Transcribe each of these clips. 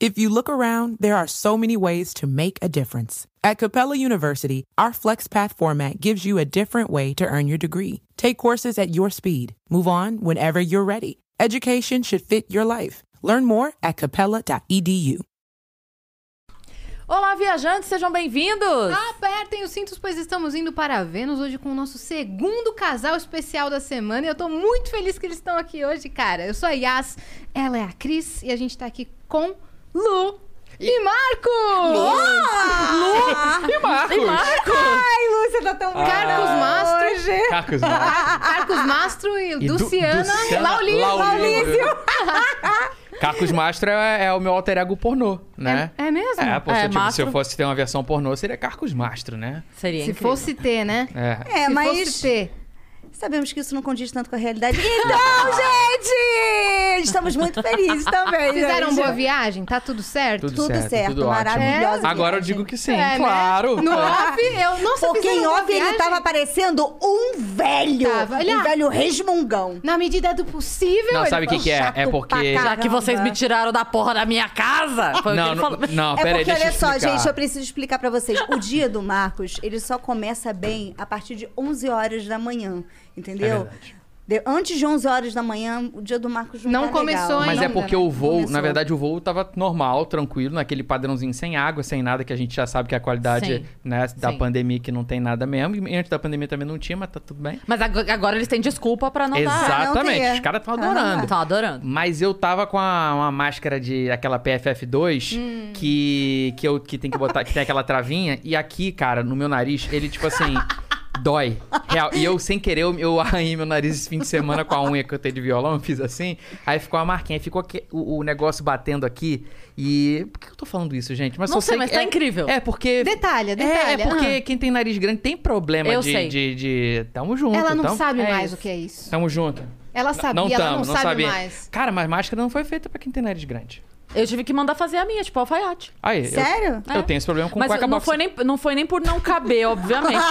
If you look around, there are so many ways to make a difference. At Capella University, our FlexPath format gives you a different way to earn your degree. Take courses at your speed. Move on whenever you're ready. Education should fit your life. Learn more at capella.edu. Olá, viajantes, sejam bem-vindos! Ah, Apertem os cintos, pois estamos indo para a Vênus hoje com o nosso segundo casal especial da semana. E eu tô muito feliz que eles estão aqui hoje, cara. Eu sou a Yas, ela é a Cris e a gente tá aqui com Lu e Marcos! Lu! E Marcos! Ai, Lúcia, tá tão Carcos Mastro, hoje. Cacos, não. Carcos Mastro e, Du- Luciana Duciana Lauli. Laulísio. Cacos Mastro é, é o meu alter ego pornô, né? É mesmo? É, pô, se, É, eu, tipo, se Mastro. eu fosse ter uma versão pornô, seria Carcos Mastro, né? Seria Se incrível. fosse ter, né? É. É, Se mas fosse ter. sabemos que isso não condiz tanto com a realidade. Então, gente! Estamos muito felizes também. Fizeram gente. boa viagem? Tá tudo certo? Tudo, Tudo certo, certo, tudo maravilhosa ótimo. Agora eu viagem. digo que sim, É, né? claro. No é? off, eu não sei Porque em off ele tava parecendo um velho. Tava. Olha. Um velho resmungão. Na medida do possível. Não, ele sabe o que, falou. que é? chato É porque. pra Já que vocês me tiraram da porra da minha casa! Foi o Não, que ele não, falou. não, É peraí, porque, Ah, deixa olha eu só, explicar. gente, eu preciso explicar pra vocês. O dia do Marcos, ele só começa bem a partir de 11 horas da manhã, entendeu? É verdade. De- antes de 11 horas da manhã, o dia do Marcos Não não, tá começou legal. Mas é ainda, porque né? o voo, na Começou. verdade, o voo tava normal, tranquilo, naquele padrãozinho sem água, sem nada, que a gente já sabe que a qualidade Sim. né, da Sim. pandemia que não tem nada mesmo. E antes da pandemia também não tinha, mas tá tudo bem. Mas ag- agora eles têm desculpa pra não dar. Não Exatamente. tem, é. Os caras estão Tá, não adorando. dá. Estão adorando. Mas eu tava com a- uma máscara de aquela PFF2 Hum. que que eu que tem que botar que tem aquela travinha e aqui, cara, no meu nariz, ele tipo assim, dói. Real. E eu sem querer eu, eu arranhei meu nariz esse fim de semana com a unha que eu tenho de violão, eu fiz assim, aí ficou a marquinha, aí ficou aqui- o, o negócio batendo aqui e por que eu tô falando isso, gente? Mas Não eu sei, mas que- tá é- incrível. É porque Detalha, é, é detalha. porque quem tem nariz grande tem problema Eu de, sei. de, de- Tamo junto. Ah, Ela não tamo- sabe é mais isso. o que é isso. Tamo junto. Ela sabia, Não ela tamo, não, não sabe sabia. mais. Cara, mas máscara não foi feita pra quem tem nariz grande. Eu tive que mandar fazer a minha, tipo alfaiate. Aí, eu- Sério? Eu, É. tenho esse problema com Mas cueca não box. foi, nem, não foi nem por não caber, obviamente.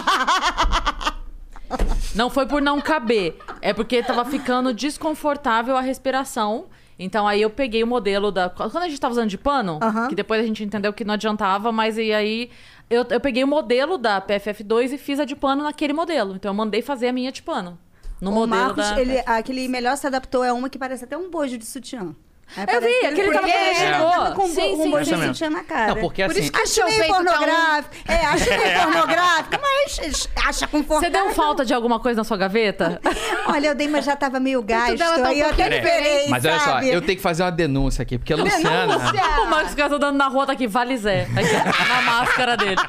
não foi por não caber. É porque tava ficando desconfortável a respiração. Então aí eu peguei o modelo da. Quando a gente tava usando de pano, Aham. que depois a gente entendeu que não adiantava, mas e aí. Eu, eu peguei o modelo da PFF2 e fiz a de pano naquele modelo. Então eu mandei fazer a minha de pano. No O modelo Marcos, da. ele, aquele melhor se adaptou é uma que parece até um bojo de sutiã. Aí Eu parece vi, que aquele porque tava quando ele ele chegou. tava com bo- Sim, um sim, bojo sim. de sutiã na cara. Não, porque Por assim. isso que Acho seu meio peito tá um- pornográfico. É, acho meio pornográfico, mas acha Você confortável. deu falta de alguma coisa na sua gaveta? Olha, eu dei, mas já tava meio gasto. dela tá um aí eu até pouquinho diferente. liberei, Mas olha só, sabe? eu tenho que fazer uma denúncia aqui, porque a Luciana. o Marcos fica andando na rua, tá aqui, Valizé. Aqui, na máscara dele.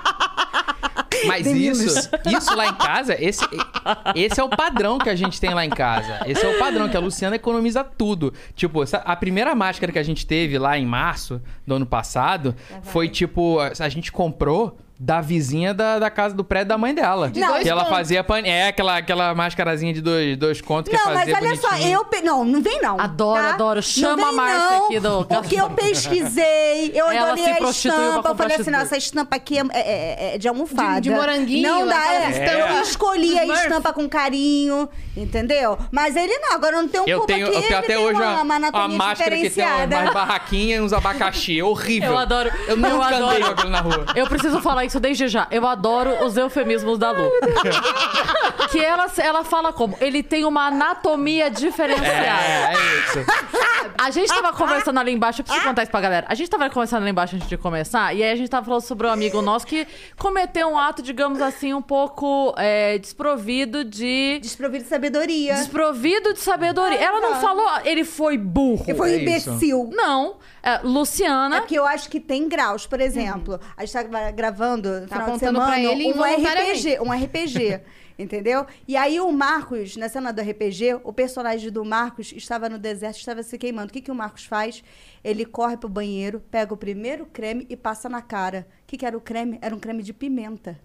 Mas isso, isso lá em casa, esse, esse é o padrão que a gente tem lá em casa. Esse é o padrão, que a Luciana economiza tudo. Tipo, sa- a primeira máscara que a gente teve lá em março do ano passado foi tipo, a a gente comprou da vizinha da, da casa do prédio da mãe dela. Não, que ela dois fazia pan... É, aquela, aquela mascarazinha de dois, dois contos que Não, mas fazia olha só, bonitinho. eu. pe- Não, não vem não. Adoro, tá? adoro. Não Chama vem, a Márcia não, aqui do- Porque eu pesquisei, eu Ela adorei se a prostituiu pra estampa. Eu comprar falei assim: não, cheeseburger. essa estampa aqui é, é- é- é de De- almofada. de moranguinho, Não dá. aquelas é. estampas. Eu escolhi a Smurf. estampa com carinho, entendeu? Mas ele não, agora eu não tem um Eu cubo tenho, aqui. eu ele tenho até tem hoje uma, uma, uma uma anatomia máscara que tem diferenciada. umas barraquinhas e uns abacaxi. É horrível. Eu adoro. Eu nunca Eu adoro. andei com aquilo na rua. Eu preciso falar isso desde já. Eu adoro os eufemismos da Lu. que ela, ela fala como? Ele tem uma anatomia diferenciada. É, é isso. A gente Ah, tá. tava conversando ali embaixo, eu preciso contar isso pra galera. A gente tava conversando ali embaixo antes de começar, e aí a gente tava falando sobre um amigo nosso que cometeu um ato, digamos assim, um pouco é, desprovido de. Desprovido de sabedoria. Desprovido de sabedoria. Ela não falou, ele foi burro. Ele foi um É isso. imbecil. Não. É, É Luciana. porque eu acho que tem graus, por exemplo. A gente tá gra- gravando no final de Uhum. apontando semana pra ele um involuntariamente. RPG, um RPG, entendeu? E aí o Marcos, na cena do RPG, o personagem do Marcos estava no deserto, estava se queimando. O que, que o Marcos faz? Ele corre pro banheiro, pega o primeiro creme e passa na cara. O que, que era o creme? Era um creme de pimenta.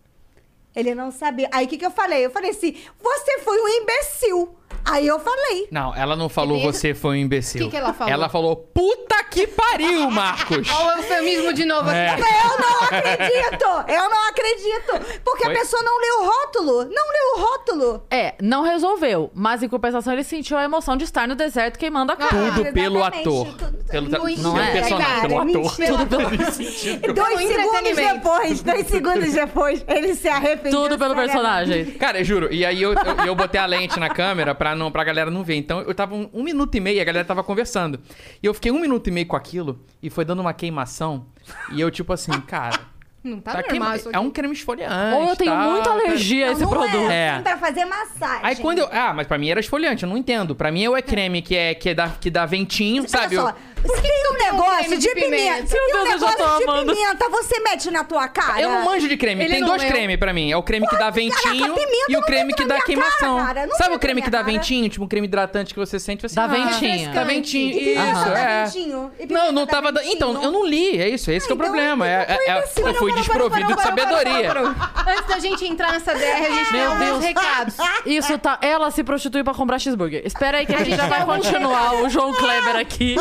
Ele não sabia. Aí o que, que eu falei? Eu falei assim: você foi um imbecil. Aí eu falei. Não, ela não falou Beleza. você foi um imbecil. O que que ela falou? Ela falou, puta que pariu, Marcos! Olha o eufemismo de novo aqui. É. Eu não acredito! Eu não acredito! Porque Foi? a pessoa não leu o rótulo! Não leu o rótulo! É, não resolveu, mas em compensação ele sentiu a emoção de estar no deserto queimando a cara. Tudo Ah, pelo exatamente. ator. Tudo- Pelo, tra- Muito pelo bem, personagem, cara. pelo ator. Mentira. Tudo pelo sentido. Dois Pelo segundos entretenimento. depois, dois segundos depois, ele se arrependeu. Tudo pelo seriamente. personagem. Cara, eu juro. E aí eu, eu, eu botei a lente na câmera pra, não, pra galera não ver. Então eu tava um, um minuto e meio, a galera tava conversando. E eu fiquei um minuto e meio com aquilo e foi dando uma queimação. E eu, tipo assim, cara. Não tá, Tá normal queima- isso aqui. É um creme esfoliante. Ou eu tenho tal, muita tá- alergia a Não, esse não produto. É, É. assim pra fazer massagem. Aí quando eu. Ah, mas pra mim era esfoliante, eu não entendo. Pra mim ou é creme que, é, que, dá, que dá ventinho, sabe? Olha Eu- tá só, se tem um negócio creme de de pimenta, pimenta? se Meu tem um Deus, eu já negócio tô de amando. pimenta, você mete na tua cara. Eu não manjo de creme. Ele Tem não dois é. cremes pra mim. É o creme que dá ventinho caraca, pimenta e o não creme entra que na dá minha queimação. cara, cara. Não Sabe entra o creme na que dá minha cara. ventinho? Tipo um creme hidratante que você sente, você Dá ah, ventinho. Dá ventinho. E pimenta Isso, dá é. ventinho? E pimenta Não, não dá tava dando. ventinho? Então, eu não li. É isso, é esse que é o Então, problema. então É- foi é- é- eu imbecil. Não, fui não, não, não, desprovido de não, não, não, não, sabedoria. não, não, Antes da gente entrar nessa DR, a Meu gente tem alguns Deus. é recados. Isso tá. Ela se prostitui pra comprar cheeseburger. Espera aí que a gente já vai continuar o João Kleber aqui.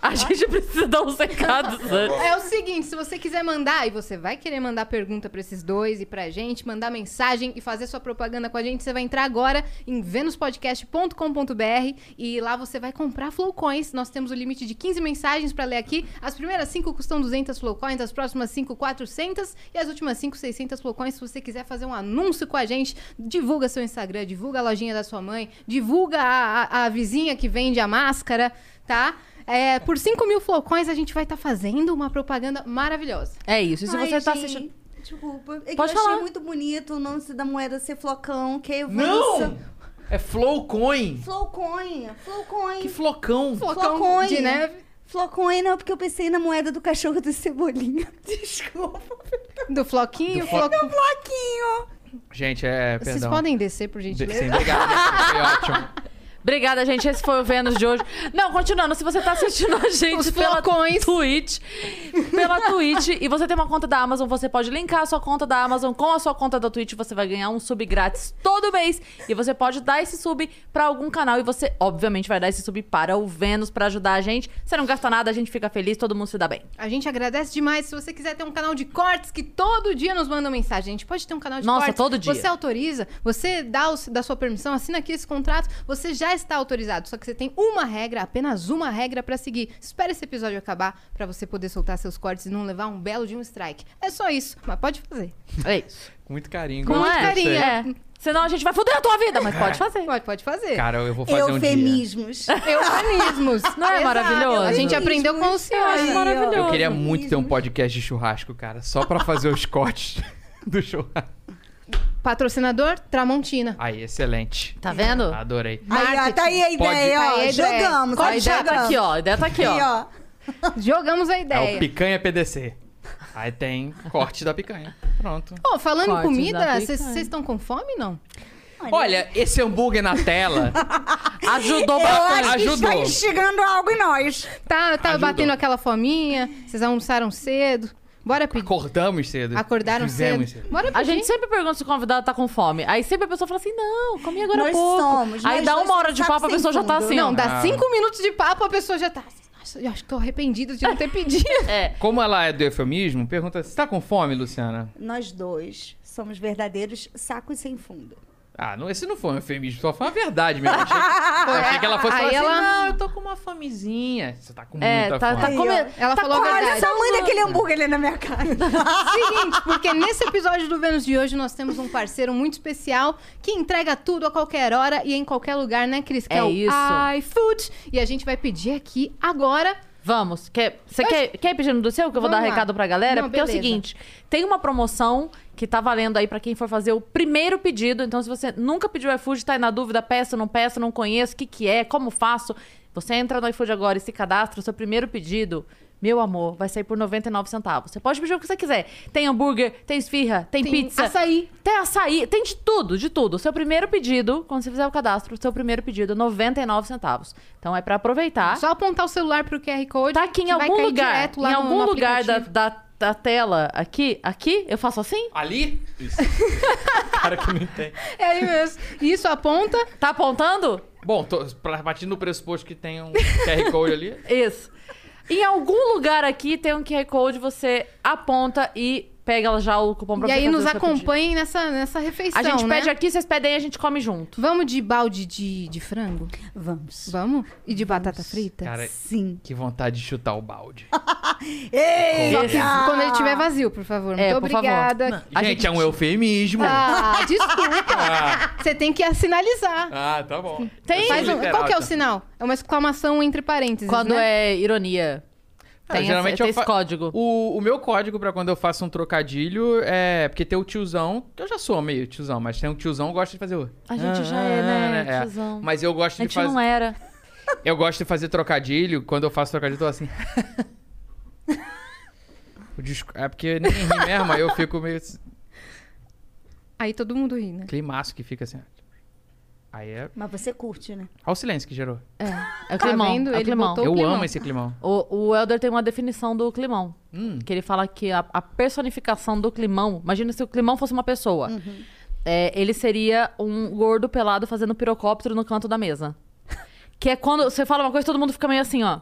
A gente precisa dar uns recados antes. É o seguinte, se você quiser mandar, e você vai querer mandar pergunta pra esses dois e pra gente, mandar mensagem e fazer sua propaganda com a gente, você vai entrar agora em venuspodcast.com.br e lá você vai comprar flowcoins. Nós temos o limite de 15 mensagens pra ler aqui. As primeiras 5 custam 200 flowcoins, as próximas 5, 400 e as últimas 5, 600 flowcoins. Se você quiser fazer um anúncio com a gente, divulga seu Instagram, divulga a lojinha da sua mãe, divulga a, a- a vizinha que vende a máscara, tá? É, por 5 mil flocões a gente vai estar fazendo uma propaganda maravilhosa. É isso. E se Ai, você tá gente, assistindo. Desculpa. É que Pode eu falar. achei muito bonito o nome da moeda ser flocão, que é Não! É Flowcoin. Flowcoin, flowcoin. Que flocão. Flocão Flocões. de neve Flocões não, porque eu pensei na moeda do cachorro do Cebolinha. Desculpa. do floquinho, Do flo- floco- Floquinho. Gente, é. Vocês Perdão. podem descer, por De- gentileza? Sim, obrigado. Foi ótimo. Obrigada, gente. Esse foi o Vênus de hoje. Não, continuando, se você tá assistindo a gente Os pela flocões. Twitch, pela Twitch, e você tem uma conta da Amazon, você pode linkar a sua conta da Amazon com a sua conta da Twitch, você vai ganhar um sub grátis todo mês, e você pode dar esse sub pra algum canal e você obviamente vai dar esse sub para o Vênus pra ajudar a gente. Você não gasta nada, a gente fica feliz, todo mundo se dá bem. A gente agradece demais. Se você quiser ter um canal de cortes que todo dia nos manda mensagem, a gente pode ter um canal de Nossa, cortes. todo dia. Você autoriza, você dá o- da sua permissão, assina aqui esse contrato, você já está autorizado. Só que você tem uma regra, apenas uma regra pra seguir. Espera esse episódio acabar pra você poder soltar seus cortes e não levar um belo de um strike. É só isso, mas pode fazer. É isso. Com muito carinho. Não gosto é? de você. carinho, É. Senão a gente vai foder a tua vida, mas pode fazer. Pode, pode fazer. Cara, eu vou fazer um dia. Eufemismos. Eufemismos. Não é Exato. maravilhoso? A gente aprendeu com o Eu senhor. acho É maravilhoso. Eu queria muito ter um podcast de churrasco, cara. Só pra fazer os cortes do churrasco. É. Patrocinador, Tramontina. Aí, excelente. Tá vendo? Adorei. Aí, ó, tá aí a Pode- ideia, ó. Tá aí a ideia. Jogamos, Qual A ó, ideia tá jogamos. aqui, ó. A ideia tá aqui, ó. Aqui, ó. Jogamos a É ideia. o picanha PDC. Aí tem corte da picanha. Pronto. Pô, falando Cortes em comida, da vocês picanha. vocês estão com fome, não? Olha, esse hambúrguer na tela Ajudou eu acho bastante. que está ajudou. instigando algo em nós. Tá, tá Ajudou. batendo aquela fominha? Vocês almoçaram cedo? Bora pedir. acordamos cedo. Acordaram cedo? Fizemos cedo. Bora pedir. A gente sempre pergunta se o convidado tá com fome. Aí sempre a pessoa fala assim: não, comi agora há Nós pouco. somos, Aí nós dá dois uma hora somos de papo, a sapos pessoa já tá sem assim. fundo. Não, dá Ah. cinco minutos de papo, a pessoa já tá. Nossa, eu acho que tô arrependido de não ter pedido. É. Como ela é do eufemismo, pergunta: você tá com fome, Luciana? Nós dois somos verdadeiros sacos sem fundo. Ah, não, esse não foi um eufemismo, só foi uma verdade mesmo. Eu Achei, eu achei que ela fosse Aí falar assim, ela- não, eu tô com uma fomezinha. Você tá com É, muita tá, fome. tá Aí, ó. comendo. Ela falou a Olha verdade. o tamanho daquele hambúrguer ali na minha cara. Seguinte, porque nesse episódio do Vênus de hoje nós temos um parceiro muito especial que entrega tudo a qualquer hora e em qualquer lugar, né, Cris? Que É o isso. iFood. E a gente vai pedir aqui agora. Vamos. Quer, você quer, quer ir pedindo do seu? Que eu vou Vamos dar lá. recado pra galera? Não, porque é o beleza. seguinte: tem uma promoção que tá valendo aí pra quem for fazer o primeiro pedido. Então, se você nunca pediu iFood, tá aí na dúvida, peço, não peço, não conheço, o que, que é, como faço. Você entra no iFood agora e se cadastra, o seu primeiro pedido. Meu amor, vai sair por 99 centavos. Você pode pedir o que você quiser. Tem hambúrguer, tem esfirra, tem, Tem pizza. açaí. Tem açaí, tem de tudo, de tudo. Seu primeiro pedido, quando você fizer o cadastro, seu primeiro pedido, 99 centavos. Então é pra aproveitar. Só apontar o celular pro QR Code. Tá aqui em que vai algum cair lugar, direto lá em no- algum no lugar da, aplicativo. da a tela aqui, aqui, eu faço assim? Ali? Isso. cara que não tem. É ele mesmo. Isso aponta. Tá apontando? Bom, tô pra- partindo do pressuposto que tem um QR Code ali. Isso. Em algum lugar aqui tem um QR Code, você aponta e pega já o cupom pra você E aí fazer nos o seu pedido. acompanhem nessa, nessa refeição. A gente né? pede aqui, vocês pedem e a gente come junto. Vamos de balde de, de frango? Vamos. Vamos? E de batata frita? Cara, Sim. que vontade de chutar o balde. Ei, Só que cara! Quando ele estiver vazio, por favor. É, Muito por favor. obrigada. A gente, gente- é um eufemismo. Ah, desculpa. Ah, Você tem que sinalizar. ah, tá bom. Tem- Eu sou Faz um- literal, qual que é o tá? sinal? É uma exclamação entre parênteses, Quando né? é ironia. Cara, tem Ah, geralmente essa- tem eu esse fa- código. O, o meu código pra quando eu faço um trocadilho é. Porque tem o tiozão, que eu já sou meio tiozão, mas tem um tiozão que gosta de fazer o. Ah, A gente já é, né, tiozão. Mas eu gosto A de gente fazer. não é. era. Eu gosto de fazer trocadilho. Quando eu faço trocadilho, eu tô assim. O disco- É porque ninguém ri mesmo, aí eu fico meio. assim. esse Aí todo mundo ri, né? Climaço que fica assim. ó. Aí é. Mas você curte, né? Olha o silêncio que gerou. É o Tá climão. vendo? É o Ele climão. botou- Tô eu climão. amo esse climão. O, o Elder tem uma definição do climão. Hum. Que ele fala que a, a personificação do climão. Imagina se o climão fosse uma pessoa. Uhum. É, ele seria um gordo pelado fazendo pirocóptero no canto da mesa. Que é quando você fala uma coisa todo mundo fica meio assim, ó.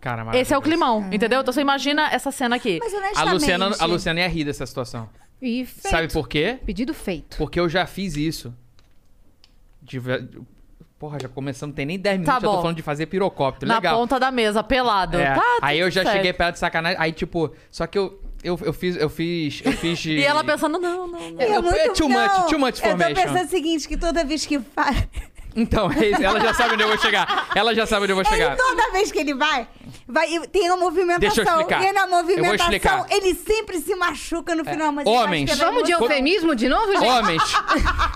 Cara, Esse é o maravilhoso. climão, entendeu? Então você imagina essa cena aqui. Mas é A honestamente... Luciana, a Luciana ia rir dessa situação. E feito. Sabe por quê? Pedido feito. Porque eu já fiz isso. De ver- Porra, já começamos, não tem nem Tá 10 minutos que eu tô bom. falando de fazer pirocóptero. Na Legal. ponta da mesa, pelado. É, Tá, tudo aí eu já certo. cheguei perto de sacanagem. Aí, tipo, só que eu, eu, eu fiz. Eu fiz. Eu fiz de... E ela pensando, não, não, não. É Eu- muito- é too much, não, too much Eu tô information. pensando o seguinte, que toda vez que faz... Então, é isso, ela já sabe onde eu vou chegar. Ela já sabe onde eu vou Ele, chegar. toda vez que ele vai, vai e tem Deixa uma movimentação. eu explicar. E na Eu vou movimentação, explicar. É. ele sempre se machuca no final. Mas Homens. Ele faz Vamos de pela emoção. eufemismo de novo, gente? Homens,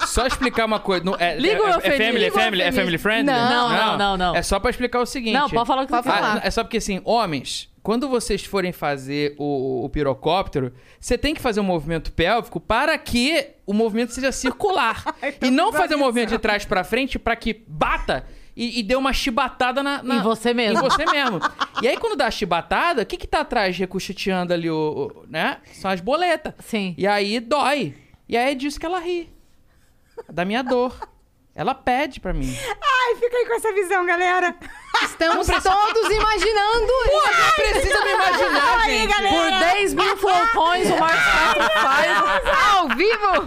só explicar uma coisa. Não, é, Liga o é, é eufemismo, family, é liga o family, é eufemismo. family friendly? Não, não, não, não. É só pra explicar o seguinte. Não, pode falar o que Pode você falar. Ah, é só porque assim, homens, quando vocês forem fazer o, o pirocóptero, você tem que fazer um movimento pélvico para que o movimento seja circular. tá e não fazer um movimento de trás para frente para que bata e, e dê uma chibatada na, na- Em você mesmo. Em você mesmo. e aí quando dá a chibatada, o que que tá atrás recuchiteando ali o, o- né? São as boletas. Sim. E aí dói. E aí é disso que ela ri. Da minha dor. Ela pede pra mim. Ai, fica aí com essa visão, galera. Estamos todos imaginando. isso. Não precisa me imaginar, gente. Por 10 mil flocões, o Marcos Castro faz. um tá Ao vivo!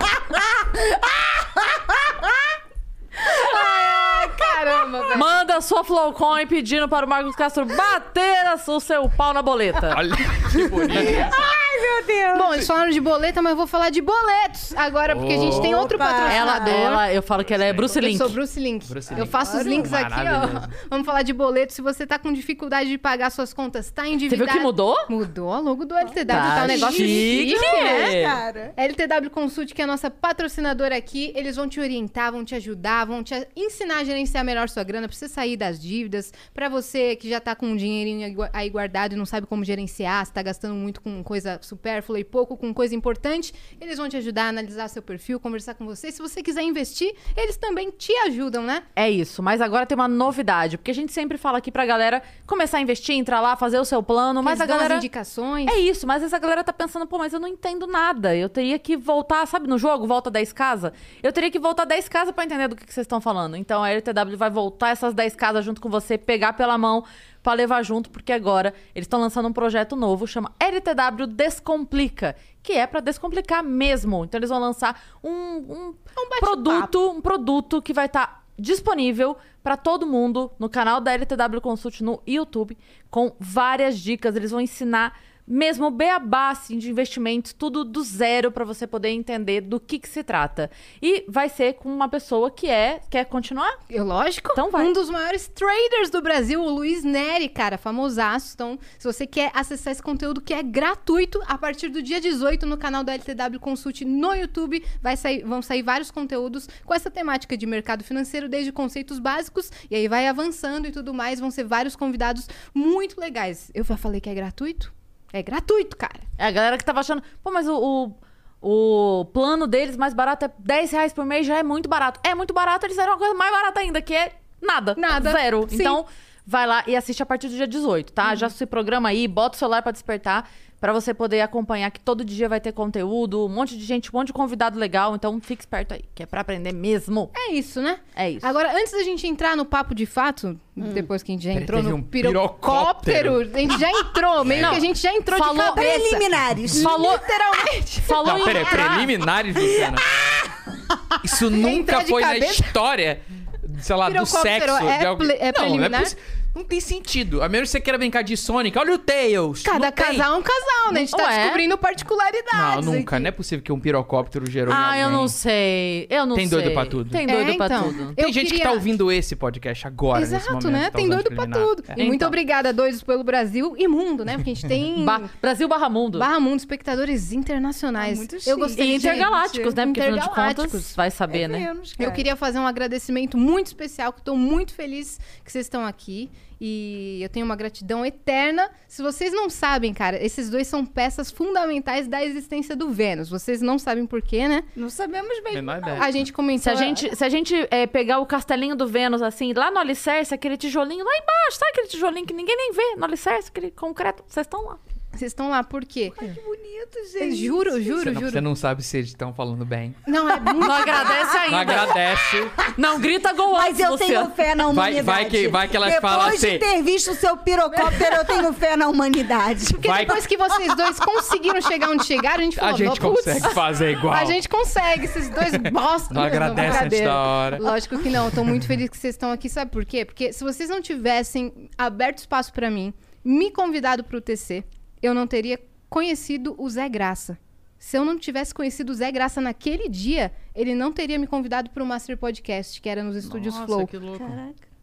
Ah, Caramba, velho. Manda sua flowcoin pedindo para o Marcos Castro bater a su- o seu pau na boleta. Olha que bonito. Meu Deus. Bom, eles falaram de boleta, mas eu vou falar de boletos agora, porque a gente tem outro Opa. Ela, patrocinador. ela, eu falo que ela é Bruce Ah, Eu Link. sou Bruce Link. Bruce Eu Link. faço os Claro. links aqui, Maravilhoso. ó. Vamos falar de boleto. Se você tá com dificuldade de pagar suas contas, tá Você viu endividado... que mudou? Mudou a logo do LTW, tá, Tá um negócio chique. chique, né? É. Cara. LTW Consult, que é a nossa patrocinadora aqui, eles vão te orientar, vão te ajudar, vão te ensinar a gerenciar melhor sua grana pra você sair das dívidas, pra você que já tá com um dinheirinho aí gua- aí guardado e não sabe como gerenciar, se tá gastando muito com coisa supérflua e pouco com coisa importante, eles vão te ajudar a analisar seu perfil, conversar com você. Se você quiser investir, eles também te ajudam, né? É isso, mas agora tem uma novidade, porque a gente sempre fala aqui pra galera começar a investir, entrar lá, fazer o seu plano, mas Eles a dão as galera indicações. É isso, mas essa galera tá pensando, pô, mas eu não entendo nada. Eu teria que voltar, sabe, no jogo, volta 10 casas? Eu teria que voltar 10 casas pra entender do que, que vocês estão falando. Então a LTW vai voltar essas 10 casas junto com você, pegar pela mão pra levar junto, porque agora eles estão lançando um projeto novo, chama LTW Descomplica, que é pra descomplicar mesmo. Então eles vão lançar um, um produto, um produto que vai estar disponível para todo mundo no canal da LTW Consult no YouTube, com várias dicas. Eles vão ensinar mesmo o beabá assim, de investimentos, tudo do zero para você poder entender do que, que se trata. E vai ser com uma pessoa que é. Quer continuar? Eu, lógico. Então vai. Um dos maiores traders do Brasil, o Luiz Neri, cara, famosaço. Então, se você quer acessar esse conteúdo que é gratuito, a partir do dia 18 no canal da LTW Consult no YouTube, vai sair, vão sair vários conteúdos com essa temática de mercado financeiro, desde conceitos básicos, e aí vai avançando e tudo mais. Vão ser vários convidados muito legais. Eu já falei que é gratuito? É gratuito, cara. É a galera que tava achando, pô, mas o. o... o plano deles mais barato é 10 reais por mês, já é muito barato. É muito barato, eles fizeram uma coisa mais barata ainda, que é nada. Nada. Zero. Sim. Então, Vai lá e assiste a partir do dia 18, tá? Já se programa aí, bota o celular pra despertar, pra você poder acompanhar que todo dia vai ter conteúdo, um monte de gente, um monte de convidado legal. Então fique esperto aí, que é pra aprender mesmo. É isso, né? É isso. Hum. Agora, antes da gente entrar no papo de fato, depois que a gente já entrou teve no um É. pirocóptero, a gente já entrou, meio que a gente já entrou Falou- de cabeça. Preliminares. Falou- Literalmente. Falou Não, em peraí, entrar- preliminares, Luciana. Isso nunca Entrar de foi na cabeça. história, sei lá, do Pirocóptero sexo. é de alguém. ple- é não, não, preliminar? possi- não tem sentido. A menos que você queira brincar de Sonic. Olha o Tails. Cada não tem. casal é um casal, né? A gente tá Ué. descobrindo particularidades. Não, nunca. aqui. Não é possível que um pirocóptero gerou em Ah, eu alguém. não sei. Eu não Tem sei. doido pra tudo. Tem É, doido pra então. tudo. Tem Eu gente que queria- tá ouvindo esse podcast agora, nesse Exato, momento. né? tá Tem usando doido pra preliminar. tudo. E É. muito Então. obrigada, doidos pelo Brasil e mundo, né? Porque a gente tem Ba- Brasil barra mundo. barra mundo, espectadores internacionais. Ah, muito eu chique. gostei E gente. intergalácticos, né? Porque afinal de Intergalácticos. contas, vai saber, né? Menos, Eu É. cara. queria fazer um agradecimento muito especial, que estou muito feliz que vocês estão aqui. E eu tenho uma gratidão eterna. Se vocês não sabem, cara, esses dois são peças fundamentais da existência do Vênus. Vocês não sabem por quê, né? Não sabemos bem. Menor ideia. A gente ah, Se comentou. a gente, se a gente eh, pegar o castelinho do Vênus, assim, lá no alicerce, aquele tijolinho lá embaixo, sabe aquele tijolinho que ninguém nem vê no alicerce, aquele concreto? Vocês estão lá. Vocês estão lá, por quê? Que bonito, Eu gente. Juro, é Você juro, não, você juro. não sabe se eles estão falando bem. Não, é muito. Não agradece Não ainda. agradece. Não grita gol Mas eu tenho fé na humanidade. vai que- vai que elas Depois falam assim. de ter visto o seu pirocóptero, eu tenho fé na humanidade. Porque vai- depois que vocês dois conseguiram chegar onde chegaram, a gente A falou, gente "Putz, consegue fazer igual. A gente consegue, esses dois bosta. Não agradece antes brincadeira. da hora. Lógico que não, eu tô muito feliz que vocês estão aqui, sabe por quê? Porque se vocês não tivessem aberto espaço pra mim, me convidado pro TC, eu não teria conhecido o Zé Graça. Se eu não tivesse conhecido o Zé Graça naquele dia, ele não teria me convidado pro Master Podcast, que era nos estúdios Nossa, Flow. que louco.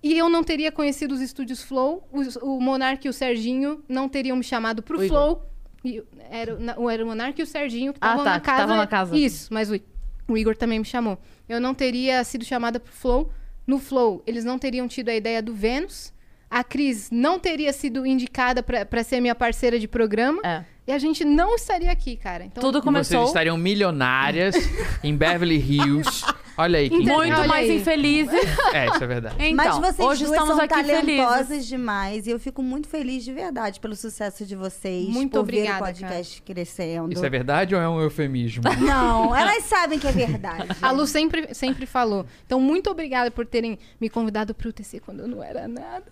E eu não teria conhecido os estúdios Flow, os- o Monark e o Serginho não teriam me chamado pro O Igor. Flow. E o- era, o- na- o- era o Monark e o Serginho que Ah, estavam tá, na que casa. estavam na casa. Isso, mas o, I- o Igor também me chamou. Eu não teria sido chamada pro Flow. No Flow, eles não teriam tido a ideia do Vênus. A Cris não teria sido indicada pra pra ser minha parceira de programa. É. E a gente não estaria aqui, cara. Então, Tudo Vocês começou estariam milionárias em Beverly Hills. Olha aí que Então- incrível. muito Olha mais aí. infelizes. É, isso é verdade. Então, Mas vocês hoje duas estamos são aqui talentosas felizes. demais. E eu fico muito feliz de verdade pelo sucesso de vocês. Muito por obrigada, ver o podcast crescendo. Isso é verdade ou é um eufemismo? Não, elas sabem que é verdade. A Lu sempre, sempre falou. Então, muito obrigada por terem me convidado pro TC quando eu não era nada.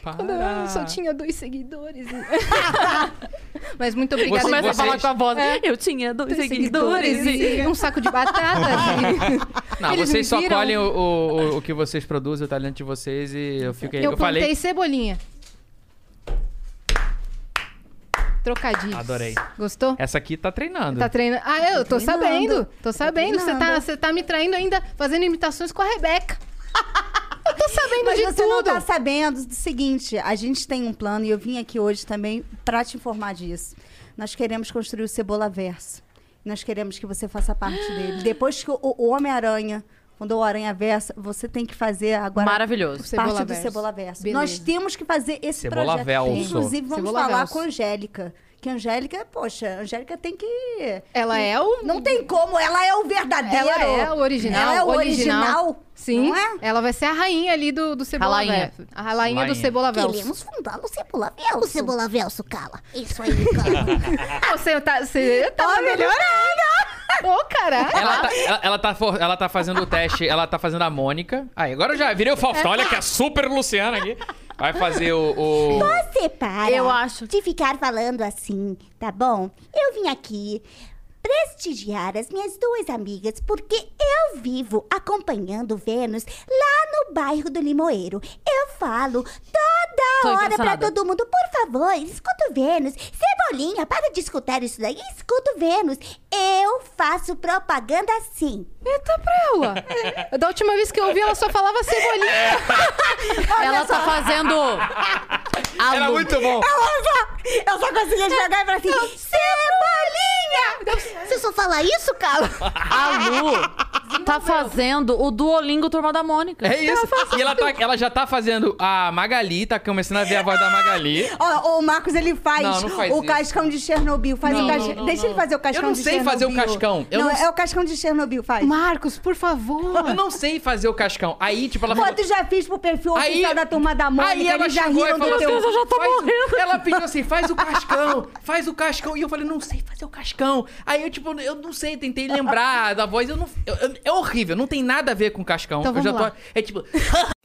Quando eu Ah. só tinha dois seguidores. Mas muito obrigada. Você- Começa a vocês- falar com a voz. É. Eu tinha dois Dois seguidores. e- e um saco de batata. assim. Não, Eles vocês me só viram. colhem o, o, o- o que vocês produzem, o talento de vocês e eu fiquei. eu Eu, plantei falei. cebolinha. Trocadilhos. Adorei. Gostou? Essa aqui tá treinando. Tá treinando. Ah, eu tô Treinando. sabendo. Tô sabendo. Você tá, treinando. você tá me traindo ainda fazendo imitações com a Rebeca. Eu tô sabendo Mas é de você tudo. não tá sabendo do seguinte, a gente tem um plano e eu vim aqui hoje também pra te informar disso. Nós queremos construir o Cebola Verso. Nós queremos que você faça parte dele. Depois que o, o Homem-Aranha fundou o Aranha Verso, você tem que fazer agora Maravilhoso. Cebola parte do Verso. Cebola Verso. Beleza. Nós temos que fazer esse Cebola projeto. Velso. Inclusive, vamos Cebola falar Velso. com a Angélica. Que a Angélica, poxa, a Angélica tem que... Ela é o. Não tem como, ela é o verdadeiro. Ela é o original. Ela é o original. original. Sim. Não é? Ela vai ser a rainha ali do, do Cebola Rainha. Velso. A rainha do Rainha. Cebola Velso. Queremos fundar o Cebola Velso. O Cebola Velso, cala. Isso aí, cala. Ah, Você tá. Você tá melhorando! Ô, caralho! Ela tá, ela, ela tá for- ela tá fazendo o teste, ela tá fazendo a Mônica. Aí, agora eu já virei o É. Faustão. Olha que a super Luciana aqui. Vai fazer o. o- Você para Eu acho. de ficar falando assim, tá bom? Eu vim aqui prestigiar as minhas duas amigas porque eu vivo acompanhando Vênus lá no bairro do Limoeiro. Eu falo toda Tô hora pra impressionada. todo mundo, por favor, escuta o Vênus. Cebolinha, para de escutar isso daí, escuta o Vênus. Eu faço propaganda sim. Eita tá pra ela! É. Da última vez que eu ouvi, ela só falava cebolinha. Ela tá fazendo. A Era Lu- muito bom. Eu só conseguia jogar e falar assim... Cebolinha! Se eu só falar isso, cala. A Lu tá fazendo o Duolingo Turma da Mônica. É isso. E ela, tá- ela já tá fazendo a Magali, tá começando a ver a voz da Magali. Ó, o Marcos, ele faz, Não, não faz o isso. cascão de Chernobyl. Faz Não, o cas- não, não, Deixa não. ele fazer o cascão não de sei Chernobyl. fazer o cascão. Eu não, não- é o cascão de Chernobyl, faz. Marcos, por favor. Eu não sei fazer o cascão. Aí, tipo, ela Quanto já fiz pro perfil oficial da turma da Mônica, aí ela eles já chegou e riram falou do assim, teu... Deus, eu já tô "Faz o-" morrendo. Ela pediu assim, faz o cascão, faz o cascão. E eu falei, não sei fazer o cascão. Aí eu, tipo, eu não sei, tentei lembrar da voz. Eu não, eu- eu- é horrível, não tem nada a ver com cascão. Então eu já vamos tô. É tipo.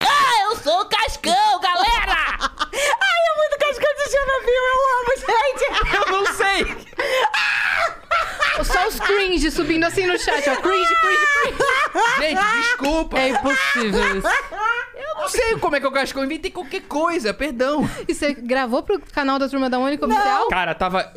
Eu sou o Cascão, galera! Ai, é muito cascão de Chernobyl, eu amo, gente! Eu não sei! Só os cringe subindo assim no chat, ó. Cringe, cringe, cringe. Gente, desculpa! É impossível isso. Eu não sei como é que é o cascão. Inventei qualquer coisa, perdão. E você gravou pro canal da Turma da Mônica oficial? Cara, tava.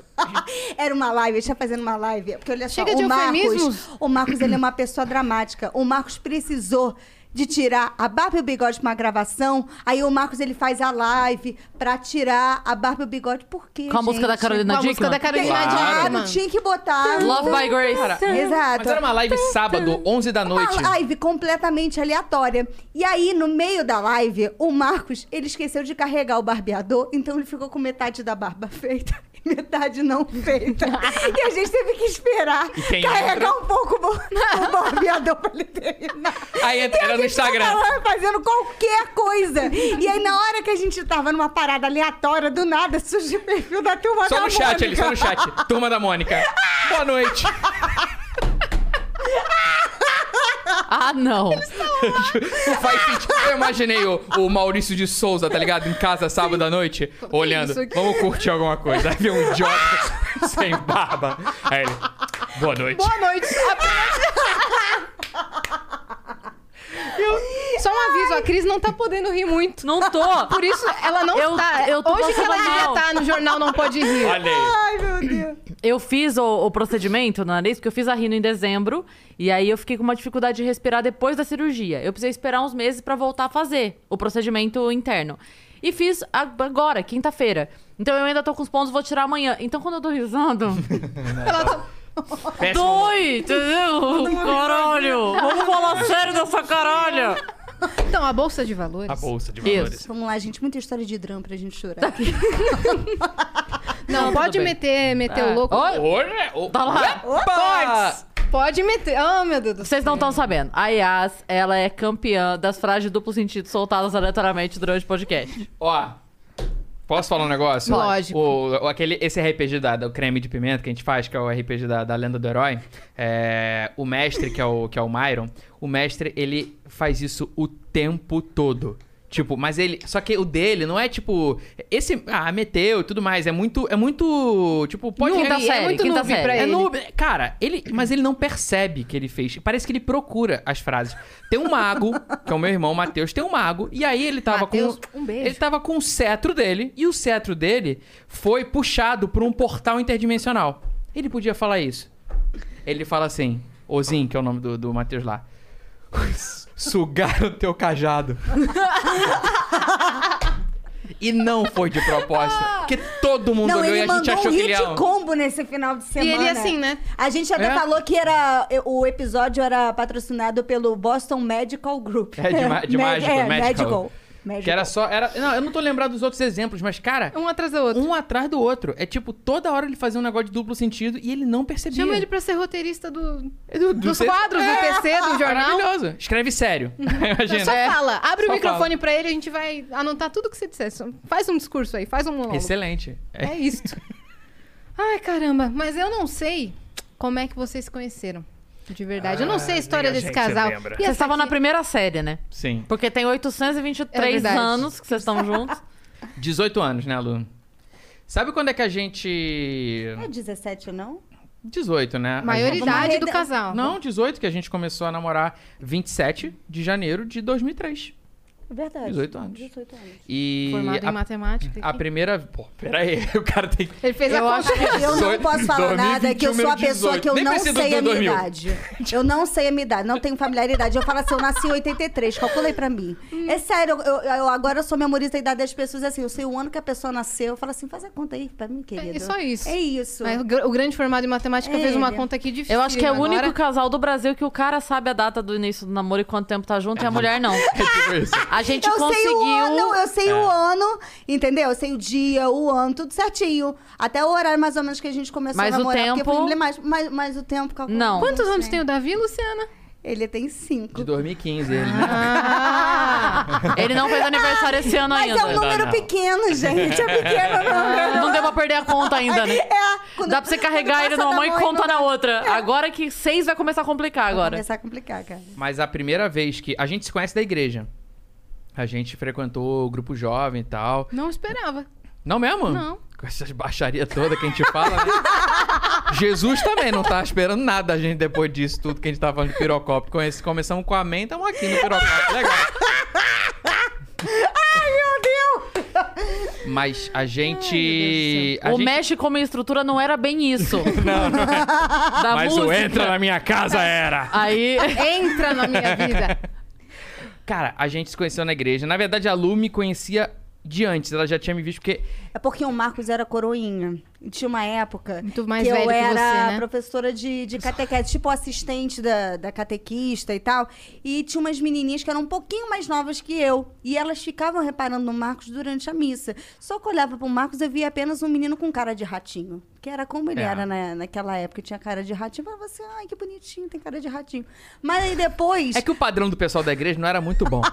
Era uma live, ele tá fazendo uma live. Porque olha só, Chega o de Marcos, eufemismos. o Marcos, ele é uma pessoa dramática. O Marcos precisou de tirar a barba e o bigode pra uma gravação. Aí o Marcos, ele faz a live pra tirar a barba e o bigode. Por quê, Com a música da gente? Carolina Com a música Dickman. da Carolina Claro, Dickman. tinha que botar. Love by Grace. Exato. Mas era uma live sábado, 11 da noite. Uma live completamente aleatória. E aí, no meio da live, o Marcos, ele esqueceu de carregar o barbeador, então ele ficou com metade da barba feita. e Metade não feita. e a gente teve que esperar quem carregar entra? um pouco o bo- o barbeador pra ele terminar. Aí E entra- a era no gente tava Instagram. lá fazendo qualquer coisa. E aí, na hora que a gente tava numa parada aleatória, do nada, surgiu o perfil da turma Só da no chat Mônica. ali, só no chat. Turma da Mônica. Boa noite. Ah, não. Não faz sentido. Eu imaginei o, o Maurício de Souza, tá ligado? Em casa sábado à noite, olhando. isso aqui? Vamos curtir alguma coisa. Aí vem um idiota sem barba. Aí ele. Boa noite. Boa noite. Só um aviso, a Cris não tá podendo rir muito. Não tô. Por isso, ela não Eu- tá. eu tô Hoje que ela passando devia mal. estar no jornal Não Pode Rir. Olha aí. Ai, meu Deus. Eu fiz o, o procedimento no nariz, porque eu fiz a rino em dezembro. E aí eu fiquei com uma dificuldade de respirar depois da cirurgia. Eu precisei esperar uns meses pra voltar a fazer o procedimento interno. E fiz a- agora, quinta-feira. Então eu ainda tô com os pontos, vou tirar amanhã. Então quando eu tô risando. Péssimo. Doi! Entendeu? Caralho! Vamos falar sério dessa caralho! Então, a Bolsa de Valores. A bolsa de Isso. valores. Vamos lá, gente. Muita história de drama pra gente Tá. chorar. aqui. Não, tá Tudo pode bem. meter, meter É. o louco. Olha, Olha, o- Tá lá. Opa! Pode meter. Oh, meu Deus do céu. Vocês não estão sabendo. A Yas, ela é campeã das frases de duplo sentido soltadas aleatoriamente durante o podcast. Ó. Posso falar um negócio? Lógico. O, o- aquele, esse RPG da, do creme de pimenta que a gente faz, que é o RPG da, da Lenda do Herói, é, o mestre, que é o, que é o Myron, o mestre, ele faz isso o tempo todo. Tipo, mas ele. Só que o dele não é tipo. Esse. Ah, meteu e tudo mais. É muito. É muito. Tipo, pode Quinta é, tá série, é muito quinta noob série. pra É ele. noob. Cara, ele. Mas ele não percebe que ele fez. Parece que ele procura as frases. Tem um mago, que é o meu irmão, Matheus, tem um mago. E aí ele tava Matheus, com. um beijo. Ele tava com o cetro dele. E o cetro dele foi puxado por um portal interdimensional. Ele podia falar isso. Ele fala assim: Ozin, que é o nome do, do Matheus lá. Sugaram o teu cajado. e não foi de propósito. Porque todo mundo Não, olhou e ele a gente mandou um achou que ele hit ia. combo nesse final de semana. ele assim, né? A gente até É. falou que era eh, o episódio era patrocinado pelo Boston Medical Group. É, de, ma- de Med- mágico, é, medical. Medical. Que era só. Era, não, eu não tô lembrado dos outros exemplos, mas, cara, Um atrás do outro. um atrás do outro. É tipo, toda hora ele fazia um negócio de duplo sentido e ele não percebia. Chama ele pra ser roteirista do, É do- do dos texto. quadros do TC, do jornal. Maravilhoso. Escreve sério. Não, Imagina. É, só fala. Abre Só o microfone pra ele, a gente vai anotar tudo que você disser. Só Faz um discurso aí, faz um monólogo. Excelente. É. É isso. Ai, caramba. Mas eu não sei como é que vocês se conheceram. De verdade. eu não sei a história Ah, nem a desse gente casal. lembra. E Vocês essa estavam na aqui- primeira série, né? Sim. Porque tem 823 É verdade. anos que vocês estão juntos. 18 anos, né, Lu? Sabe quando é que a gente. Não é 17, não? 18, né? A gente- Maioridade do casal. Não, 18 que a gente começou a namorar 27 de janeiro de 2003. É verdade. 18 anos. 18 anos. E Formado em a, matemática. a aqui. primeira. Pô, peraí, o cara tem que. Ele fez a Eu conta. acho que Eu não Dezoito- posso falar 2021 nada, é que eu sou a menos pessoa que 18. eu Nem não precisa sei do a minha 2000. idade. Eu não sei a minha idade, não tenho familiaridade. Eu falo assim, eu nasci em 83, calculei pra mim. Hum. É sério, eu, eu- eu- agora eu sou memorista da idade das pessoas, assim, eu sei o ano que a pessoa nasceu, eu falo assim, faz a conta aí pra mim, querido. É só isso. É isso. Mas o gr- o grande formado em matemática É fez uma ele. conta aqui difícil. Eu acho que é o agora. único casal do Brasil que o cara sabe a data do início do namoro e quanto tempo tá junto e a mulher não. tipo isso. A gente Então, eu sei o ano, conseguiu. eu sei É. o ano, entendeu? Eu sei o dia, o ano, tudo certinho. Até o horário mais ou menos que a gente começou Mas a o namorar. tempo- Porque eu falei, mas, mas, mas o tempo... calcula- Não. Quantos anos tem o Davi, Luciana? né? Ele tem cinco. De 2015 ele, né? Ah. Ele não fez aniversário esse ano Mas é ainda. um Não dá, número não. pequeno, gente. É pequeno, não. Não deu pra perder a conta ainda, né? É, quando- Dá pra você quando carregar ele passa numa da mão e mão, conta não na vai- outra. Agora que seis vai começar a complicar né? Vai agora. começar a complicar, cara. Mas a primeira vez que. A gente se conhece da igreja. A gente frequentou o grupo jovem e tal. Não esperava. Não mesmo? Não. Com essas baixarias todas que a gente fala, né? Jesus também não tava esperando nada a gente depois disso, tudo que a gente tava falando de pirocópio. Conhece- Começamos com amém, estamos aqui no pirocópio. Legal. Mas a gente. a o gente- México como estrutura não era bem isso. não, é. não. Da Mas o música. entra na minha casa era. Aí. Entra na minha vida. Cara, a gente se conheceu na igreja. Na verdade, a Lu me conhecia de antes. Ela já tinha me visto porque É porque o Marcos era coroinha. E Tinha uma época Muito mais que velho eu que era você, né? professora de, de catequese, tipo assistente da, da catequista e tal. E tinha umas menininhas que eram um pouquinho mais novas que eu. E elas ficavam reparando no Marcos durante a missa. Só que eu olhava pro Marcos, eu via apenas um menino com cara de ratinho. Que era como ele É. era na, naquela época. Tinha cara de ratinho. Eu falava assim, ai, que bonitinho, tem cara de ratinho. Mas aí depois... É que o padrão do pessoal da igreja não era muito bom.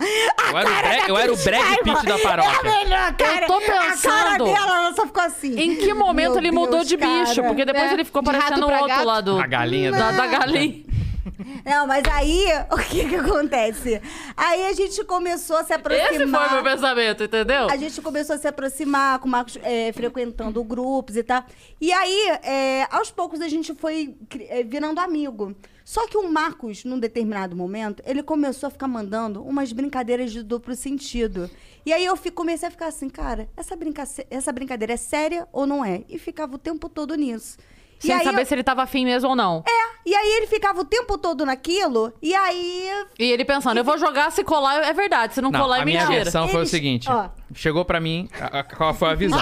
eu, era o Brad, eu era o Brad Pitt é da paróquia. melhor Eu cara. tô A cara pensando. dela, ela só ficou assim. Em que momento Meu ele mudou Deus, de bicho? cara. Porque depois É, ele ficou de rato parecendo o pra outro gato. lá do. A galinha da, do- da galinha. Não, mas aí, o que que acontece? Aí a gente começou a se aproximar. Esse foi meu pensamento, entendeu? A gente começou a se aproximar com o Marcos, é, frequentando grupos e tal. E aí, é, aos poucos, a gente foi cri- é, virando amigo. Só que o Marcos, num determinado momento, ele começou a ficar mandando umas brincadeiras de duplo sentido. E aí eu fi- comecei a ficar assim, cara, essa, brinca essa brincadeira é séria ou não é? E ficava o tempo todo nisso. e Sem aí saber eu- É, se ele tava afim mesmo ou não. E aí ele ficava o tempo todo naquilo, e aí E ele pensando, eu vou jogar, se colar é verdade, se não, Não, colar é a minha mentira. versão foi o Eles- seguinte. ó. Chegou pra mim, a- a- qual foi a visão?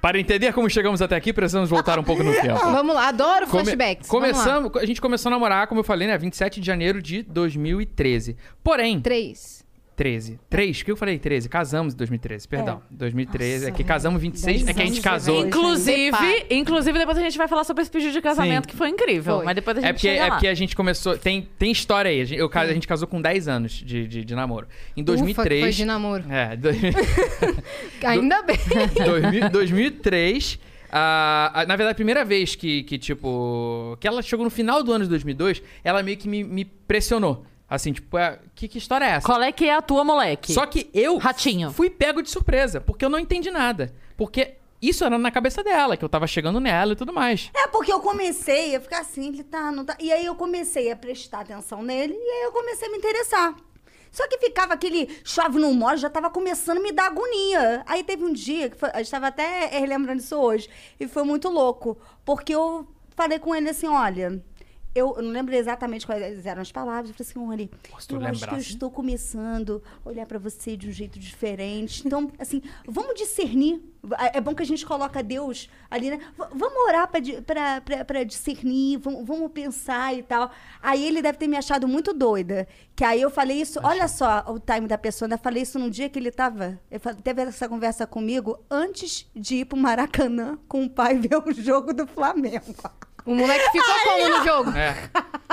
Para entender como chegamos até aqui, precisamos voltar um pouco no tempo. Vamos lá, adoro Come- flashbacks. Vamos lá. começamos, a gente começou a namorar, como eu falei, né? 27 de janeiro de 2013. Porém, Três. 13. 3, o que eu falei 13? Casamos em 2013, perdão. 2013, é que casamos 26, é que a gente anos, né, casou. velho? Inclusive, Depara. inclusive, depois a gente vai falar sobre esse pedido de casamento, Sim. que foi incrível. Foi. Mas depois a gente É porque, chega é lá. porque a gente começou. Tem, tem história aí. A gente, eu ca- a gente casou com 10 anos de, de, de namoro. Em 2003. foi de namoro. É, dois- Ainda bem. dois mil- 2003. ah, ah, na verdade, a primeira vez que, que, tipo. Que ela chegou no final do ano de 2002, ela meio que me, me pressionou. Assim, tipo, ah, que, que história é essa? Qual é que é a tua, moleque? Só que eu Ratinho. fui pego de surpresa, porque eu não entendi nada. Porque isso era na cabeça dela, que eu tava chegando nela e tudo mais. É porque eu comecei a ficar assim, ele tá, não tá. E aí eu comecei a prestar atenção nele e aí eu comecei a me interessar. Só que ficava aquele chove no molho, já tava começando a me dar agonia. Aí teve um dia, que foi, eu estava até eh, relembrando isso hoje, e foi muito louco, porque eu falei com ele assim: olha, eu, eu não lembro exatamente quais eram as palavras, eu falei assim: olha, se tu eu acho que eu lembrasse. estou começando a olhar pra você de um jeito diferente. Então, assim, vamos discernir. É bom que a gente coloca Deus ali, né? V- vamos orar pra di- pra pra- pra discernir, vamos, vamos pensar e tal. Aí ele deve ter me achado muito doida. Que aí eu falei isso, olha só o time da pessoa, né? Eu falei isso num dia que ele tava. ele fa- teve essa conversa comigo antes de ir pro Maracanã com o pai ver o jogo do Flamengo. O moleque ficou como no jogo? É.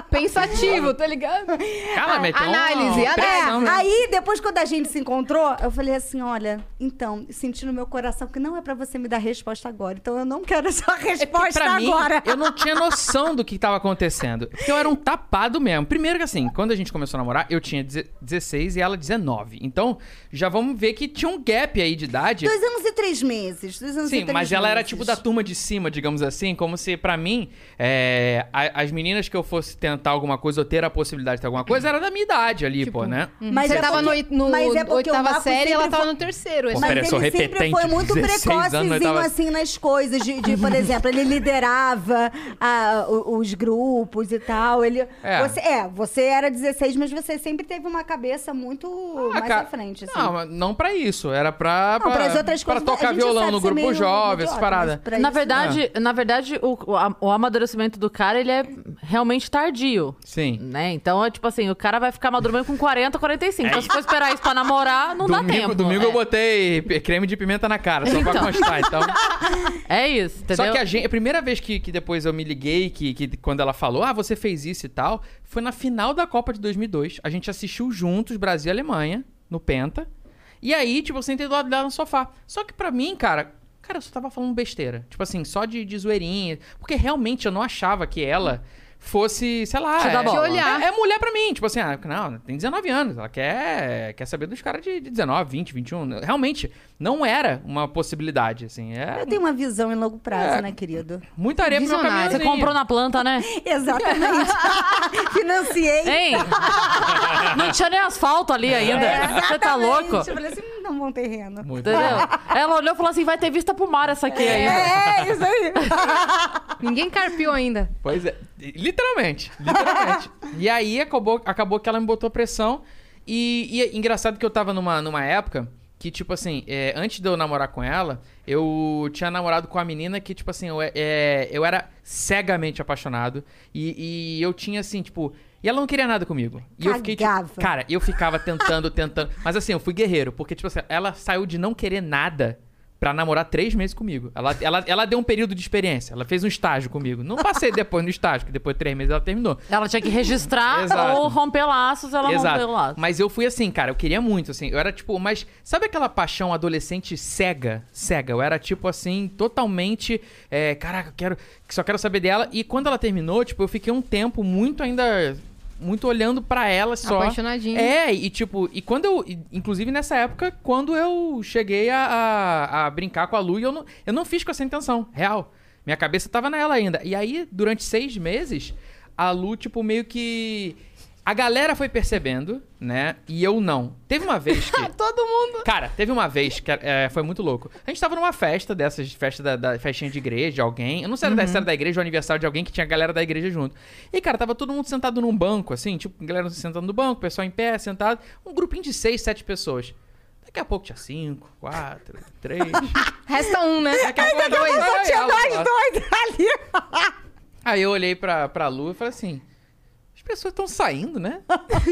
Pensativo, tá ligado? Ah, Cara, meteu uma análise, análise. pressão, né? É, Aí, depois, quando a gente se encontrou, eu falei assim: olha, então, senti no meu coração que não é pra você me dar resposta agora. Então, eu não quero essa Porque resposta É pra mim, agora. Ah, eu não tinha noção do que tava acontecendo. Porque eu era um tapado mesmo. Primeiro que assim, quando a gente começou a namorar, eu tinha deze- 16 e ela 19. Então, já vamos ver que tinha um gap aí de idade. Dois anos e três meses. Dois anos e Sim, três mas ela era meses. tipo da turma de cima, digamos assim, como se pra mim é, a- as meninas que eu fosse ten- tentar alguma coisa ou ter a possibilidade de ter alguma coisa era da minha idade ali, pô, né? Mas Você é tava porque- no, mas é no porque o oitava Marcos série e ela sempre tava foi- no terceiro. Pô, assim. Mas pera, eu ele sou sempre repetente, foi muito 16 anos, eu precocezinho, tava- assim, nas coisas. De, de, por exemplo, ele liderava ah, o- os grupos e tal. Ele, É. Você, é, você era 16, mas você sempre teve uma cabeça muito Ah, mais cara, à frente, assim. Não, mas não pra isso. Era pra, Não, pra, pras outras pra coisas... né, a tocar gente violão sabe no ser grupo meio jovem, essas idiota, paradas. mas pra Na isso- né? verdade, né? na verdade o, o am- o amadurecimento do cara, ele é realmente tardio. Sim. Né? Então, é tipo assim, o cara vai ficar madurando com 40, 45. Então, se for esperar isso pra namorar, não dá domingo tempo. domingo eu É. botei pe- creme de pimenta na cara, só pra Então. constar, então. É isso, entendeu? Só que a gente. A primeira vez que, que depois eu me liguei, que, que quando ela falou, ah, você fez isso e tal, foi na final da Copa de 2002. A gente assistiu juntos Brasil e Alemanha, no Penta. E aí, tipo, eu sentei do lado dela no sofá. Só que pra mim, cara. Cara, eu só tava falando besteira. Tipo assim, só de, de zoeirinha. Porque realmente eu não achava que ela fosse, sei lá. Te dar é- bola. é- É, mulher pra mim. Tipo assim, ah, não, tem 19 anos. Ela quer, quer saber dos caras de, de 19, 20, 21. Realmente, não era uma possibilidade, assim. É, Eu tenho uma visão em longo prazo, É. né, querido? Muita areia pro meu Ah, caminhão. Você comprou na planta, né? Exatamente. Financiei. Hein? Não tinha nem asfalto É. ali ainda. Você tá Exatamente. louco? Eu falei assim, "Hum, não vão terreno. Muito Entendeu? Ela olhou e falou assim: vai ter vista pro mar essa aqui ainda. É, isso aí. Ninguém carpiu ainda. Pois é. Literalmente. Literalmente. e aí acabou, acabou que ela me botou pressão. E, e é engraçado que eu tava numa, numa época que, tipo assim, é, antes de eu namorar com ela, eu tinha namorado com a menina que, tipo assim, eu, é- é, eu era cegamente apaixonado. E, e eu tinha, assim, tipo. E ela não queria nada comigo. E eu fiquei. Tipo, Cagava. cara, eu ficava tentando, tentando. Mas assim, eu fui guerreiro, porque, tipo assim, ela saiu de não querer nada pra namorar três meses comigo. Ela, ela, ela deu um período de experiência, ela fez um estágio comigo. Não passei depois no estágio, que depois de três meses ela terminou. Ela tinha que registrar Exato. ou romper laços, ela rompeu laços. Mas eu fui assim, cara, eu queria muito, assim. Eu era tipo, mas sabe aquela paixão adolescente cega? Cega. Eu era tipo assim, totalmente. é, caraca, eu quero. Só quero saber dela. E quando ela terminou, tipo, eu fiquei um tempo muito ainda. Muito olhando pra ela só. Apaixonadinho. É, e tipo, e quando eu. e, Inclusive nessa época, quando eu cheguei a, a, a brincar com a Lu, e eu não, eu não fiz com essa intenção, real. Minha cabeça tava nela ainda. E aí, durante seis meses, a Lu, tipo, meio que. A galera foi percebendo, né? E eu não. Teve uma vez que. Todo mundo. Cara, teve uma vez que é, foi muito louco. A gente tava numa festa dessas, festa da, da- festinha de igreja, de alguém. Eu não sei se era da- se era da igreja ou aniversário de alguém que tinha a galera da igreja junto. E, cara, tava todo mundo sentado num banco, assim, tipo, galera sentando no banco, pessoal em pé, sentado. Um grupinho de seis, sete pessoas. Daqui a pouco tinha cinco, quatro, três. Resta um, né? Daqui a pouco dois. Aí Tinha ela nós lá. dois ali. Aí eu olhei pra, pra Lu e falei assim: as pessoas estão saindo, né?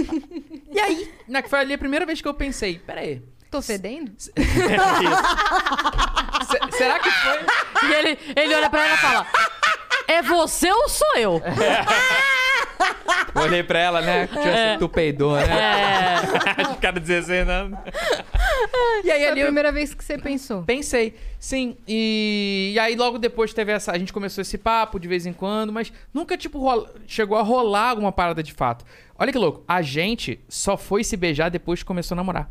e aí, na, foi ali a primeira vez que eu pensei: peraí. Tô fedendo? se- será que foi. E ele, ele olha pra ela e fala: É você ou sou eu? Eu Olhei pra ela, né? Tipo, assim, tu peidou, né? É. Os caras 16 anos. E aí Foi a ali eu primeira vez que você pensou. pensei, sim. E, e aí logo depois teve essa. A gente começou esse papo de vez em quando, mas nunca, tipo, rola- chegou a rolar alguma parada de fato. Olha que louco, a gente só foi se beijar depois que começou a namorar.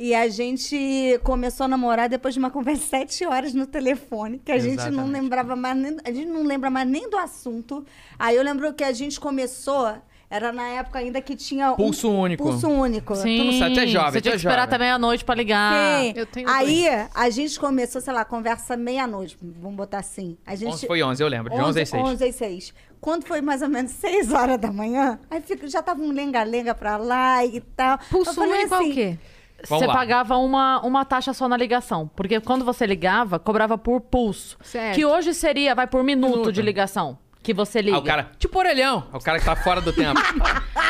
E a gente começou a namorar depois de uma conversa de sete horas no telefone, que a gente não Exatamente. lembrava mais nem, a gente não lembra mais nem do assunto. Aí eu lembro que a gente começou, era na época ainda que tinha um- Pulso único. Pulso único. Sim. não sabe, tu é Você jovem, tu é tinha que esperar jovem. até meia-noite pra ligar. Sim. eu tenho Aí a gente começou, sei lá, conversa meia-noite, vamos botar assim. A gente 11 foi 11, eu lembro. De 11 11, a 6. 11 às 6. Quando foi mais ou menos 6 horas da manhã, aí fica- já tava um lenga-lenga pra lá e tal. Eu Pulso falei único é assim, o quê? Vamos você lá. pagava uma, uma taxa só na ligação. Porque quando você ligava, cobrava por pulso. Certo. Que hoje seria, vai por minuto, Minuto. de ligação. Que você liga. Ah, o cara, tipo orelhão. É o cara que tá fora do tempo.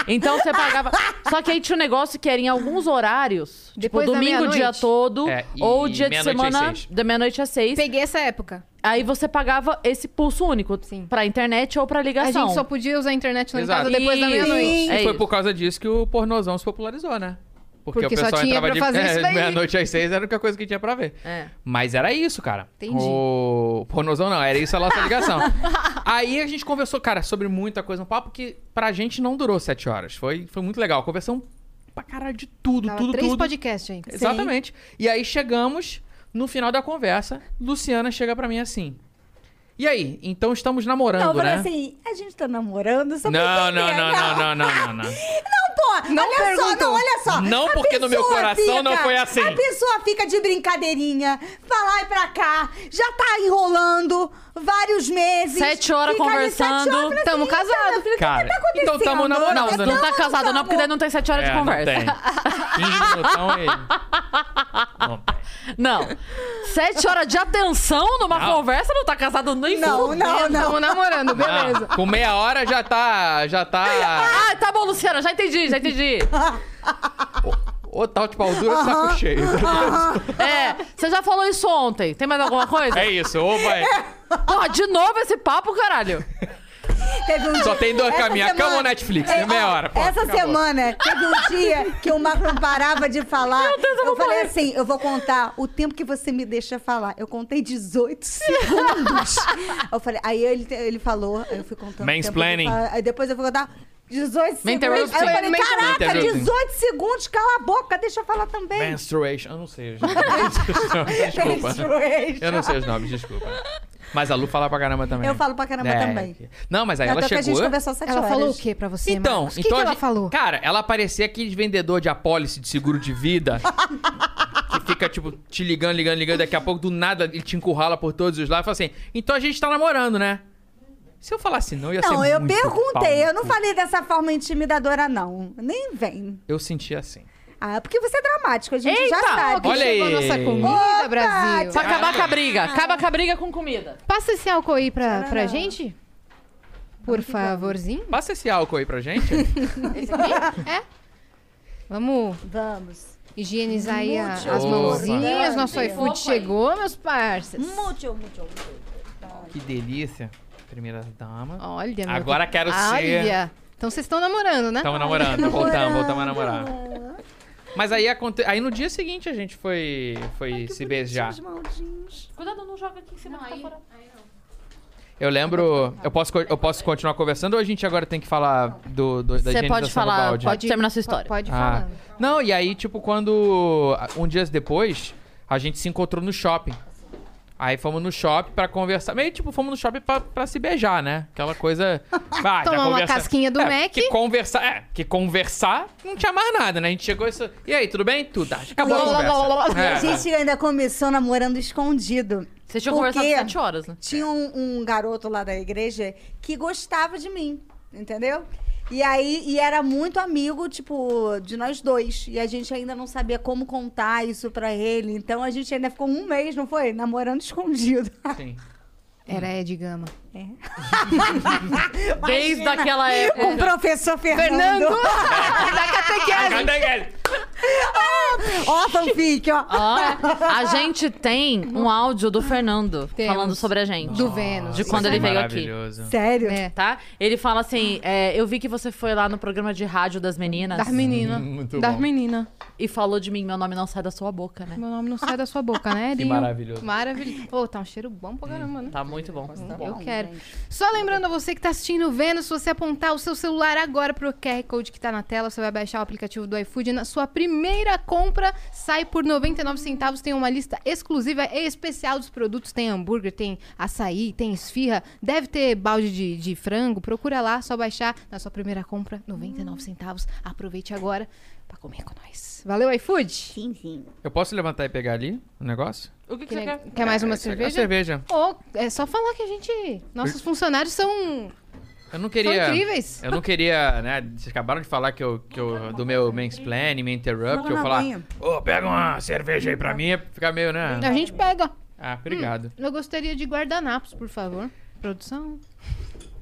Então você pagava. Só que aí tinha um negócio que era em alguns horários. Depois da tipo, domingo o meia-noite. dia todo. É, e ou dia de meia-noite às semana, seis. da meia-noite às seis. Peguei essa época. Aí você pagava esse pulso único. Sim. Pra internet ou pra A ligação. gente só podia usar a internet lá em Exato. casa depois da Sim. meia-noite. E É foi isso. por causa disso que o pornozão se popularizou, né? Porque, Porque o só pessoal tinha entrava pra de fazer isso daí. meia-noite às seis, era a única coisa que tinha pra ver. É. Mas era isso, cara. Entendi. O pornozão não, era isso a nossa ligação. Aí a gente conversou, cara, sobre muita coisa no papo que pra gente não durou sete horas. Foi, foi muito legal. Conversamos pra caralho de tudo, Tava tudo, três tudo. podcasts aí. Exatamente. E aí chegamos no final da conversa, Luciana chega pra mim assim. E aí? Então estamos namorando, Não, eu falei né? assim, a gente tá namorando, só pra não, não, né?" entender, não, não, não, não, não, não. Não, pô, Não olha só, perguntou. não, olha só. Não, A porque no meu pessoa coração não fica- foi assim. A pessoa fica de brincadeirinha, pra lá e pra cá, já tá enrolando vários meses. Sete horas fica ali conversando, sete horas, eu falei tamo assim, "Cara, casado." filho, o que Cara, que tá acontecendo? então tamo namorando, Não, Não, não não. tá casado não, porque daí não tem sete horas É, de conversa. Não tem. 15 minutão e... Não tem. Não. Sete horas de atenção numa Não. conversa, não tá casado nem Não, fudendo. não, não. Estamos namorando, beleza. Ah, com meia hora já tá... Já tá... Ah, tá bom, Luciana, já entendi, já entendi. Ô, tá, tipo, tal de pau dura, saco cheio. É, você já falou isso ontem. Tem mais alguma coisa? É isso, ou vai... Porra, de novo esse papo, caralho. Teve um Só dia- tem dois essa caminhos, semana- cama ou Netflix? Tem É, meia ó, hora, pô. Essa acabou. semana teve um dia que o Marco não parava de falar. Deus, eu eu vou falei morrer. assim: eu vou contar o tempo que você me deixa falar. Eu contei 18 segundos. eu falei, aí ele, ele falou, aí eu fui contando. o tempo que ele Mansplaining. fala, Aí depois eu fui contar. 18 Me segundos. Aí eu falei, interrupting. caraca, Interrupting. 18 segundos, cala a boca, deixa eu falar também. Menstruation. Eu não sei os nomes. Desculpa. Menstruation. Eu não sei os nomes, desculpa. Mas a Lu fala pra caramba também. Eu falo pra caramba É. também. Não, mas aí Até ela que a gente chegou. conversou sete Ela horas. falou o quê pra você, Então, Marcos? O que, então que a ela gente- falou? Cara, ela parecia aquele vendedor de apólice de seguro de vida. que fica, tipo, te ligando, ligando, ligando. Daqui a pouco, do nada, ele te encurrala por todos os lados e fala assim: então a gente tá namorando, né? Se eu falasse não, ia ser Não, eu é muito pau perguntei, no eu não cu. falei dessa forma intimidadora, não. Nem vem. Eu senti assim. Ah, porque você é dramático, a gente já Eita! sabe. Olha Chegou aí. a nossa comida, Opa, Brasil. Pra acabar com a briga. Acaba com a briga com comida. Passa esse álcool aí pra, pra gente? Por favorzinho. Passa esse álcool aí pra gente. Vamos Vamos. higienizar aí a- Muito as obrigado. mãozinhas. Nosso Tem iFood fofo aí. chegou, meus parças. Muito, muito, muito. que delícia. Primeira dama. Olha, meu Agora quero ser. Olha. Então vocês estão namorando, né? Estamos namorando, voltamos, voltamos a namorar. Mas aí, aconte... aí no dia seguinte a gente foi, foi se beijar. Cuidado, não joga aqui em cima que tá fora. Eu lembro. Eu posso, co- eu posso continuar conversando ou a gente agora tem que falar do, do- da Você pode higienização do falar, balde? pode terminar sua história. Pode Ah. falar. Não, e aí, tipo, quando. Um dia depois, a gente se encontrou no shopping. Aí fomos no shopping pra conversar. Meio tipo, fomos no shopping pra, pra se beijar, né? Aquela coisa. Ah, já Tomar uma conversa- casquinha do é, Mac. Que conversar. É, que conversar não tinha mais nada, né? A gente chegou e isso. E aí, tudo bem? Tudo. Ah, Acabou a conversa. A É. gente ainda começou namorando escondido. Vocês tinham Porque conversado sete horas, né? Tinha um, um garoto lá da igreja que gostava de mim, entendeu? E aí, e era muito amigo, tipo, de nós dois. E a gente ainda não sabia como contar isso pra ele. Então a gente ainda ficou um mês, não foi? Namorando escondido. Sim. É. Era Ed Gama. Desde aquela Com época. o professor Fernando. Ah, Ó, a fanfic, ó. Ó, a gente tem um áudio do Fernando Temos. falando sobre a gente. Do Vênus. De quando ele veio aqui. é Maravilhoso. Sério? É. Tá? Ele fala assim: é, Eu vi que você foi lá no programa de rádio das meninas Das meninas. Hum, Muito Das bom. meninas. e falou de mim, meu nome não sai da sua boca, né? Meu nome não sai da sua boca, né, Edinho? maravilhoso. Maravilhoso. Ô, tá um cheiro bom pra caramba, né? Tá muito bom. Eu quero. Só lembrando a você que tá assistindo o Vênus, se você apontar o seu celular agora pro QR Code que tá na tela, você vai baixar o aplicativo do iFood. Na sua primeira compra, sai por 99 centavos. Tem uma lista exclusiva e especial dos produtos. Tem hambúrguer, tem açaí, tem esfirra. Deve ter balde de, de frango. Procura lá, só baixar na sua primeira compra, 99 centavos. Aproveite agora pra comer com nós. Valeu, iFood! Sim, sim. Eu posso levantar e pegar ali o negócio? O que, que você Quer, quer? quer mais uma É, cerveja? cerveja. Ô, é só falar que a gente. Nossos funcionários são Eu não queria. São incríveis. Eu não queria, né? Vocês acabaram de falar que eu, que eu do meu mansplaining, me interrupt, que eu Não, falar. aguinha. Ô, pega uma cerveja aí pra mim, ficar meio, né? A gente pega. Ah, obrigado. Eu gostaria de guardanapos, por favor. Produção.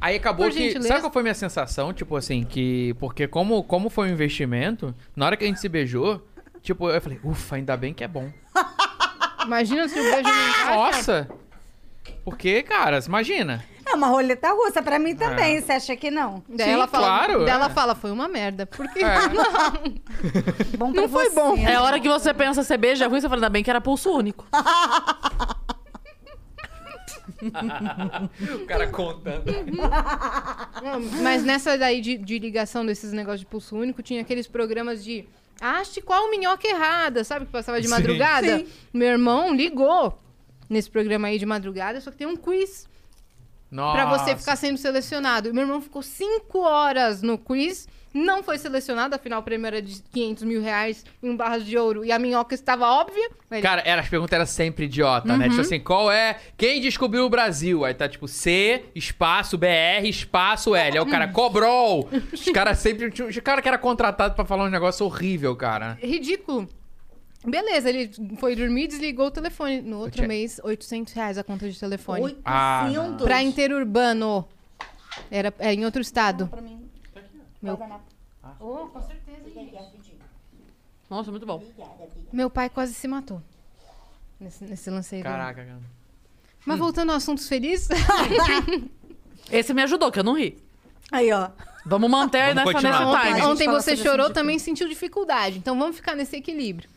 Aí acabou Por que. gentileza. Sabe qual foi a minha sensação? Tipo assim, que. Porque como, como foi um investimento, na hora que a gente se beijou, tipo, eu falei, ufa, ainda bem que é bom. Imagina se o beijo não Nossa! Porque, cara, imagina. É uma roleta russa pra Ah. mim também, você acha que não? Daí Sim, ela fala, claro, daí é. ela fala, foi uma merda. Porque Bom pra Não foi você. bom. É a hora que você pensa, você beija ruim, você fala, ainda bem que era pulso único. O cara contando. Mas nessa daí de, de ligação desses negócios de pulso único, tinha aqueles programas de. Ache qual minhoca errada, sabe? Que passava de Sim. madrugada. Meu irmão ligou nesse programa aí de madrugada, só que tem um quiz. Nossa. Pra você ficar sendo selecionado. E Meu irmão ficou cinco horas no quiz, não foi selecionado, afinal o prêmio era de 500 mil reais em barras de ouro e a minhoca estava óbvia. Ele, Cara, era, as perguntas eram sempre idiota, né? Tipo assim, qual é. Quem descobriu o Brasil? Aí tá tipo C, espaço, BR, espaço, L. Aí o cara cobrou! Os caras sempre. tinham- Os caras que era contratado pra falar um negócio horrível, cara. ridículo. Beleza, ele foi dormir, desligou o telefone. No outro tinha- mês, 800 reais a conta de telefone. 800. Ah, não. Pra interurbano. Era, era em outro estado. Pra mim. Meu- Guardanapo. Nossa, muito bom. Meu pai quase se matou. Nesse, nesse lance aí. do- Caraca, cara. Mas voltando a assuntos Tá, felizes. Esse me ajudou, que eu não ri. Aí, ó. Vamos manter Vamos nessa, continuar. nessa Vamos time. gente ontem fala você sobre chorou, assunto de também sentiu dificuldade. Então vamos ficar nesse equilíbrio.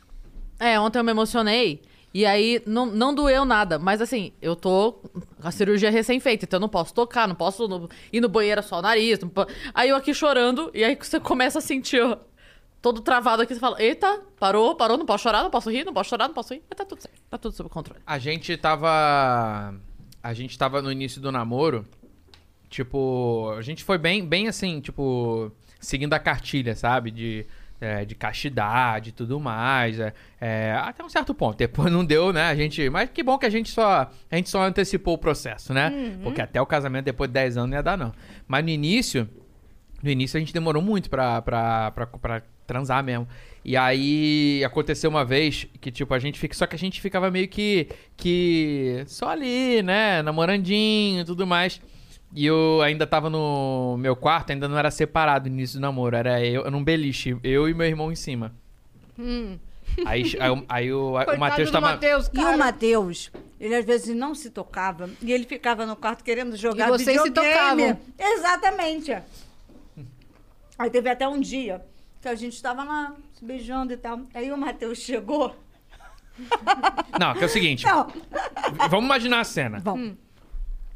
É, ontem eu me emocionei. E aí, não, não doeu nada. Mas assim, eu tô com a cirurgia recém-feita. Então eu não posso tocar, não posso no- ir no banheiro só o nariz. não po- Aí eu aqui chorando. E aí você começa a sentir, ó, todo travado aqui. Você fala, eita, parou, parou. Não posso chorar, não posso rir, não posso chorar, não posso rir. Mas tá tudo certo, tá tudo sob controle. A gente tava. A gente tava no início do namoro. Tipo, a gente foi bem, bem assim, tipo, seguindo a cartilha, sabe? De, é, de castidade e tudo mais. é, é, até um certo ponto. Depois não deu, né? A gente. Mas que bom que a gente só. A gente só antecipou o processo, né? Porque até o casamento, depois de 10 anos, não ia dar, não. Mas no início. No início a gente demorou muito pra, pra, pra, pra transar mesmo. E aí aconteceu uma vez que, tipo, a gente fica. Só que a gente ficava meio que. que. só ali, né? Namorandinho e tudo mais. E eu ainda tava no meu quarto, ainda não era separado no início do namoro. Era eu, era um beliche, eu e meu irmão em cima. Aí, aí, o- aí o, aí o Hum. Coitado Matheus do tava. Matheus, tá E o cara. Matheus, ele às vezes não se tocava e ele ficava no quarto querendo jogar E vocês se videogame. tocavam. Exatamente. Aí teve até um dia que a gente tava lá se beijando e tal. Aí o Matheus chegou. Não, que é o seguinte. Não, Vamos imaginar a cena. Vamos.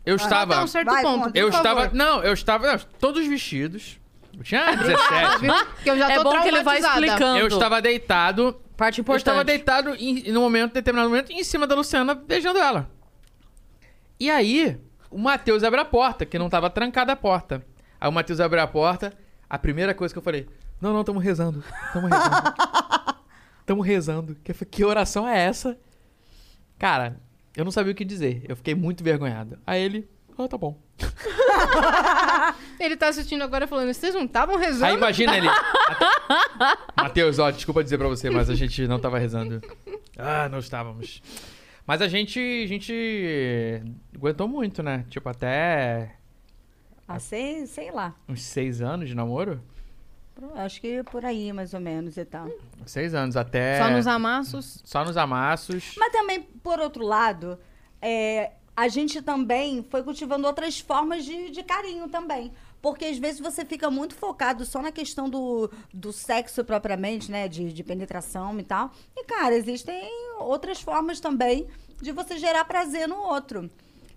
Eu estava. Até um certo Vai, ponto. conta. por eu favor. estava. Não, eu estava. não, todos vestidos. Eu tinha 17. Que eu já é tô bom que ele vai traumatizada. explicando. eu estava deitado. Parte Eu importante. estava deitado em, no momento, determinado momento, em cima da Luciana, beijando ela. E aí, o Matheus abre a porta, que não estava trancada a porta. Aí o Matheus abre a porta, a primeira coisa que eu falei: Não, não, estamos rezando. Estamos rezando. Estamos rezando. Que, eu falei, que oração é essa? Cara, eu não sabia o que dizer. Eu fiquei muito vergonhado. Aí ele: Ah, tá bom. Ele tá assistindo agora falando, vocês não estavam rezando? Aí imagina ele. Matheus, ó, desculpa dizer pra você, mas a gente não tava rezando. Ah, não estávamos. Mas a gente, a gente aguentou muito, né? Tipo, até há seis, ah, sei lá. uns seis anos de namoro. Acho que por aí, mais ou menos e tal. Seis anos, até... Só nos amassos. Só nos amassos. Mas também, por outro lado, é, a gente também foi cultivando outras formas de, de carinho também. Porque às vezes você fica muito focado só na questão do, do sexo propriamente, né? De, de penetração e tal. E, cara, existem outras formas também de você gerar prazer no outro.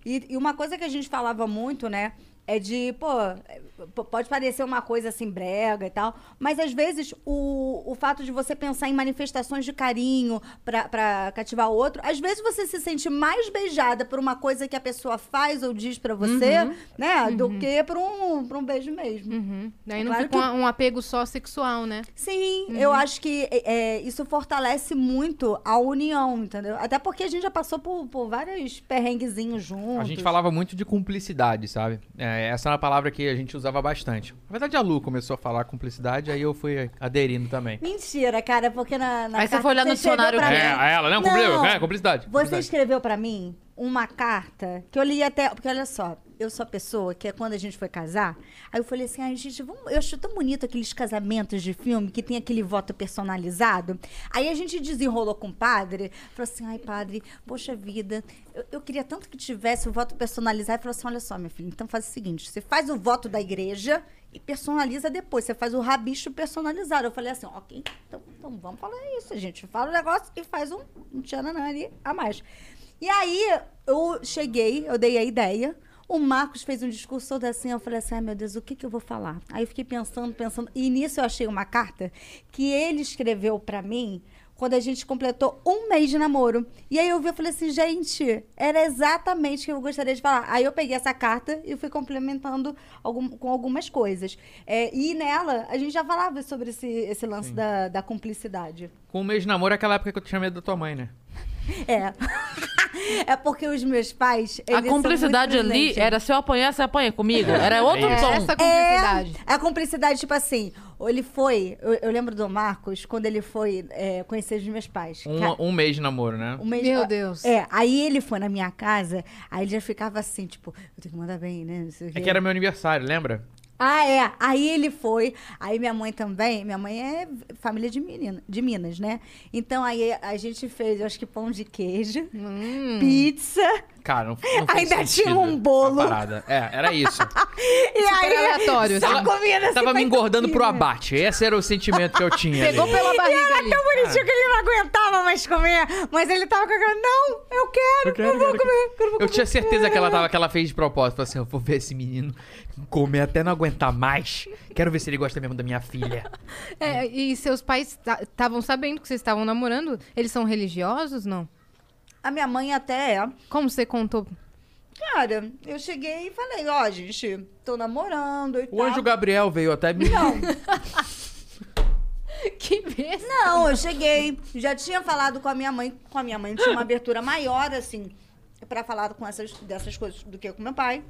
E, e uma coisa que a gente falava muito, né? É de, pô, é, p- pode parecer uma coisa assim brega e tal, mas às vezes o, o fato de você pensar em manifestações de carinho pra, pra cativar o outro, às vezes você se sente mais beijada por uma coisa que a pessoa faz ou diz pra você, né? Do que por um, por um beijo mesmo. Uhum. Daí não Claro fica que- um apego só sexual, né? Sim, eu acho que é, é, isso fortalece muito a união, entendeu? Até porque a gente já passou por, por vários perrenguezinhos juntos. A gente falava muito de cumplicidade, sabe? É, essa era a palavra que a gente usava bastante. Na verdade, a Lu começou a falar cumplicidade, aí eu fui aderindo também. Mentira, cara, porque na, na Aí você carta foi olhar que no escreveu dicionário pra É, dele. mim- a ela, não, cumpliu, Não. é, cumplicidade. Você cumplicidade. escreveu pra mim uma carta que eu li até. Porque olha só, eu sou a pessoa que é quando a gente foi casar. Aí eu falei assim: ai, gente, vamos. Eu acho tão bonito aqueles casamentos de filme que tem aquele voto personalizado. Aí a gente desenrolou com o padre. Falou assim: ai, padre, poxa vida, eu, eu queria tanto que tivesse o voto personalizado. Ele falou assim: olha só, minha filha, então faz o seguinte: você faz o voto da igreja. E personaliza depois, você faz o rabicho personalizado. Eu falei assim, ok, então, então vamos falar isso, gente. Fala o negócio e faz um, um tchananã ali a mais. E aí, eu cheguei, eu dei a ideia. O Marcos fez um discurso todo assim, eu falei assim, ai meu Deus, o que, que eu vou falar? Aí eu fiquei pensando, pensando. E nisso eu achei uma carta que ele escreveu pra mim quando a gente completou um mês de namoro. E aí eu vi, eu falei assim, gente, era exatamente o que eu gostaria de falar. Aí eu peguei essa carta e fui complementando algum- com algumas coisas. É, e nela, a gente já falava sobre esse, esse lance da, da cumplicidade. Com um mês de namoro, é aquela época que eu te chamei da tua mãe, né? É. é porque os meus pais. A eles são cumplicidade muito ali presentes. era se eu apanhar, você apanha comigo. Era outro É É, tom. essa cumplicidade. A cumplicidade, tipo assim, ele foi. Eu, eu lembro do Marcos quando ele foi é, conhecer os meus pais. Ca- Um, um mês de namoro, né? um mês- Meu Deus. É, aí ele foi na minha casa, aí ele já ficava assim, tipo, eu tenho que mandar bem, né? Não sei o É quê. que era meu aniversário, lembra? Ah, é. Aí ele foi. Aí minha mãe também. Minha mãe é família de, menina, de Minas, né? Então aí a gente fez, eu acho que pão de queijo, pizza. Cara, não, não fez Ainda tinha sentido um bolo. Assim a parada. É, era isso. E Super aí. aleatório. Só assim. comia nessa Tava me engordando pro abate. Esse era o sentimento que eu tinha. Pegou ali. pela barriga ali. Tão bonitinho que ele não aguentava mais comer. Mas ele tava com aquela. Não, eu quero, eu, vou comer. Eu, não vou Eu tinha certeza que ela tava, que ela fez de propósito. Falei assim, eu vou ver esse menino comer até não aguentar mais. Quero ver se ele gosta mesmo da minha filha. É, e seus pais estavam sabendo que vocês estavam namorando? Eles são religiosos, não? comer. A minha mãe até é. Como você contou? Cara, eu cheguei e falei: ó, gente, tô namorando e O anjo tal. Gabriel veio até mim. Que besta. Não, eu cheguei. Já tinha falado com a minha mãe. Com a minha mãe tinha uma abertura maior, assim, pra falar com essas, dessas coisas do que com meu pai.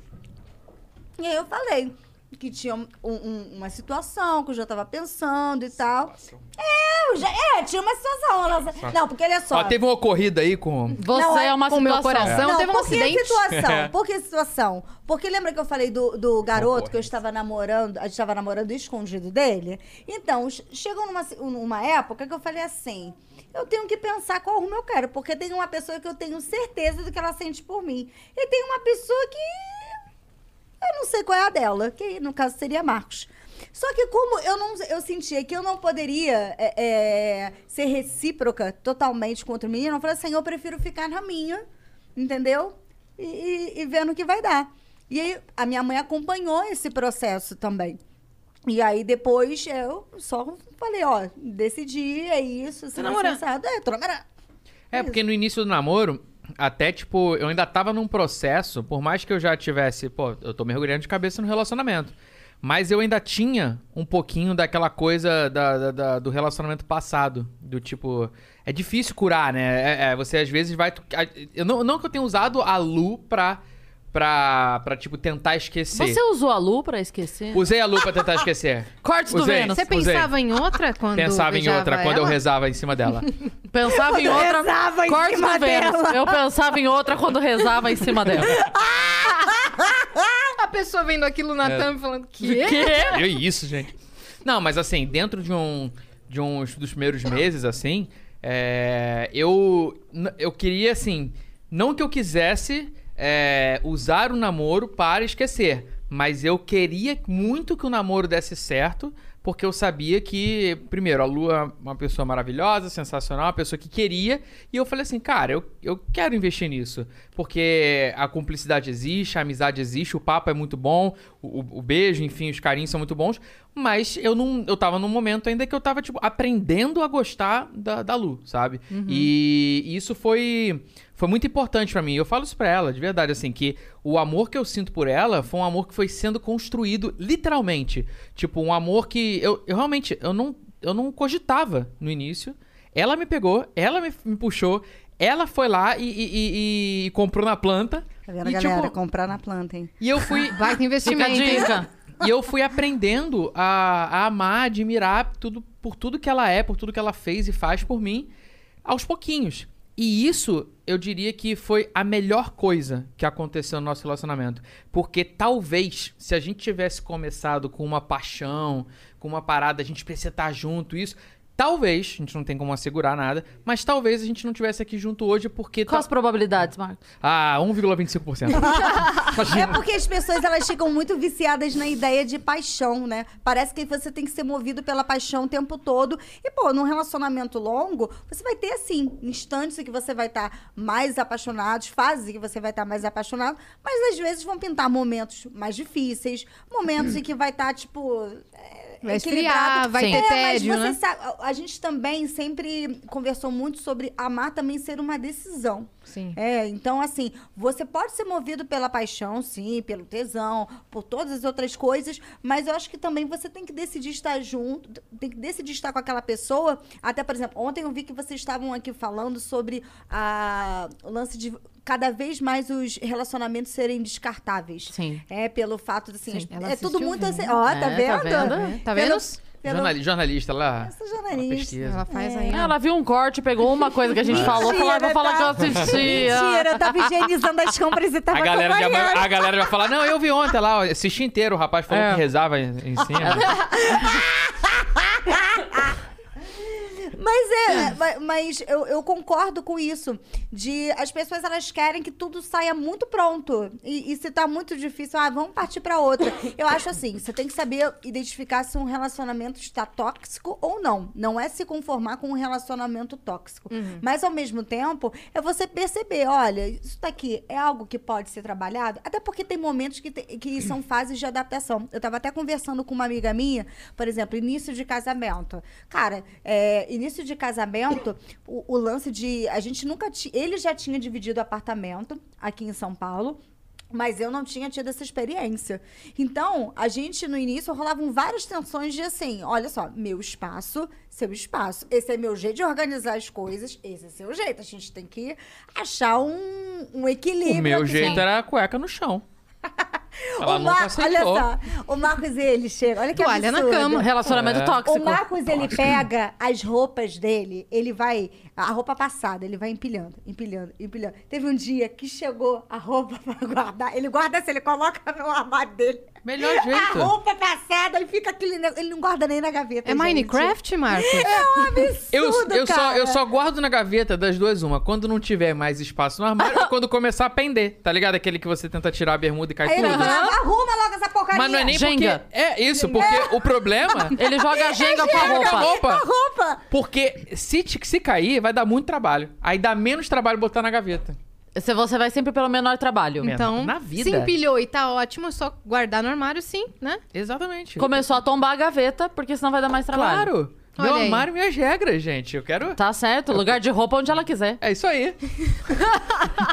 E aí eu falei que tinha um- um- uma situação que eu já tava pensando e tal. É, eu já, é, tinha uma situação. Ela- Não, porque olha só. Ó, teve uma ocorrida aí com... Você Não, é é uma com meu situação. coração. Então, teve um por que acidente? situação? Por que situação? Porque lembra que eu falei do, do garoto que eu Concorrência. estava namorando, a gente estava namorando escondido dele? Então, ch- chegou numa, si- numa época que eu falei assim: eu tenho que pensar qual rumo eu quero, porque tem uma pessoa que eu tenho certeza do que ela sente por mim. E tem uma pessoa que eu não sei qual é a dela, que no caso seria Marcos. Só que como eu não eu sentia que eu não poderia é, é, ser recíproca totalmente com outro menino, eu falei assim, eu prefiro ficar na minha, entendeu? E, e- e vendo o que vai dar. E aí a minha mãe acompanhou esse processo também. E aí depois eu só falei, ó, decidi, é isso, Tá se namorando. É, tô namorando. É, porque no início do namoro, até tipo, eu ainda tava num processo, por mais que eu já tivesse, pô, eu tô mergulhando de cabeça no relacionamento. Mas eu ainda tinha um pouquinho daquela coisa da- da- da- do relacionamento passado. Do tipo. É difícil curar, né? É- é, você às vezes vai. Eu não, não que eu tenha usado a Lu pra. pra, pra tipo, tentar esquecer. Você é usou a Lu pra esquecer? Usei a Lu pra tentar esquecer. Cortes do Usei. Vênus. Você Você Usei. pensava em outra quando Pensava em beijava outra quando eu ela? rezava em cima dela. Pensava em Quando outra. rezava em Cortes cima do Vênus. dela. Eu pensava em outra quando rezava em cima dela. A pessoa vendo aquilo na É. thumb falando, que? Quê? Que isso, gente. Não, mas assim, dentro de um de uns dos primeiros meses, assim, é, eu n- eu queria assim, não que eu quisesse é, usar o namoro para esquecer, mas eu queria muito que o namoro desse certo, porque eu sabia que primeiro a Lu é uma pessoa maravilhosa, sensacional, uma pessoa que queria, e eu falei assim, cara, eu, eu quero investir nisso, porque a cumplicidade existe, a amizade existe, o papo é muito bom, o, o- o beijo, enfim, os carinhos são muito bons, mas eu não, eu tava num momento ainda que eu tava, tipo, aprendendo a gostar da, da Lu, sabe? E isso foi, foi muito importante pra mim. Eu falo isso pra ela, de verdade, assim, que o amor que eu sinto por ela foi um amor que foi sendo construído, literalmente. Tipo, um amor que eu, eu realmente, eu não, eu não cogitava no início. Ela me pegou, ela me, me puxou, ela foi lá e, e- e- e comprou na planta. Tá vendo, e, galera? tipo, Comprar na planta, hein? e eu fui. Vai Fica ter a investimento. hein? dica. E eu fui aprendendo a, a amar, admirar tudo, por tudo que ela é, por tudo que ela fez e faz por mim, aos pouquinhos. E isso, eu diria que foi a melhor coisa que aconteceu no nosso relacionamento. Porque talvez, se a gente tivesse começado com uma paixão, com uma parada, a gente precisa estar junto, isso. Talvez, a gente não tem como assegurar nada, mas talvez a gente não tivesse aqui junto hoje porque. Quais as Tá... probabilidades, Marcos? Ah, 1,25%. É porque as pessoas elas ficam muito viciadas na ideia de paixão, né? Parece que você tem que ser movido pela paixão o tempo todo. E, pô, num relacionamento longo, você vai ter, assim, instantes em que você vai estar mais apaixonado, fases em que você vai estar mais apaixonado, mas às vezes vão pintar momentos mais difíceis, momentos em que vai estar, tá, tipo. é, Vai equilibrado. esfriar, vai Sim. ter É, tédio, mas você né? sabe, a- a gente também sempre conversou muito sobre amar também ser uma decisão. Sim. É, então assim, você pode ser movido pela paixão, sim, pelo tesão, por todas as outras coisas, mas eu acho que também você tem que decidir estar junto, tem que decidir estar com aquela pessoa. Até, por exemplo, ontem eu vi que vocês estavam aqui falando sobre a, o lance de cada vez mais os relacionamentos serem descartáveis. Sim. É, pelo fato de, assim, Sim, as- ela é tudo assistiu muito bem. assim. Ó, tá É, tá vendo? vendo? Tá Pelo- vendo? pelo- Jornali- jornalista lá. Essa Ela jornalista. pesquisa. Ela faz aí. É Ah, Ela viu um corte, pegou uma coisa que a gente falou, falou, "Ah, vou falar que eu assisti. ah." tá Mentira, eu tava higienizando as compras e tava A galera, já vai, acompanhando. a galera vai falar, não, eu vi ontem lá, ó, assisti inteiro, o rapaz falou É. que rezava em em cima. Mas é, ma- mas eu, eu concordo com isso. De as pessoas elas querem que tudo saia muito pronto. E, e se tá muito difícil, ah, vamos partir pra outra. Eu acho assim, você tem que saber identificar se um relacionamento está tóxico ou não. Não é se conformar com um relacionamento tóxico. Mas ao mesmo tempo, é você perceber, olha, isso daqui é algo que pode ser trabalhado, até porque tem momentos que, te- que são fases de adaptação. Eu tava até conversando com uma amiga minha, por exemplo, início de casamento. Cara, é, início de casamento, o, o lance de. A gente nunca tinha. Ele já tinha dividido apartamento aqui em São Paulo. Mas eu não tinha tido essa experiência. Então, a gente, no início, rolavam várias tensões de assim: olha só, meu espaço, seu espaço. Esse é meu jeito de organizar as coisas, esse é seu jeito. A gente tem que achar um, um equilíbrio. O meu aqui. jeito era a cueca no chão. Ela o nunca Mar... Olha aceitou. só, o Marcos, ele chega. Olha que Toalha na absurdo. cama. Relacionamento É. tóxico. O Marcos, ele pega as roupas dele, ele vai. A roupa passada, ele vai empilhando, empilhando, empilhando. Teve um dia que chegou a roupa pra guardar. Ele guarda assim, ele coloca no armário dele. Melhor A jeito. roupa passada, ele fica aquele. negócio- Ele não guarda nem na gaveta. É gente. Minecraft, Marcos? É um absurdo, Eu, eu, só, cara. eu só guardo na gaveta das duas uma. Quando não tiver mais espaço no armário e quando começar a pender, tá ligado? Aquele que você tenta tirar a bermuda e cai Aí ele tudo. fala, arruma logo essa porcaria. Mas não é nem Jenga. porque... É isso, porque o problema... Ele joga a jenga com a Joga roupa. a roupa. Roupa! Porque se, te- se cair, vai dar muito trabalho. Aí dá menos trabalho botar na gaveta. Se Você vai sempre pelo menor trabalho. Então, na vida. se empilhou e tá ótimo, é só guardar no armário, sim, né? Exatamente. Começou a tombar a gaveta, porque senão vai dar mais trabalho. Claro. Olha Meu aí. armário, minhas regras, gente. Eu quero... Tá certo, lugar de roupa onde ela quiser. É isso aí.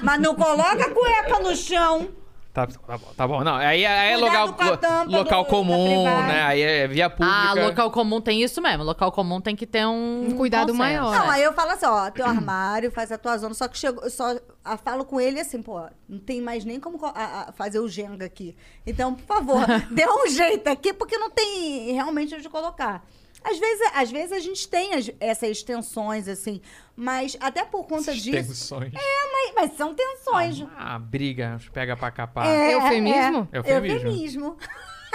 Mas não coloca a cueca no chão. Tá, tá bom, tá bom. Não, aí, aí é Cuidado local, com a tampa do- local da comum, privada. né? Aí é via pública. Ah, local comum tem isso mesmo. Local comum tem que ter um. Um cuidado consenso, maior. né? Não, aí eu falo assim, ó, teu armário, faz a tua zona. Só que chegou, eu só a- falo com ele assim, pô, não tem mais nem como co- a- a- fazer o Jenga aqui. Então, por favor, dê um jeito aqui, porque não tem realmente onde colocar. Às vezes, às vezes a gente tem as- essas tensões, assim, mas até por conta disso. Tensões. Mas, mas são tensões. Ah, briga, uns pega pra capar. É, Eufemismo? É, Eufemismo. Eufemismo.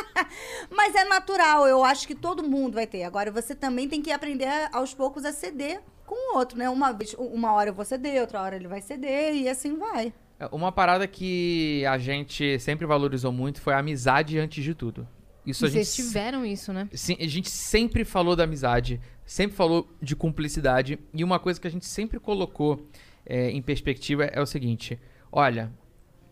Mas é natural, eu acho que todo mundo vai ter. Agora, você também tem que aprender aos poucos a ceder com o outro, né? Uma, vez, uma hora eu vou ceder, outra hora ele vai ceder e assim vai. É, Uma parada que a gente sempre valorizou muito foi a amizade antes de tudo. Isso a gente Vocês tiveram isso, né? Sim, a gente sempre falou da amizade, sempre falou de cumplicidade. E uma coisa que a gente sempre colocou é, em perspectiva é o seguinte: olha,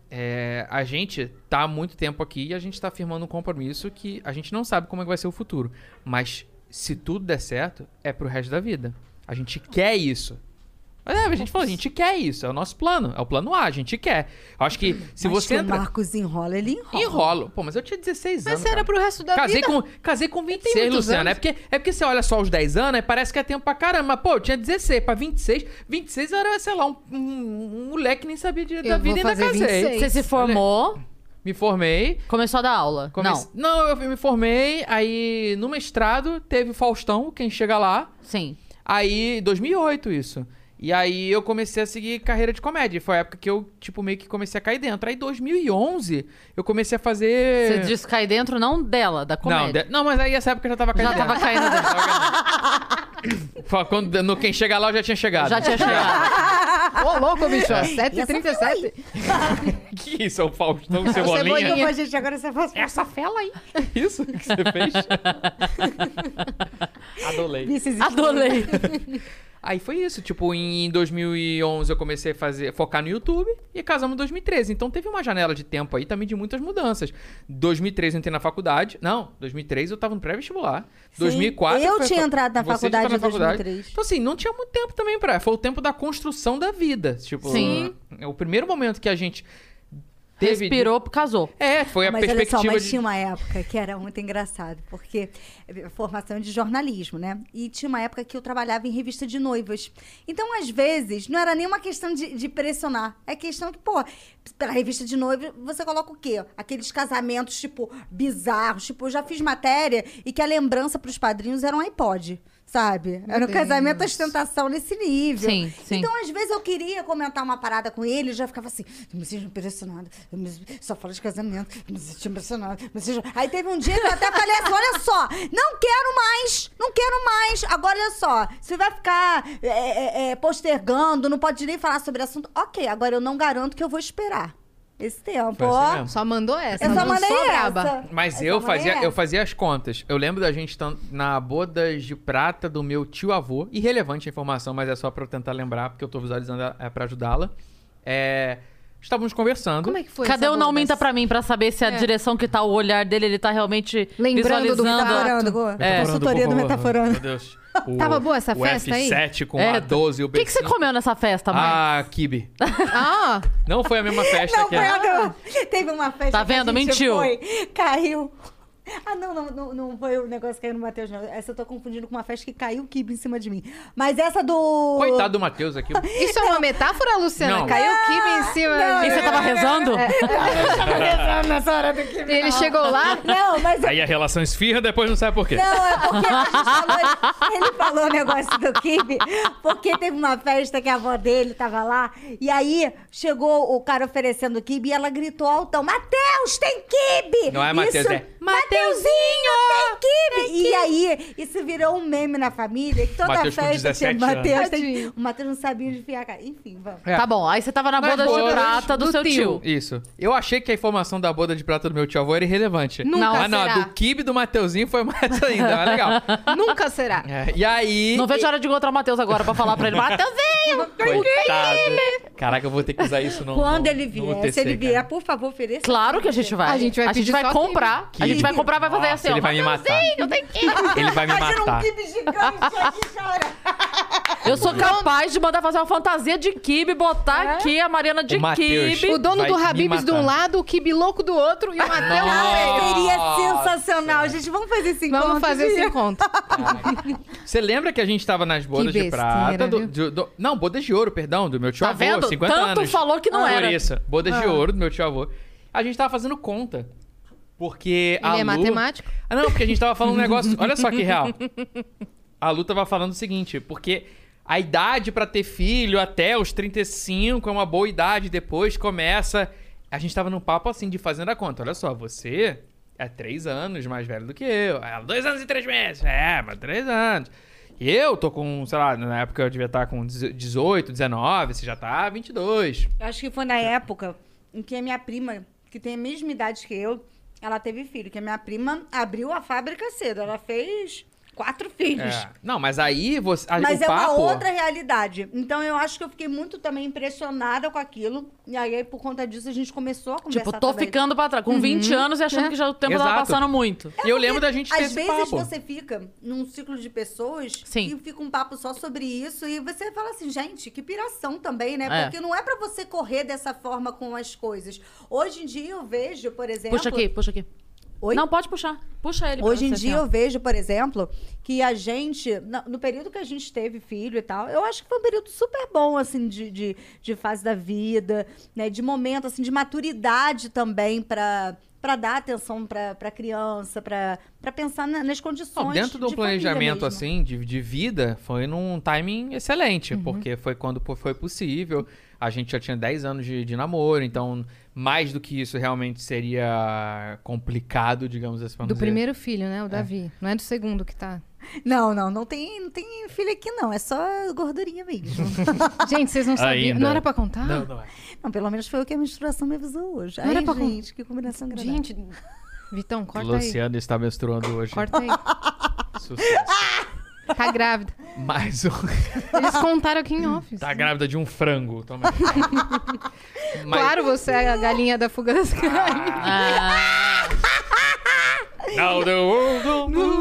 é, a gente tá há muito tempo aqui e a gente tá firmando um compromisso que a gente não sabe como é que vai ser o futuro. Mas se tudo der certo, é pro resto da vida. A gente quer isso. Mas é, a gente falou, a gente quer isso, é o nosso plano, é o plano A, a gente quer. Eu acho que se Mas você que o entra. Marcos enrola, ele enrola. Enrolo. Pô, mas eu tinha 16 Mas anos. será cara. pro resto da Casei vida? com, casei com Tem 26, muitos Luciana. É anos. porque, é porque você olha só os 10 anos, aí parece que é tempo pra caramba. Pô, eu tinha 16 pra 26. 26 era, sei lá, um, um- um moleque que nem sabia de, da Eu vou vida e ainda fazer casei. 26. Você se formou, Me formei. começou a dar aula. comece- Não, Não, eu me formei. Aí, no mestrado, teve o Faustão, quem chega lá. sim. Aí, 2008 isso. E aí eu comecei a seguir carreira de comédia. Foi a época que eu, tipo, meio que comecei a cair dentro. Aí, 2011, eu comecei a Você fazer... disse cair dentro, não dela, da É. Não, comédia. de- não, mas aí essa época eu já tava caindo. Já tava dentro. caindo dentro. Foi Quando, no quem chega lá, eu já tinha chegado. Já tinha chegado. Ô, louco, bicho. É. 7h37. Que isso, é o Faustão Cebolinha. Cebolinha? Desculpa, gente, agora você faz Essa fela aí. Isso que você fez? Adolei. vícios. Adorei. Aí foi isso, tipo, em 2011 eu comecei a fazer, focar no YouTube e casamos em 2013. Então teve uma janela de tempo aí também de muitas mudanças. 2013 eu entrei na faculdade. Não, 2013 eu tava no pré-vestibular. 2004 eu foi- tinha entrado na você já faculdade tava em 2003. Então assim, não tinha muito tempo também pra... Foi o tempo da construção da vida, tipo... Sim. é O primeiro momento que a gente teve... Respirou, casou. É, foi a mas perspectiva olha só, mas de... tinha uma época que era muito engraçado, porque eh, formação de jornalismo, né? E tinha uma época que eu trabalhava em revista de noivas. Então, às vezes, não era nenhuma questão de, de pressionar. É questão que, pô, pela revista de noiva, você coloca o quê? Aqueles casamentos, tipo, bizarros. Tipo, eu já fiz matéria e que a lembrança pros padrinhos era um iPod. Sabe? Era um casamento ostentação nesse nível. Sim, sim. Então, às vezes eu queria comentar uma parada com ele, eu já ficava assim, me sinto impressionada, eu me- só fala de casamento, eu me sinto impressionada. me sinto-" Aí teve um dia que eu até falei assim: olha só, não quero mais, não quero mais. Agora, olha só, você vai ficar é, é, é, postergando, não pode nem falar sobre assunto. Ok, agora eu não garanto que eu vou esperar esse tempo. Foi assim ó. mesmo. Só mandou essa. eu só lançou mandei a essa. Mas só eu mandei fazia, essa. eu fazia as contas. Eu lembro da gente estando na boda de prata do meu tio avô. Irrelevante a informação, mas é só pra eu tentar lembrar, porque eu tô visualizando a- é, pra ajudá-la. É, estávamos conversando. Como é que foi? Cadê essa o não boda? minta pra mim pra saber se a É. direção que tá o olhar dele, ele tá realmente Lembrando do visualizando? que Metaforando, Gu. Metaforando, É, Consultoria por favor. do Meu Metaforando. Deus. O- Tava boa essa o festa aí? F7 com É, a 12 e o O que, que você B5. comeu nessa festa, mãe? Ah, Kibe. Ah, Não foi a mesma festa Não, que foi a... Teve uma festa. é- Tá que a vendo? gente Mentiu. Foi, caiu. Ah, não, não, não, não foi o negócio que caiu no Matheus, não. Essa eu tô confundindo com uma festa que caiu o kibe em cima de mim. Mas essa do. Coitado do Matheus aqui. isso é uma metáfora, Luciana? Não. Caiu o Kibe em cima. Ah. Não, E de- você tava rezando? Ele chegou lá. Não, mas. Aí a relação esfirra, depois não sabe por quê. Não, é porque a gente falou, ele falou o negócio do Kibe, porque teve uma festa que a avó dele tava lá, e aí chegou o cara oferecendo o Kibe e ela gritou altão: Matheus, tem Kibe! Não é Matheus, Isso- é, Mateuzinho, tem Kibe! E aí, isso virou um meme na família, que toda Mateus com festa 17 tinha anos. Matheus. tem- Tadinho. O Matheus não sabia onde enfiar a cara. Enfim, vamos. É. Tá bom, aí você tava na Nas boda de bodas prata do, do seu tio. tio. Isso. Eu achei que a informação da boda de prata do meu tio avô era irrelevante. Nunca Ah, não, será. a do Kibe e do Mateuzinho foi mais ainda. Mas legal. Nunca será. É, e aí. Não vejo a hora de encontrar o Matheus agora pra falar pra ele. Matheusinho! Coitado. Caraca, eu vou ter que usar isso no. Quando no- ele no vier, UTC, se ele vier, cara. por favor, ofereça. Claro que a gente vai. A gente vai pedir só comprar. A gente vai Kibe. comprar, vai fazer Nossa, assim, ó. Ah, Ele vai me matar. Ele vai me Imagina um matar. Kibe gigante aqui, cara. Eu sou capaz de mandar fazer uma fantasia de kibe, botar É. aqui a Mariana de O Mateus. kibe. O dono Vai do me Habibs de um matar. lado, o Kibe louco do outro e o Matheus. Cara, Ah, seria Nossa. sensacional. Gente, vamos fazer esse encontro. Vamos fazer esse gente. encontro. Você lembra que a gente tava nas bodas Que de besteira, prata? do- viu? do- do- não, bodas de ouro, perdão, do meu tio Tá avô, vendo? 50 Tanto anos. falou que não Por era. isso, bodas de ouro do meu tio avô. A gente tava fazendo conta. Porque a Ele é Lu- matemático? Ah, não, porque a gente tava falando um negócio. Olha só que real. A Lu tava falando o seguinte, porque a idade pra ter filho até os 35 é uma boa idade, depois começa. A gente tava num papo assim de fazendo a conta. Olha só, você é três anos mais velho do que eu. É, dois anos e três meses. É, mas três anos. E eu tô com, sei lá, na época eu devia estar com 18, 19, você já tá 22. Eu acho que foi na época em que a minha prima, que tem a mesma idade que eu, ela teve filho. Que a minha prima abriu a fábrica cedo. Ela fez quatro filhos. É. Não, mas aí você. a- Mas o é papo, uma outra realidade. Então eu acho que eu fiquei muito também impressionada com aquilo. E aí, por conta disso, a gente começou a conversar. Tipo, tô também. Uhum. É. ficando pra trás. Com 20 anos e achando que já o tempo tava Exato. passando muito. E eu lembro da gente ter Às esse vezes papo. você fica num ciclo de pessoas Sim. e fica um papo só sobre isso e você fala assim, gente, que piração também, né? É. Porque não é pra você correr dessa forma com as coisas. Hoje em dia eu vejo, por exemplo, Puxa aqui, puxa aqui. Oi? Não, pode puxar. Puxa ele. pra Hoje em você, assim, dia ó. eu vejo, por exemplo, que a gente, na- no período que a gente teve filho e tal, eu acho que foi um período super bom, assim, de, de, de fase da vida, né? De momento, assim, de maturidade também pra para dar atenção pra pra criança, pra pra pensar na- nas condições. Não, dentro do de planejamento, família mesmo. assim, de, de vida, foi num timing excelente, Uhum. porque foi quando po- foi possível. A gente já tinha 10 anos de, de namoro, então mais do que isso realmente seria complicado, digamos assim. vamos Do dizer. primeiro filho, né? O Davi. Não é do segundo que tá. Não, não, não tem, não tem filho aqui, não. É só gordurinha mesmo. Gente, vocês não sabiam. Ainda. Não era pra contar? Não, não é. não, pelo menos foi o que a menstruação me avisou hoje. Não era Ai, pra com- gente, que combinação agradável. Gente, Vitão, corta aí. Luciano está menstruando hoje. Corta aí. Sucesso. Tá grávida. Mais um. Eles contaram aqui em off. Tá grávida de um frango. Toma. aqui. Mas- Ah. Claro, você é a galinha da fuga das galinhas. Ah, Now the world will-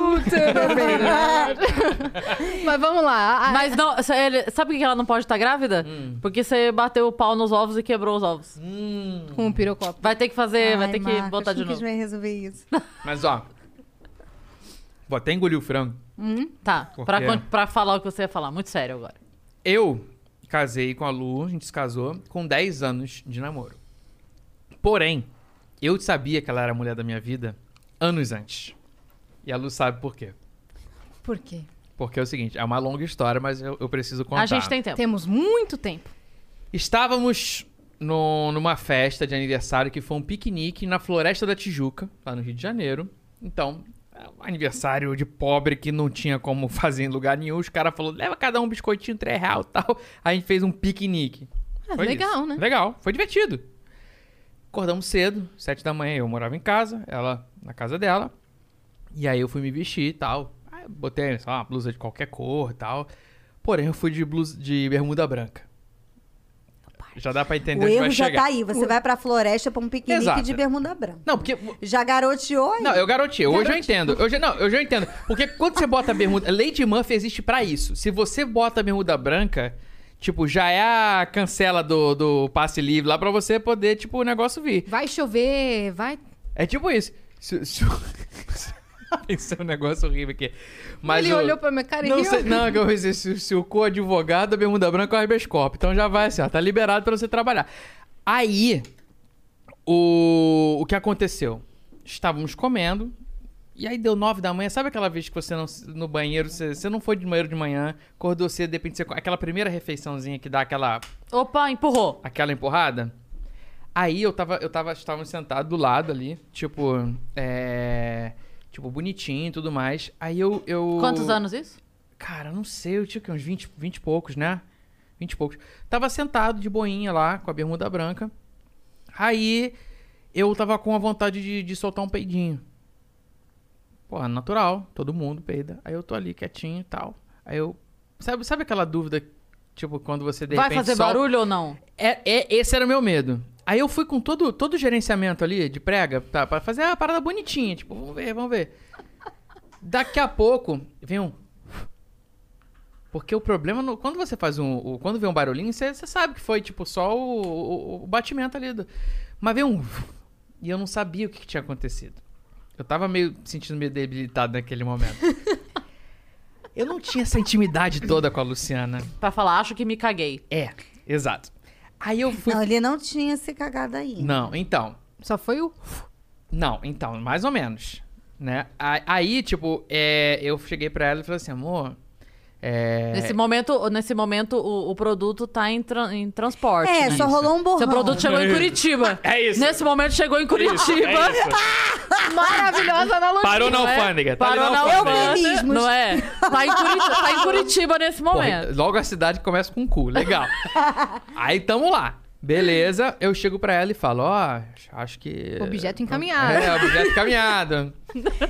Mas vamos lá. Ah, A- Mas não, se ele- sabe por que ela não pode estar grávida? Hum. Porque você bateu o pau nos ovos e quebrou os ovos. Hum. Com o pirocopo. Vai ter que fazer, vai Ai, ter que Marcos, botar de não novo. quis mais resolver isso. Mas ó. Vou até engolir o frango. Tá, Por pra, quê? con- pra falar o que você ia falar. Muito sério agora. Eu casei com a Lu, a gente se casou com 10 anos de namoro. Porém, eu sabia que ela era a mulher da minha vida anos antes. E a Lu sabe por quê. Por quê? Porque é o seguinte, é uma longa história, mas eu, eu preciso contar. A gente É. tem tempo. Temos muito tempo. Estávamos no- numa festa de aniversário que foi um piquenique na Floresta da Tijuca, lá no Rio de Janeiro. Então, é um aniversário de pobre que não tinha como fazer em lugar nenhum. Os caras falaram, leva cada um biscoitinho, 3 real e tal. A gente fez um piquenique. Ah, Foi legal, isso. né? Legal, foi divertido. Acordamos cedo, sete da manhã, eu morava em casa, ela na casa dela. E aí eu fui me vestir e tal. Aí eu botei, sei lá, uma blusa de qualquer cor e tal. Porém, eu fui de blusa de bermuda branca. Já dá pra entender o onde vai erro já chegar. tá aí. Você vai pra floresta pra um piquenique Exato. de bermuda branca. Não, porque. Já garoteou aí. Não, eu garanti, hoje eu entendo. Eu já, não, eu já entendo. Porque quando você bota bermuda. Lady Murphy existe pra isso. Se você bota bermuda branca, tipo, já é a cancela do, do passe livre lá pra você poder, tipo, o negócio vir. Vai chover, vai. É tipo isso. Se, se... Pensei um negócio horrível aqui. Mas Ele o- olhou pra minha cara e não, riu. sei, não, é que eu pensei, se, se o co advogado, a bermuda branca é o habeas corpus. Então já vai assim, ó, tá liberado pra você trabalhar. Aí, o, o que aconteceu? Estávamos comendo, e aí deu nove da manhã. Sabe aquela vez que você não, no banheiro, você, você não foi de banheiro de manhã, acordou cedo, depende de repente você... Aquela primeira refeiçãozinha que dá aquela Opa, empurrou. aquela empurrada. Aí eu tava, eu tava, estavam sentado do lado ali, tipo, é, tipo bonitinho e tudo mais. Aí eu, eu Quantos anos isso? Cara, não sei, eu tinha o quê? uns 20, 20 e poucos, né? 20 e poucos. Tava sentado de boinha lá, com a bermuda branca. Aí eu tava com a vontade de, de soltar um peidinho. Porra, natural, todo mundo peida. Aí eu tô ali quietinho e tal. Aí eu. Sabe, sabe aquela dúvida, tipo, quando você de Vai repente fazer solta- barulho ou não? é, é- esse era o meu medo. Aí eu fui com todo, todo o gerenciamento ali de prega, tá, pra fazer a parada bonitinha, tipo, vamos ver, vamos ver. Daqui a pouco, vem um. Porque o problema, no- quando você faz um. o- quando vem um barulhinho, você você sabe que foi, tipo, só o, o- o batimento ali. Do, mas veio um. E eu não sabia o que, que tinha acontecido. Eu tava meio sentindo meio debilitado naquele momento. eu não tinha essa intimidade toda com a Luciana. Pra falar, acho que me caguei. É, exato. Aí eu fui Não, ele não tinha se cagado aí. não, então. Só foi o. Não, então, mais ou menos. Né? A- Aí, tipo, é, eu cheguei pra ela e falei assim, amor. É, Nesse momento, nesse momento o, o produto tá em, tra- em transporte. É, né? só rolou um borrão. Seu produto chegou em Curitiba. É isso. Nesse momento chegou em é Curitiba. Tipo. Maravilhosa analogia. Parou na não é? alfândega. tá ali Parou na na alfândega. Eufemismos. Não é? Tá em, Curitiba, tá em Curitiba nesse Porra, momento. logo a cidade começa com cu, legal. Aí tamo lá. Beleza, eu chego pra ela e falo, ó, acho que. Objeto encaminhado. É, objeto encaminhado.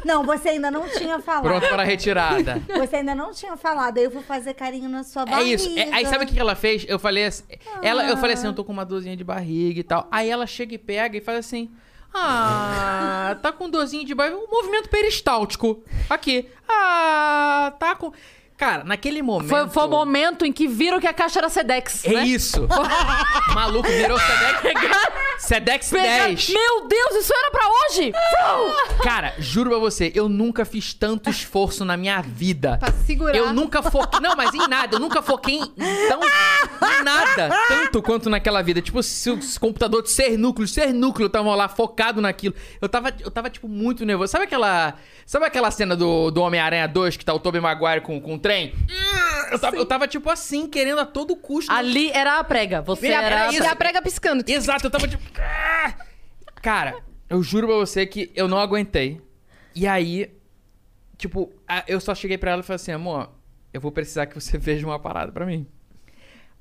Não, você ainda não tinha falado. Pronto para a retirada. Você ainda não tinha falado. Aí eu vou fazer carinho na sua É barriga. isso. É, aí sabe o que que ela fez? Eu falei assim, ela, eu falei assim, eu tô com uma dorzinha de barriga e tal. Aí ela chega e pega e faz assim. Ah, tá com dorzinha de barriga. Um movimento peristáltico. Aqui. Ah, tá com. Cara, naquele momento. Foi, foi o momento em que viram que a caixa era Sedex, É né? isso. Maluco, virou Sedex. Sedex Pega- 10. Meu Deus, isso era pra hoje? Cara, juro pra você, eu nunca fiz tanto esforço na minha vida. Tá Pra segurar. Eu nunca foquei. Não, mas em nada. Eu nunca foquei em, tão, em nada. Tanto quanto naquela vida. Tipo, se o se o computador de ser núcleo, ser núcleo, eu tava lá focado naquilo. Eu tava, eu tava tipo, muito nervoso. Sabe aquela. Sabe aquela cena do, do Homem-Aranha 2 que tá o Tobey Maguire com, com o trem? Eu tava, eu tava, tipo, assim, querendo a todo custo. Ali era a prega. Você Vira- era. era a assim. isso. E prega. a prega piscando. Exato, eu tava tipo. "Ah!" Cara, eu juro pra você que eu não aguentei. E aí, tipo, a- eu só cheguei pra ela e falei assim, amor, eu vou precisar que você veja uma parada pra mim.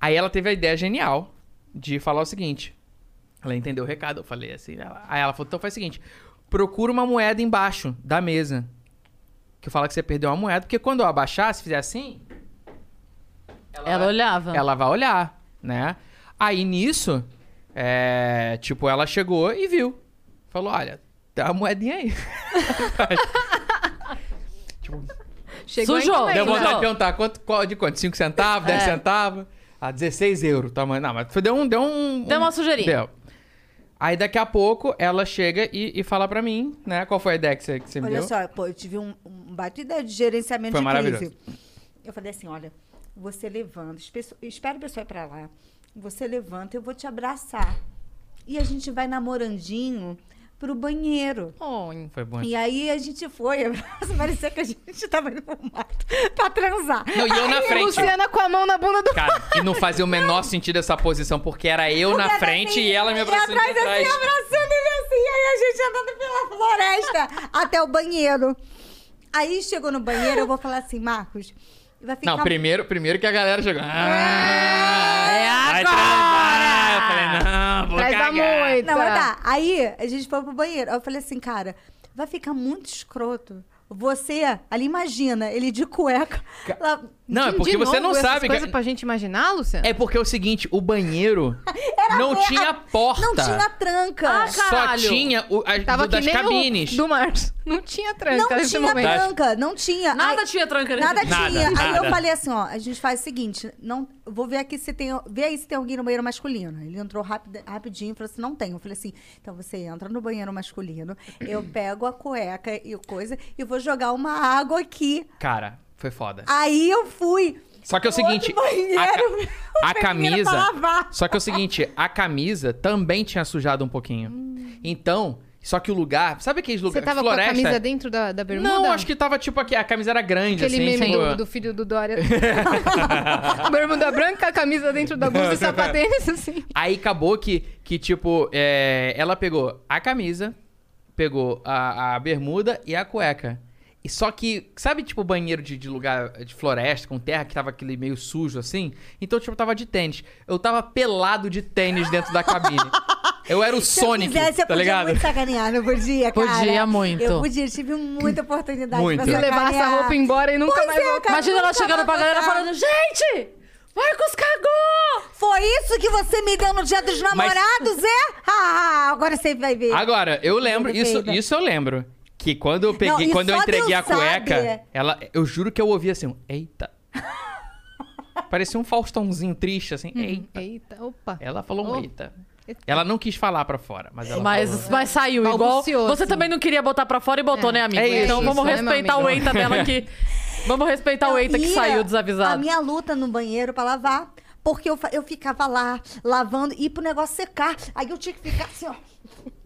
Aí ela teve a ideia genial de falar o seguinte. Ela entendeu o recado, eu falei né? assim. ela- aí ela falou, então faz o seguinte, procura uma moeda embaixo da mesa. que fala que você perdeu uma moeda, porque quando eu abaixar, se fizer assim, Ela Então. olhava. ela vai olhar, né? Aí nisso, é, tipo, ela chegou e viu. Falou: olha, tem uma moedinha aí. tipo, Chegou Sujou. em Deu deu inglês, vontade não. de um perguntar quanto, qual, de quanto? 5 centavos, 10 É. centavos? A 16 "Ah, euros, tamanho. Não, mas foi- deu um. Deu, um, Deu uma sujeirinha. Deu. Aí daqui a pouco ela chega e, e fala pra mim, né? Qual foi a ideia que você, que você me Olha deu? só, pô, eu tive um, um baita ideia de gerenciamento Foi de maravilhoso. crise. Eu falei assim, olha, você levanta, espe- espera a pessoa ir pra lá. Você levanta, eu vou te abraçar. E a gente vai namorandinho pro banheiro. Oi. Foi bom. E aí a gente foi, parecia que a gente tava indo pro mato pra transar. Não, e eu na Aí, frente. Luciana com a mão na bunda do... Cara, e não fazia o menor sentido essa posição, porque era eu na Era frente assim, e ela me abraçando E atrás, de trás. assim, abraçando ele assim. Aí a gente andando pela floresta até o banheiro. Aí chegou no banheiro, eu vou falar assim, Marcos, vai ficar... Não, primeiro, primeiro que a galera chegou. Ah, é vai transar. Eu falei, não, vou Traz da cagar. moita. Não, mas tá. Aí a gente foi pro banheiro. Aí eu falei assim, cara, vai ficar muito escroto. Você, ali imagina, ele de cueca. lá- Não, é De porque você novo, não essas sabe. coisas que- pra gente imaginar, Luciana? É porque é o seguinte, o banheiro não Era- tinha porta. Não tinha tranca. Ah, Só caralho. tinha o, as Tava do- que das nem cabines. o do Marcos. Não tinha tranca não nesse tinha momento. tranca, não tinha. Nada Aí- tinha tranca nesse Nada dia. Nada, tinha. Aí nada. eu falei assim, ó, a gente faz o seguinte, não, vou ver aqui se tem, vê aí se tem alguém no banheiro masculino. Ele entrou rapid, rapidinho e falou assim, não tem. Eu falei assim, então você entra no banheiro masculino, eu pego a cueca e o coisa e vou jogar uma água aqui. Cara, foi foda. Ah, Aí eu fui. Só que é o no outro seguinte, banheiro, a ca- eu a peguei camisa- pra lavar. Só que é o seguinte, a camisa também tinha sujado um pouquinho. Então, só que o lugar, sabe aqueles Hum. Você lugares tava floresta? com a camisa dentro da, da bermuda? Não, acho que tava tipo aqui, a camisa era grande Aquele assim, meme tipo- do, do filho do Dória. bermuda branca, camisa dentro da blusa e sapatênis, assim. Aí acabou que, que tipo, é, ela pegou a camisa, pegou a, a bermuda e a cueca. E só que, sabe, tipo, banheiro de, de lugar de floresta, com terra, que tava aquele meio sujo assim? Então, tipo, eu tava de tênis. Eu tava pelado de tênis dentro da cabine. Eu era o Se Sonic, eu quisesse, eu tá podia ligado? muito sacanear, não podia, cara. Podia muito. Eu podia, tive muita oportunidade Muito. pra E sacanear. Levar essa roupa embora e nunca Pois mais é, voltar. cara, Imagina ela nunca chegando vai pra galera voltar. Tá falando: Gente, Marcos cagou! Foi isso que você me deu no dia dos namorados, é? Ah, agora você vai ver. Agora, eu lembro, isso, Perfeita. isso eu lembro. Que quando eu né? Não, peguei, e quando eu só entreguei Deus a cueca, sabe. ela, eu juro que eu ouvi assim, um, eita. Parecia um Faustãozinho triste, assim, Uhum. eita. Eita, opa. Ela falou um Oh. eita. Ela não quis falar pra fora, mas ela Mas, falou. mas saiu igual. Balbuciou, Você assim. também não queria botar pra fora e botou, É. né, amigo? É então isso, vamos né, meu respeitar o amigo? eita dela aqui. Vamos respeitar o eita que E saiu A desavisado. minha luta no banheiro pra lavar. Porque eu, fa- eu ficava lá, lavando, e pro negócio secar. Aí eu tinha que ficar assim, ó.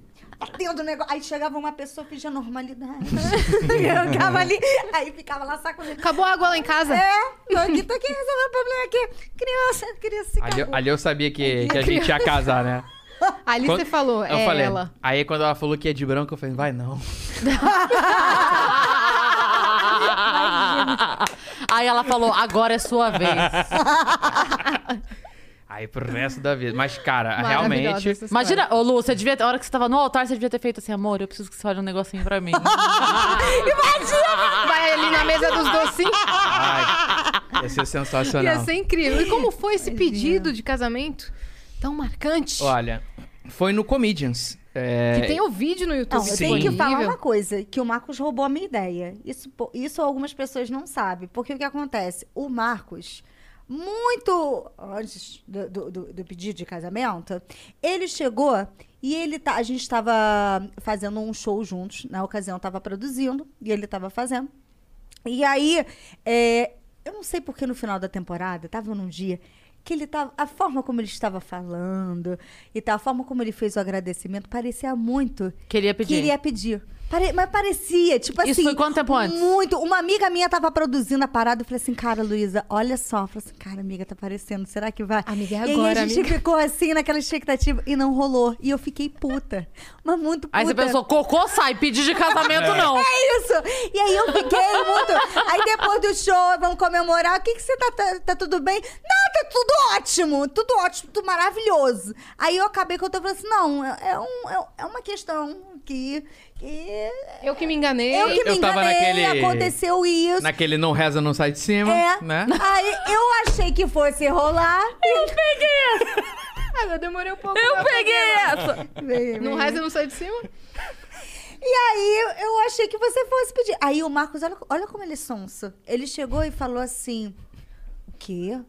Batendo o negócio. Aí chegava uma pessoa fingia normalidade. eu ficava ali, aí ficava lá sacudindo. Acabou a água lá em casa. É, tô aqui, tô aqui resolvendo o problema aqui. Criança, criança se Ali, cagou. ali eu sabia que, que a gente ia casar, né? Ali você falou, eu é falei, ela. Aí quando ela falou que ia de branco, eu falei, vai não. Aí ela falou: Agora é sua vez. Aí pro resto da vida. Mas, cara, Maravilhosa "Ah, realmente. essa história. Imagina, ô Lu, você devia, ter- a hora que você tava no altar, você devia ter feito assim: Amor, eu preciso que você fale um negocinho pra mim. Vai ali na mesa dos docinhos. Ai, ia ser sensacional. Ia ser incrível. E assim- como foi esse pedido de casamento tão marcante? Olha, foi no Comedians. É, que tem o vídeo no YouTube. Não, eu tenho que disponível. falar uma coisa, que o Marcos roubou a minha ideia. Isso, po- isso algumas pessoas não sabem. Porque o que acontece? O Marcos, muito antes do, do- do- do pedido de casamento, ele chegou e ele tá, a gente estava fazendo um show juntos. Na ocasião, estava produzindo e ele estava fazendo. E aí, é, eu não sei porque no final da temporada, tava num dia que ele tava. A forma como ele estava falando e tal, a forma como ele fez o agradecimento parecia muito. Queria pedir. Queria pedir. Pare- mas parecia, tipo Isso assim. foi quanto tempo antes? Muito. Uma amiga minha tava produzindo a parada. Eu falei assim, cara, Luísa, olha só. Eu falei assim, cara, amiga, tá aparecendo. Será que vai? Amiga, é e agora, aí a gente amiga. ficou assim naquela expectativa e não rolou. E eu fiquei puta. Mas muito puta. Aí você pensou: Cocô sai, pedir de casamento não. É isso! E aí eu fiquei muito. Aí depois do show, vamos comemorar. O que, que você tá, tá? tá tudo bem? Não, tá tudo ótimo! Tudo ótimo, tudo maravilhoso. Aí eu acabei que eu tô falando assim: não, é, é um- é- é uma questão que, que Eu que me enganei. Eu que me Eu tava enganei, naquele- aconteceu isso. Naquele não reza, não sai de cima, É. né? Aí eu achei que fosse rolar. Eu Ah, eu demorei um pouco. Eu peguei essa! peguei. No resto eu não saí de cima? E aí eu achei que você fosse pedir. Aí o Marcos, olha, olha como ele é sonso. Ele chegou e falou assim: O quê?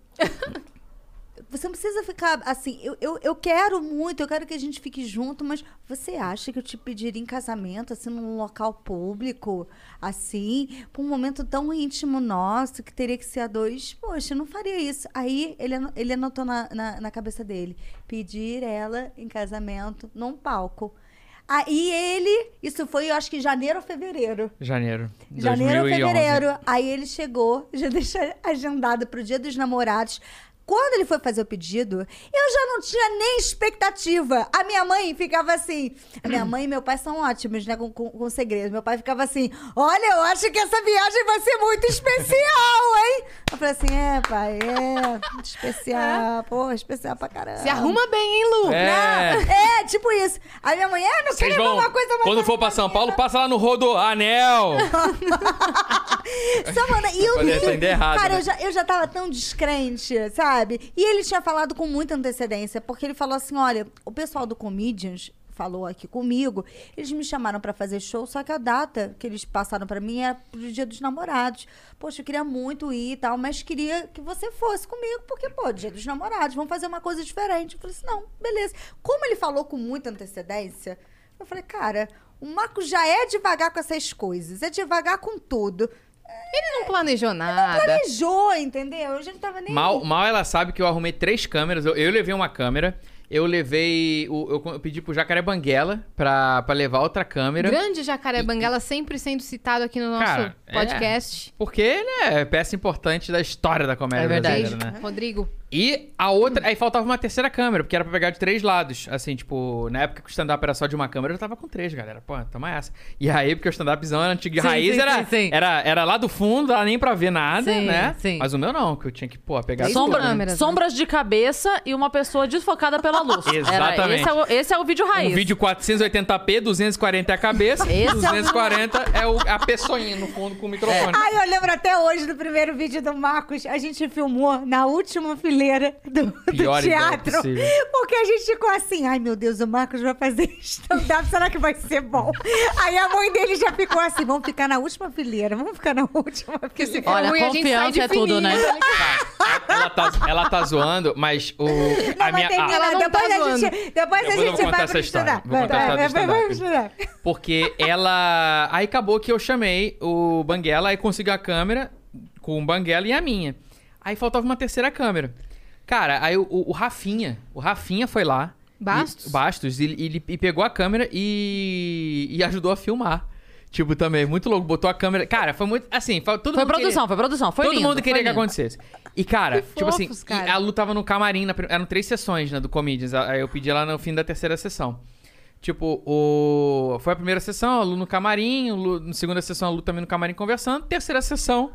Você não precisa ficar assim. Eu, eu, eu quero muito, eu quero que a gente fique junto, mas você acha que eu te pediria em casamento, assim, num local público, assim, pra um momento tão íntimo nosso, que teria que ser a dois? Poxa, eu não faria isso. Aí ele, ano- ele anotou na, na, na cabeça dele: pedir ela em casamento num palco. Aí ele, isso foi, eu acho que em janeiro ou fevereiro. Janeiro. Janeiro ou 2011. fevereiro. Aí ele chegou, já deixou agendado pro dia dos namorados. Quando ele foi fazer o pedido, eu já não tinha nem expectativa. A minha mãe ficava assim. A minha mãe e meu pai são ótimos, né? Com, com, com segredo. Meu pai ficava assim: Olha, eu acho que essa viagem vai ser muito especial, hein? Eu falei assim: É, pai, é. muito Especial. Porra, especial pra caramba. Se arruma bem, hein, Lu? É. É, tipo isso. Aí minha mãe, é, não Vocês queria vão. uma coisa mais. Quando for pra São Paulo, passa lá no Rodo Anel. Samanta, e eu Olha, vi. tá indo errado, cara, né? eu, já, eu já tava tão descrente, sabe? E ele tinha falado com muita antecedência, porque ele falou assim: olha, o pessoal do Comedians falou aqui comigo, eles me chamaram pra fazer show, só que a data que eles passaram pra mim era pro Dia dos Namorados. Poxa, eu queria muito ir e tal, mas queria que você fosse comigo, porque, pô, Dia dos Namorados, vamos fazer uma coisa diferente. Eu falei assim: não, beleza. Como ele falou com muita antecedência, eu falei, cara, o Marco já é devagar com essas coisas, é devagar com tudo. Ele não planejou nada. Planejou, entendeu? Eu já não tava nem. Mal, mal ela sabe que eu arrumei três câmeras. Eu, eu levei uma câmera. Eu levei. o- eu, eu pedi pro Jacaré Banguela pra, pra levar outra câmera. Grande jacaré banguela sempre sendo citado aqui no nosso Cara, é. podcast. Porque ele é peça importante da história da comédia É verdade. brasileira, né? Rodrigo. E a outra. Aí faltava uma terceira câmera, porque era pra pegar de três lados. Assim, tipo, na época que o stand-up era só de uma câmera, eu tava com três, galera. Pô, toma essa. E aí, porque o stand-upzão era antigo de Sim, raiz, sim, era, sim, sim. Era, era lá do fundo, dava nem pra ver nada, Sim, né? sim. Mas o meu não, que eu tinha que, pô, pegar Três tudo. Sombra- câmeras, né? sombras de cabeça e uma pessoa desfocada pela luz. Era- Exatamente. esse, é o, esse é o vídeo Um raiz. vídeo 480p, 240 é a cabeça, Esse é o- 240 é o, a pessoinha no fundo com o microfone. É. Ai, eu lembro até hoje do primeiro vídeo do Marcos. A gente filmou na última fileira do, do Pior ideia teatro. possível. Porque a gente ficou assim, ai meu Deus, o Marcos vai fazer stand-up, será que vai ser bom? Aí a mãe dele já ficou assim, vamos ficar na última fileira, vamos ficar na última Porque se fileira. for Olha, ruim, a gente sai confiança de é tudo, né? fininho. Ela tá, ela tá zoando, mas o. Não, a mas minha, ah, a- termina, Ela não depois tá a gente, depois a Depois eu vou gente contar vai essa pro história. stand-up. Vou Vai, contar a história vai, do vai, vai pro stand-up. stand-up. Porque ela. Aí acabou que eu chamei o Banguela, aí consegui a câmera com o Banguela e a minha. Aí faltava uma terceira câmera. Cara, aí o, o Rafinha, o Rafinha foi lá. Bastos? E, Bastos, e, e- e pegou a câmera e, e ajudou a filmar. Tipo, também, muito louco, botou a câmera. Cara, foi muito. Assim, foi, todo Foi mundo queria- produção, foi produção. Foi Todo lindo, mundo queria foi que lindo. acontecesse. E, cara, Que tipo assim, fofos, e cara. a Lu tava no camarim, na prim- eram três sessões, né, do Comedians. Aí eu pedi lá no fim da terceira sessão. Tipo, o... foi a primeira sessão, a Lu no camarim, o Lu... na segunda sessão a Lu também no camarim conversando. Terceira sessão,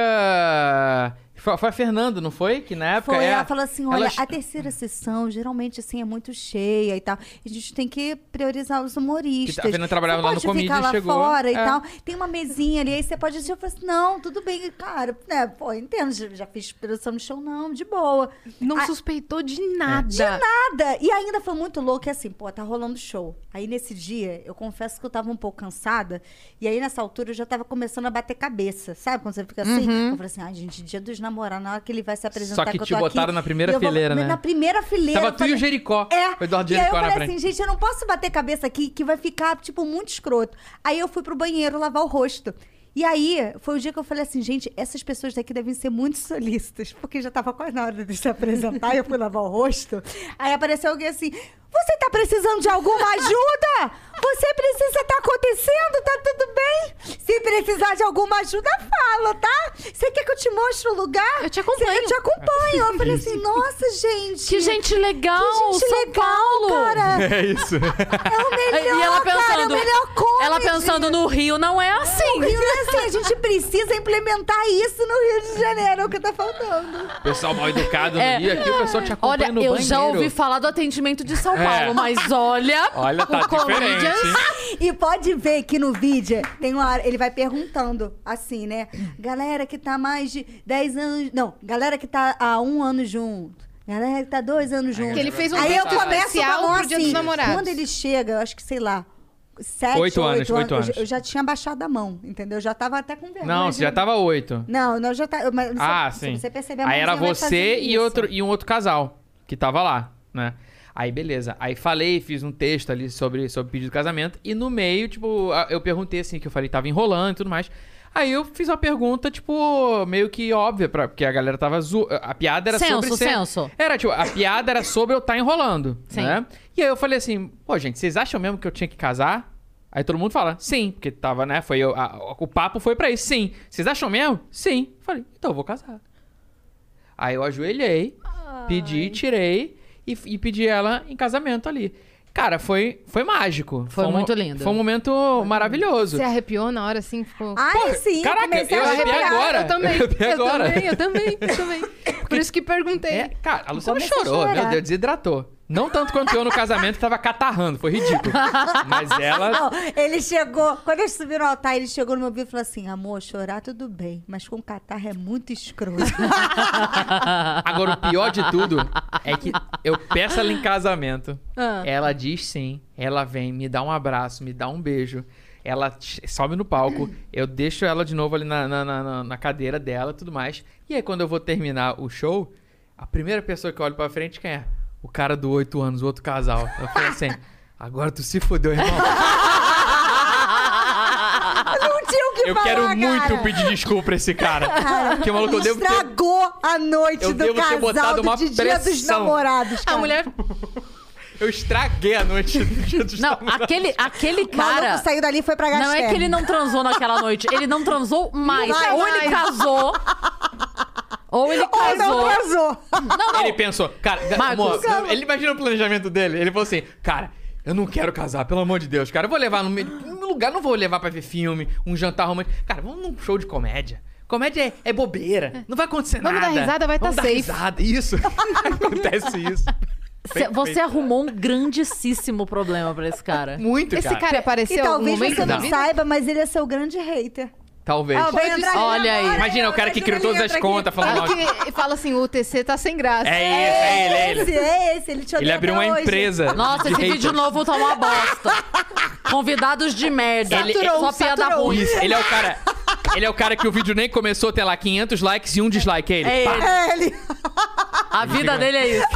chega... Foi foi a Fernanda, não foi? Que na época... Foi, é- ela falou assim: ela olha, che- a terceira sessão geralmente assim é muito cheia e tal. A gente tem que priorizar os Que humoristas. a Fernanda trabalhava Você lá no pode Comedians, ficar lá chegou, fora e é. tal. Tem uma mesinha ali, aí você pode assistir. Eu falei assim: não, tudo bem, cara. Né, pô, entendo, já, já fiz produção de show, não, de boa. Não Ah, suspeitou de nada. de É. nada. E ainda foi muito louco, que assim, pô, tá rolando show. Aí nesse dia, eu confesso que eu tava um pouco cansada. E aí nessa altura eu já tava começando a bater cabeça. Sabe quando você fica assim? Eu falei assim, ai gente, dia dos namorados, na hora que ele vai se apresentar Uhum. que eu te tô aqui, botaram na primeira eu vou- fileira, né? Na primeira fileira. Tava assim, eu tu e o Jericó. é. O Eduardo e aí eu Jericó na falei frente. assim, gente, eu não posso bater cabeça aqui, que vai ficar, tipo, muito escroto. Aí eu fui pro banheiro lavar o rosto. E aí, foi o dia que eu falei assim, gente, essas pessoas daqui devem ser muito solícitas, porque já tava quase na hora de se apresentar, e eu fui lavar o rosto. Aí apareceu alguém assim, você tá precisando de alguma ajuda? Você precisa, tá acontecendo, tá tudo bem? Se precisar de alguma ajuda, fala, tá? Você quer que eu te mostre o lugar? Eu te acompanho. Eu te acompanho. Eu falei assim, nossa, gente. Que gente legal! Que gente São legal, Paulo! cara. É isso. É o melhor, e ela cara, é o pensando. melhor comedy. ela pensando no Rio não é assim. No Rio, não é assim, a gente precisa implementar isso no Rio de Janeiro, é o que tá faltando. Pessoal mal educado no É. dia, aqui o pessoal te acompanha Olha, no eu banheiro. já ouvi falar do atendimento de São É. Paulo, mas olha. Olha, tá o diferente. Comedians hein? E pode ver que no vídeo tem uma hora, ele vai perguntando assim, né? Galera que tá há mais de 10 anos. Não, galera que tá há um ano junto. Galera que tá dois anos junto. ele fez um Aí eu texto começo a especial mão pro Dia assim. dos Namorados. Quando ele chega, eu acho que, sei lá, sete, Oito anos, oito eu já- anos. Eu já tinha baixado a mão, entendeu? Eu já tava até com vergonha. Não, você já de- tava oito. Não, não, eu já tava. Mas, você- Ah, se sim. Você percebeu é Aí era você e, outro, e um outro casal que tava lá, né? Aí, beleza. Aí falei, fiz um texto ali sobre, sobre pedido de casamento. E no meio, tipo, a- eu perguntei assim, que eu falei que tava enrolando e tudo mais. Aí eu fiz uma pergunta, tipo, meio que óbvia, pra, porque a galera tava zo... A piada era Senso, sobre... ser- senso. Era, tipo, a piada era sobre eu estar enrolando, Sim. né? E aí eu falei assim, pô, gente, vocês acham mesmo que eu tinha que casar? Aí todo mundo fala, sim, porque tava, né, foi... eu- a- o papo foi pra isso, sim. Vocês acham mesmo? Sim. Falei, então eu vou casar. Aí eu ajoelhei, pedi, tirei e, e pedi ela em casamento ali. Cara, foi, foi mágico. Foi um- muito lindo. Foi um momento maravilhoso. Você arrepiou na hora, assim, ficou... Ai, sim. Caraca, comecei eu a arrepiei arrepiar. agora. Tá Eu também, Eu arrepiei eu agora. também, eu também, eu também. Por isso que perguntei. É, cara, a Luciana Comecei a chorou, chorar. meu Deus, desidratou. Não tanto quanto eu no casamento tava catarrando, foi ridículo. Mas ela. Não, ele chegou, quando eles subiram no altar, ele chegou no meu ouvido e falou assim: amor, chorar tudo bem, mas com catarro é muito escroto. Agora, o pior de tudo é que eu peço ela em casamento. Ela diz sim, ela vem, me dá um abraço, me dá um beijo. Ela t- sobe no palco, eu deixo ela de novo ali na, na, na- na- na cadeira dela e tudo mais. E aí, quando eu vou terminar o show, a primeira pessoa que eu olho pra frente, quem é? O cara do 8 anos, o outro casal. Eu falei assim: agora tu se fodeu, irmão. Não tinha o que Eu falar, quero cara. muito pedir desculpa pra esse cara. que maluco, eu devo ter... Estragou a noite eu do devo ter casal botado do uma de Dia dos pressão. Namorados. A cara. mulher. Eu estraguei a noite do dia dos Não, namorados. aquele, aquele O maluco cara. saiu dali e foi pra gastar. Não é que ele não transou naquela noite. Ele não transou mais. Nunca Ou ele mais. casou. Ou ele Ou não casou. casou. não, não. Ele pensou, cara, amor, Marcos. ele imagina o planejamento dele. Ele falou assim, cara, eu não quero casar, pelo amor de Deus, cara. Eu vou levar no meio no lugar, não vou levar pra ver filme, um jantar romântico. Cara, vamos num show de comédia. Comédia é, é bobeira, não vai acontecer Vamos dar nada. risada, vai tá Vamos dar safe. risada, isso. Acontece isso. Cê- Bem Você feito. arrumou um grandíssimo problema pra esse cara. Muito, Esse cara apareceu E em algum talvez momento você da não, vida? saiba, mas ele é seu grande hater. Talvez. Ah, vai entrar aqui Olha aí. agora, Imagina, o cara que criou todas imagina ele as entra aqui. contas, falando... Olha que fala assim, o TC tá sem graça. É isso, é ele, é ele. Esse, é esse, ele te Ele odeia abriu uma até hoje. empresa. Nossa, de esse haters. vídeo novo tá uma bosta. Convidados de merda. Ele- Só piada saturou. ruim. Isso, ele é o cara. Ele é o cara que o vídeo nem começou, tem lá 500 likes e um dislike. É ele. É Pá. ele. É ele. A vida dele é isso.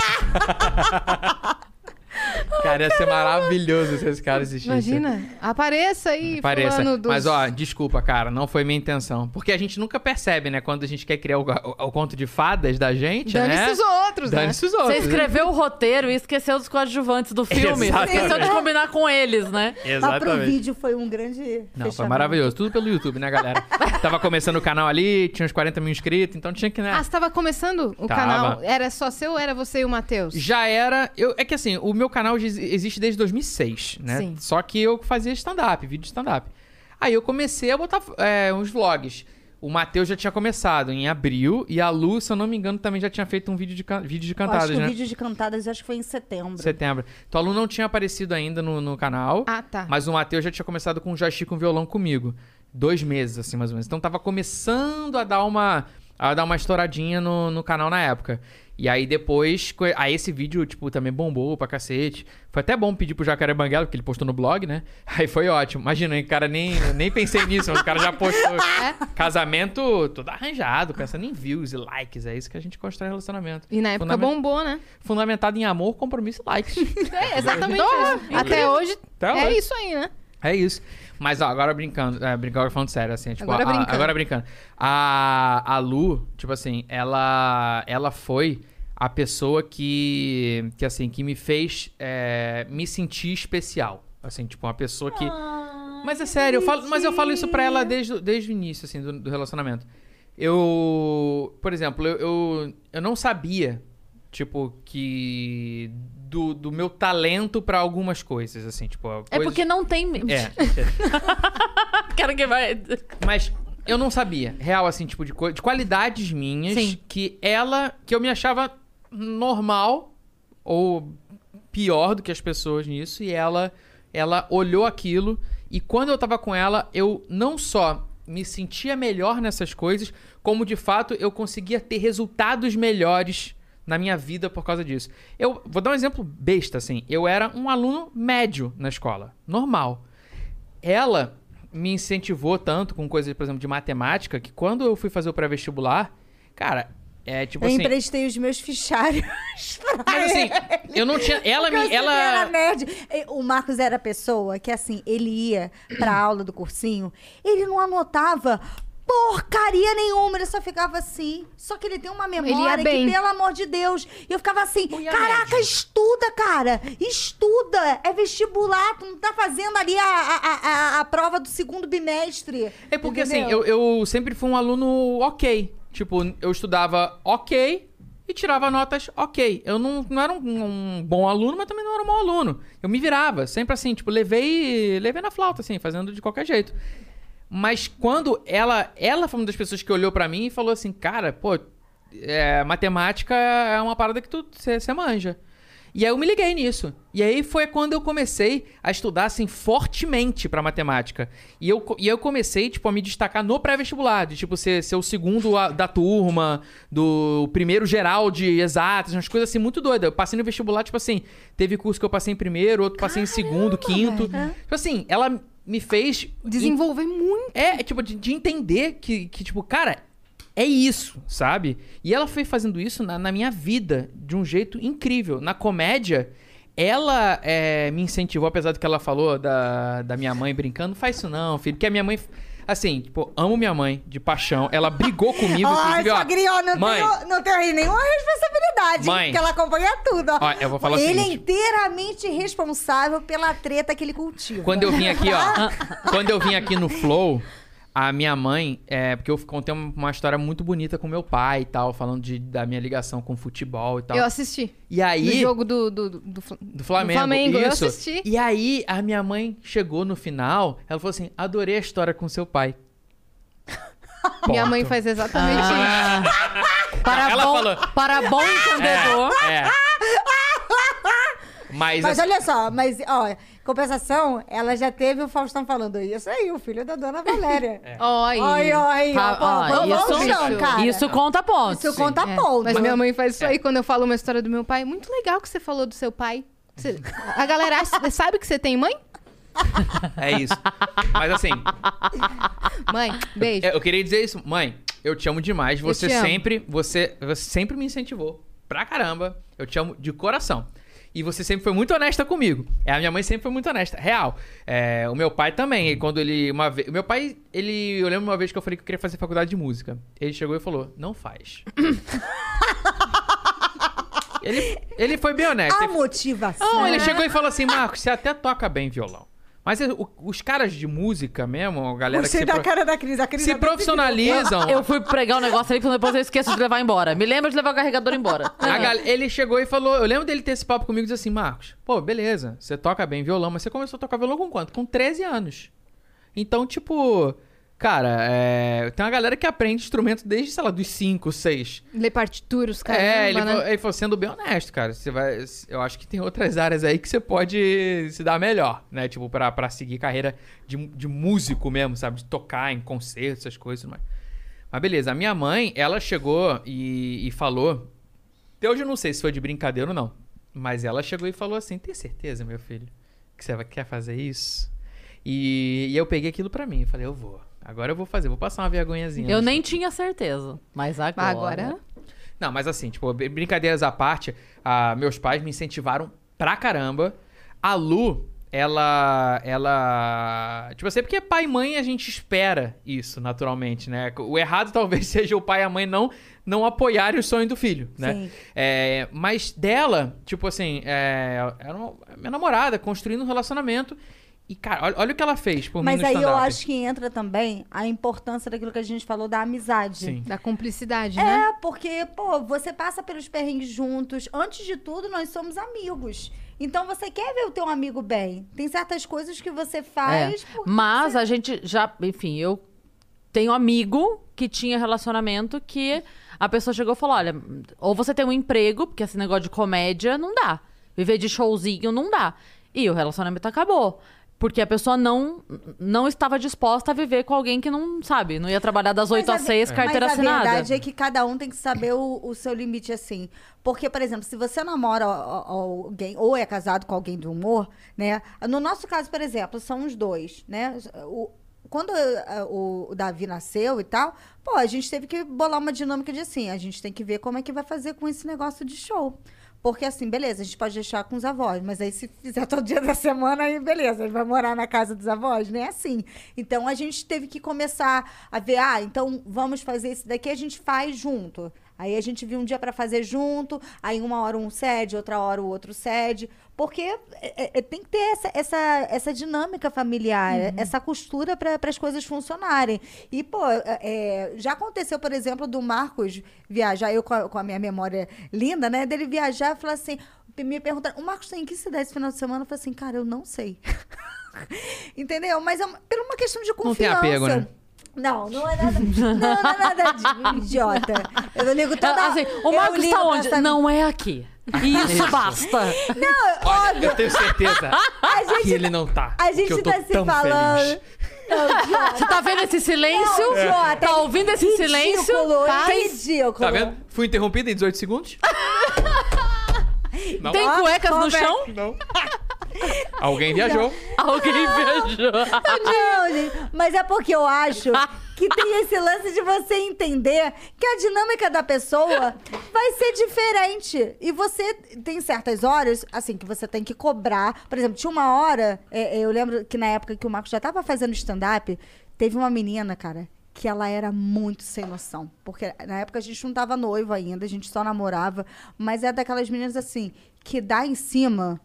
Cara, ia ser maravilhoso se esse cara existisse. Imagina, apareça aí, Pareça. fulano dos... Mas, ó, desculpa, cara, não foi minha intenção. Porque a gente nunca percebe, né? Quando a gente quer criar o, o- o conto de fadas da gente, né? Dane-se os outros, né? Dane-se os outros. Você escreveu o roteiro e esqueceu dos coadjuvantes do filme. Exatamente. Esqueceu de combinar com eles, né? Mas pro Exatamente. vídeo foi um grande Não, foi fechamento. maravilhoso. Tudo pelo YouTube, né, galera? Tava começando o canal ali, tinha uns 40 mil inscritos, então tinha que, né? Ah, você tava começando o Tava. canal? Era só seu ou era você e o Matheus? Já era. Eu, é que assim, o meu canal já exi- existe desde 2006, né? Sim. Só que eu fazia stand-up, vídeo de stand-up. Aí eu comecei a botar é, uns vlogs. O Matheus já tinha começado em abril e a Lu, se eu não me engano, também já tinha feito um vídeo de, can- vídeo de Eu Acho cantadas, que o né? vídeo de cantadas acho que foi em setembro. Setembro. Então a Lu não tinha aparecido ainda no, no canal. Ah, tá. Mas o Matheus já tinha começado com o joystick com violão comigo. Dois meses, assim, mais ou menos. Então tava começando a dar uma. a dar uma estouradinha no, no canal na época. E aí depois. co- Aí esse vídeo, tipo, também bombou pra cacete. Foi até bom pedir pro Jacaré Banguela, porque ele postou no blog, né? Aí foi ótimo. Imagina, o cara nem, nem pensei nisso, mas o cara já postou. É? Casamento todo arranjado, pensando em views e likes. É isso que a gente constrói relacionamento. E na época Fundamenta- bombou, né? Fundamentado em amor, compromisso e likes. É, exatamente. Incrível. Até hoje, Até é hoje. isso aí, né? É isso. Mas ó, agora brincando, é, brincando, agora falando sério, assim, tipo, Agora a- brincando. agora brincando. A, a Lu, tipo assim, ela, ela foi a pessoa que, que assim, que me fez é, me sentir especial. Assim, tipo, uma pessoa que... Ah, mas é sério, eu falo, mas eu falo isso pra ela desde, desde o início, assim, do, do relacionamento. Eu, por exemplo, eu, eu, eu não sabia, tipo, que... Do, do meu talento pra algumas coisas, assim, tipo... É coisas- porque não tem. É, Quero que vai. mas eu não sabia. Real, assim, tipo, de, co- de qualidades minhas Sim. que ela. que eu me achava normal ou pior do que as pessoas nisso. E ela ela olhou aquilo e quando eu tava com ela, eu não só me sentia melhor nessas coisas, como de fato eu conseguia ter resultados melhores na minha vida por causa disso. Eu vou dar um exemplo besta assim. Eu era um aluno médio na escola, normal. Ela me incentivou tanto com coisas, por exemplo, de matemática, que quando eu fui fazer o pré-vestibular, cara, é tipo Eu assim, emprestei os meus fichários pra mas assim, eu não tinha. Ela me. Porque eu sempre era Ela. nerd. E O Marcos era a pessoa que, assim, ele ia pra aula do cursinho, ele não anotava porcaria nenhuma, ele só ficava assim. Só que ele tem uma memória bem. que, pelo amor de Deus, e eu ficava assim, caraca, estuda, cara, estuda, é vestibular, tu não tá fazendo ali a, a, a, a prova do segundo bimestre. É porque assim, Entendeu? eu, eu sempre fui um aluno ok. Tipo, eu estudava ok e tirava notas ok. Eu não, não era um, um bom aluno, mas também não era um mau aluno. Eu me virava, sempre assim, tipo, levei, levei na flauta, assim, fazendo de qualquer jeito. Mas quando ela, ela foi uma das pessoas que olhou pra mim e falou assim, cara, pô, é, matemática é uma parada que tu você manja. E aí eu me liguei nisso. E aí foi quando eu comecei a estudar assim fortemente pra matemática. E eu, co- e eu comecei tipo a me destacar no pré-vestibular, de tipo ser, ser o segundo a- da turma, do primeiro geral de exatas, umas coisas assim muito doidas. Eu passei no vestibular tipo assim, teve curso que eu passei em primeiro, outro passei em segundo, quinto. Tipo assim, ela me fez Desenvolver muito. é, é tipo, de, de entender que, que, tipo, cara, é isso, sabe? E ela foi fazendo isso na, na minha vida de um jeito incrível. Na comédia, ela é, me incentivou, apesar do que ela falou da, da minha mãe brincando, não faz isso não, filho, porque a minha mãe. Assim, tipo, amo minha mãe de paixão. Ela brigou comigo, Ai, inclusive, ó. sogrinho, ó, não, mãe, tenho, não tenho aí nenhuma responsabilidade, Mãe. porque ela acompanha tudo. Ó. Ó, eu vou falar o ele é seguinte. inteiramente responsável pela treta que ele cultiva. Quando eu vim aqui, ó. quando eu vim aqui no Flow, a minha mãe. É, porque eu contei uma, uma história muito bonita com meu pai e tal, falando de, da minha ligação com futebol e tal. Eu assisti. Então. E No aí. jogo do, do, do, do Fla- Do Flamengo. Do Flamengo, eu isso. assisti. E aí, a minha mãe chegou no final, ela falou assim: adorei a história com seu pai. Minha Ponto. mãe faz exatamente Ah. isso. Para Ela bom, falou. Para bom entendedor. É. Mas, Mas assim, olha só, mas ó, em compensação, ela já teve o Faustão falando isso aí, o filho da dona Valéria. Oi. Oi, oi, Tá, ó, pô, Ah, vamos isso- Faustão, cara. Isso conta pontos. Isso conta É, ponto. Mas minha mãe faz É. isso aí quando eu falo uma história do meu pai. Muito legal que você falou do seu pai. Você- a galera acha- sabe que você tem mãe? é isso. Mas assim, Mãe, beijo. É, eu eu queria dizer isso, mãe. Eu te amo demais. Você te amo. sempre, você, você sempre me incentivou pra caramba. Eu te amo de coração. E você sempre foi muito honesta comigo. É, a minha mãe sempre foi muito honesta, real. É, o meu pai também. E quando ele uma vez, o meu pai, ele, eu lembro uma vez que eu falei que eu queria fazer faculdade de música. Ele chegou e falou: "Não faz". ele, ele foi bem honesto. A Ele- motivação. não, ele chegou e falou assim, Marcos, você até toca bem violão. Mas eh, o- os caras de música mesmo, a galera que Gostei se, da pro- cara da Cris. A Cris se até profissionalizam. Eu fui pregar um negócio ali, porque depois eu esqueço de levar embora. Me lembra de levar o carregador embora. É. A gal- Ele chegou e falou. Eu lembro dele ter esse papo comigo e disse assim: Marcos, pô, beleza, você toca bem violão, mas você começou a tocar violão com quanto? Com 13 anos. Então, tipo, cara, é, tem uma galera que aprende instrumento desde, sei lá, dos 5, 6. Lê né? partitura, os caras. É, ele, né? falou, ele falou, sendo bem honesto, cara, você vai, eu acho que tem outras áreas aí que você pode se dar melhor, né? Tipo, pra, pra seguir carreira de, de músico mesmo, sabe? De tocar em concertos, essas coisas. Mas, mas beleza, a minha mãe, ela chegou e, e falou... Até hoje eu não sei se foi de brincadeira ou não, mas ela chegou e falou assim, tem certeza, meu filho, que você vai- quer fazer isso? E, e eu peguei aquilo pra mim, eu falei, eu vou. Agora eu vou fazer, vou passar uma vergonhazinha. Eu no nem tinha certeza. Mas agora. Agora. não, mas assim, tipo, br- brincadeiras à parte, ah, meus pais me incentivaram pra caramba. A Lu, ela. Ela. Tipo assim, porque pai e mãe a gente espera isso, naturalmente, né? O errado talvez seja o pai e a mãe não, não apoiarem o sonho do filho, né? Sim. É, mas dela, tipo assim, é, era uma- minha namorada construindo um relacionamento. E, cara, olha, olha o que ela fez por mim Mas no aí eu stand-up. acho que entra também a importância daquilo que a gente falou da amizade. Sim. Da cumplicidade, né? É, porque, pô, você passa pelos perrengues juntos. Antes de tudo, nós somos amigos. Então você quer ver o teu amigo bem. Tem certas coisas que você É. faz. porque Mas você- a gente já, enfim, eu tenho amigo que tinha relacionamento que a pessoa chegou e falou: olha, ou você tem um emprego, porque esse negócio de comédia não dá. Viver de showzinho não dá. e o relacionamento acabou. Porque a pessoa não, não estava disposta a viver com alguém que não sabe, não ia trabalhar das 8 Mas às a ve- 6, carteira Mas assinada. a verdade é que cada um tem que saber o, o seu limite, assim. Porque, por exemplo, se você namora a- a- alguém ou é casado com alguém do humor, né? No nosso caso, por exemplo, são os dois, né? O- quando eh, o, o Davi nasceu e tal, pô, a gente teve que bolar uma dinâmica de assim, a gente tem que ver como é que vai fazer com esse negócio de show. Porque assim, beleza, a gente pode deixar com os avós, mas aí se fizer todo dia da semana, aí beleza, ele vai morar na casa dos avós, né? Assim. Então a gente teve que começar a ver, ah, então vamos fazer isso daqui, a gente faz junto. Aí a gente viu um dia pra fazer junto, aí uma hora um cede, outra hora o outro cede. Porque é, é, é, tem que ter essa, essa, essa dinâmica familiar, Uhum. essa costura para as coisas funcionarem. E, pô, é, é, já aconteceu, por exemplo, do Marcos viajar, eu com a, com a minha memória linda, né? Dele viajar e falar assim, me perguntaram, o Marcos tem em que cidade esse final de semana? Eu falei assim, cara, eu não sei. Entendeu? Mas é uma, por uma questão de Não tem confiança. apego, né? Não, não é nada, não, não é nada de idiota. Eu ligo toda... Ah, assim, o eu Marcos ligo tá pra onde? saber- Não é aqui. Isso basta. Não, Olha, óbvio. eu tenho certeza A gente que ele não tá. A que gente eu tô tá se tão falando. Feliz. Não, idiota. Você tá vendo esse silêncio? Não, idiota, Tá ouvindo esse silêncio? Ridículo, Tem, ridículo. Tá vendo? Fui interrompido em 18 segundos. Não. tem Ó, cuecas no conversa. chão? Não. Alguém viajou. Alguém viajou. Não, gente, mas é porque eu acho que tem esse lance de você entender que a dinâmica da pessoa vai ser diferente. E você tem certas horas, assim, que você tem que cobrar. Por exemplo, tinha uma hora, é, é, eu lembro que na época que o Marcos já tava fazendo stand-up, teve uma menina, cara, que ela era muito sem noção. Porque na época a gente não tava noivo ainda, a gente só namorava. Mas é daquelas meninas, assim, que dá em cima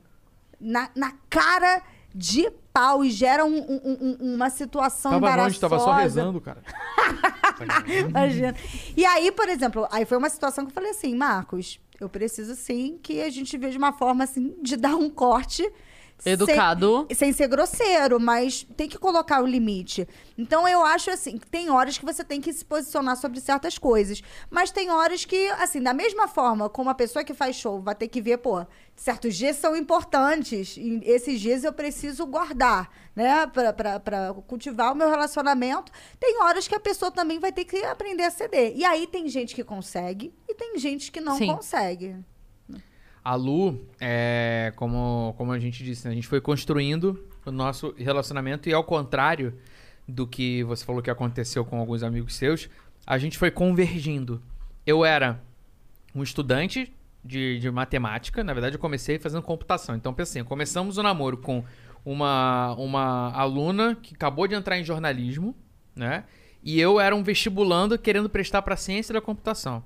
na, na cara de pau e gera um- um- um- uma situação Tava embaraçosa. longe, tava só rezando, cara. Imagina. E aí, por exemplo, aí foi uma situação que eu falei assim, Marcos, eu preciso sim que a gente veja uma forma assim de dar um corte. sem- Educado. sem ser grosseiro, mas tem que colocar o limite. Então eu acho assim, que tem horas que você tem que se posicionar sobre certas coisas, mas tem horas que, assim, da mesma forma como a pessoa que faz show vai ter que ver, pô, certos dias são importantes, e esses dias eu preciso guardar, né, pra, pra, pra cultivar o meu relacionamento. Tem horas que a pessoa também vai ter que aprender a ceder. E aí tem gente que consegue e tem gente que não Sim. consegue. A Lu, é, como, como a gente disse, né, a gente foi construindo o nosso relacionamento e ao contrário do que você falou que aconteceu com alguns amigos seus, a gente foi convergindo. Eu era um estudante de, de matemática, na verdade eu comecei fazendo computação, então pensei, começamos o namoro com uma, uma aluna que acabou de entrar em jornalismo, né? E eu era um vestibulando querendo prestar para ciência da computação.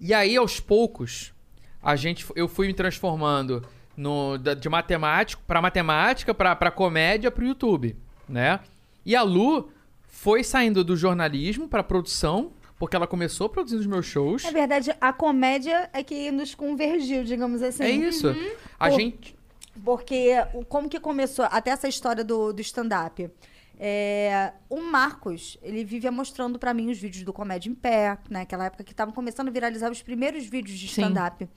E aí, aos poucos, a gente, eu fui me transformando no, da- de matemático para matemática, para pra comédia, pro YouTube, né? E a Lu foi saindo do jornalismo pra produção, porque ela começou produzindo os meus shows. Na É verdade, a comédia é que nos convergiu, digamos assim. É isso. A Pô. gente. Porque o- como que começou até essa história do, do stand-up? É, o Marcos, ele vivia mostrando pra mim os vídeos do Comédia em Pé, naquela época que estavam começando a viralizar os primeiros vídeos de Sim. stand-up.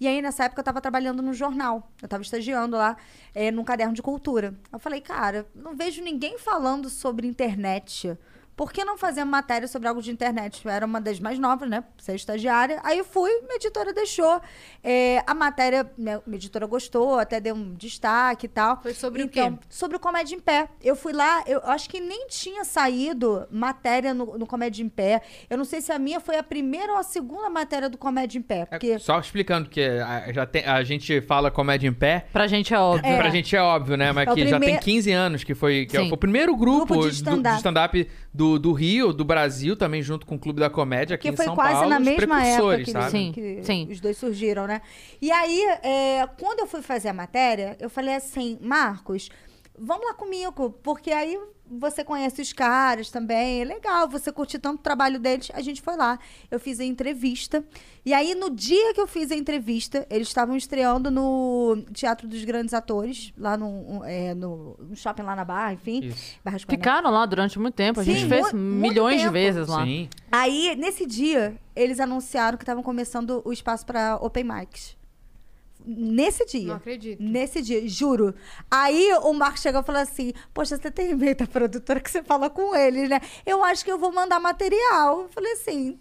E aí, nessa época, eu tava trabalhando no jornal. Eu tava estagiando lá, é, num caderno de cultura. Eu falei, cara, não vejo ninguém falando sobre internet. Por que não fazer matéria sobre algo de internet? Eu era uma das mais novas, né? Ser estagiária. Aí eu fui, minha editora deixou. É, a matéria, minha, minha editora gostou, até deu um destaque e tal. Foi sobre o Então, quê? Sobre o Comédia em Pé. Eu fui lá, eu acho que nem tinha saído matéria no, no Comédia em Pé. Eu não sei se a minha foi a primeira ou a segunda matéria do Comédia em Pé. é, Porque... Só explicando que a, já tem- a gente fala comédia em pé. Pra gente é óbvio. É. Pra gente é óbvio, né? Mas É o que já tem primeiro- 15 anos que foi, que Sim. foi o primeiro grupo, Grupo de do- stand-up. de stand-up do, do Rio, do Brasil, também junto com o Clube da Comédia aqui Porque em foi São quase Paulo. na os mesma época precursores, que, sabe? Sim, que sim. os dois surgiram, né? E aí, é, quando eu fui fazer a matéria, eu falei assim, Marcos, vamos lá comigo, porque aí você conhece os caras também, é legal, você curte tanto o trabalho deles. A gente foi lá, eu fiz a entrevista. E aí, no dia que eu fiz a entrevista, eles estavam estreando no Teatro dos Grandes Atores, lá no, é, no, no shopping lá na Barra, enfim. Isso. Barra de Guanabara. Ficaram lá durante muito tempo. A gente Sim, fez mu- muito milhões de tempo. vezes lá. Sim. Aí, nesse dia, eles anunciaram que estavam começando o espaço para open mics. Nesse dia. Não acredito. Nesse dia, juro. Aí o Marco chegou e falou assim: Poxa, você tem e-mail da produtora que você fala com ele, né? Eu acho que eu vou mandar material. Eu falei assim.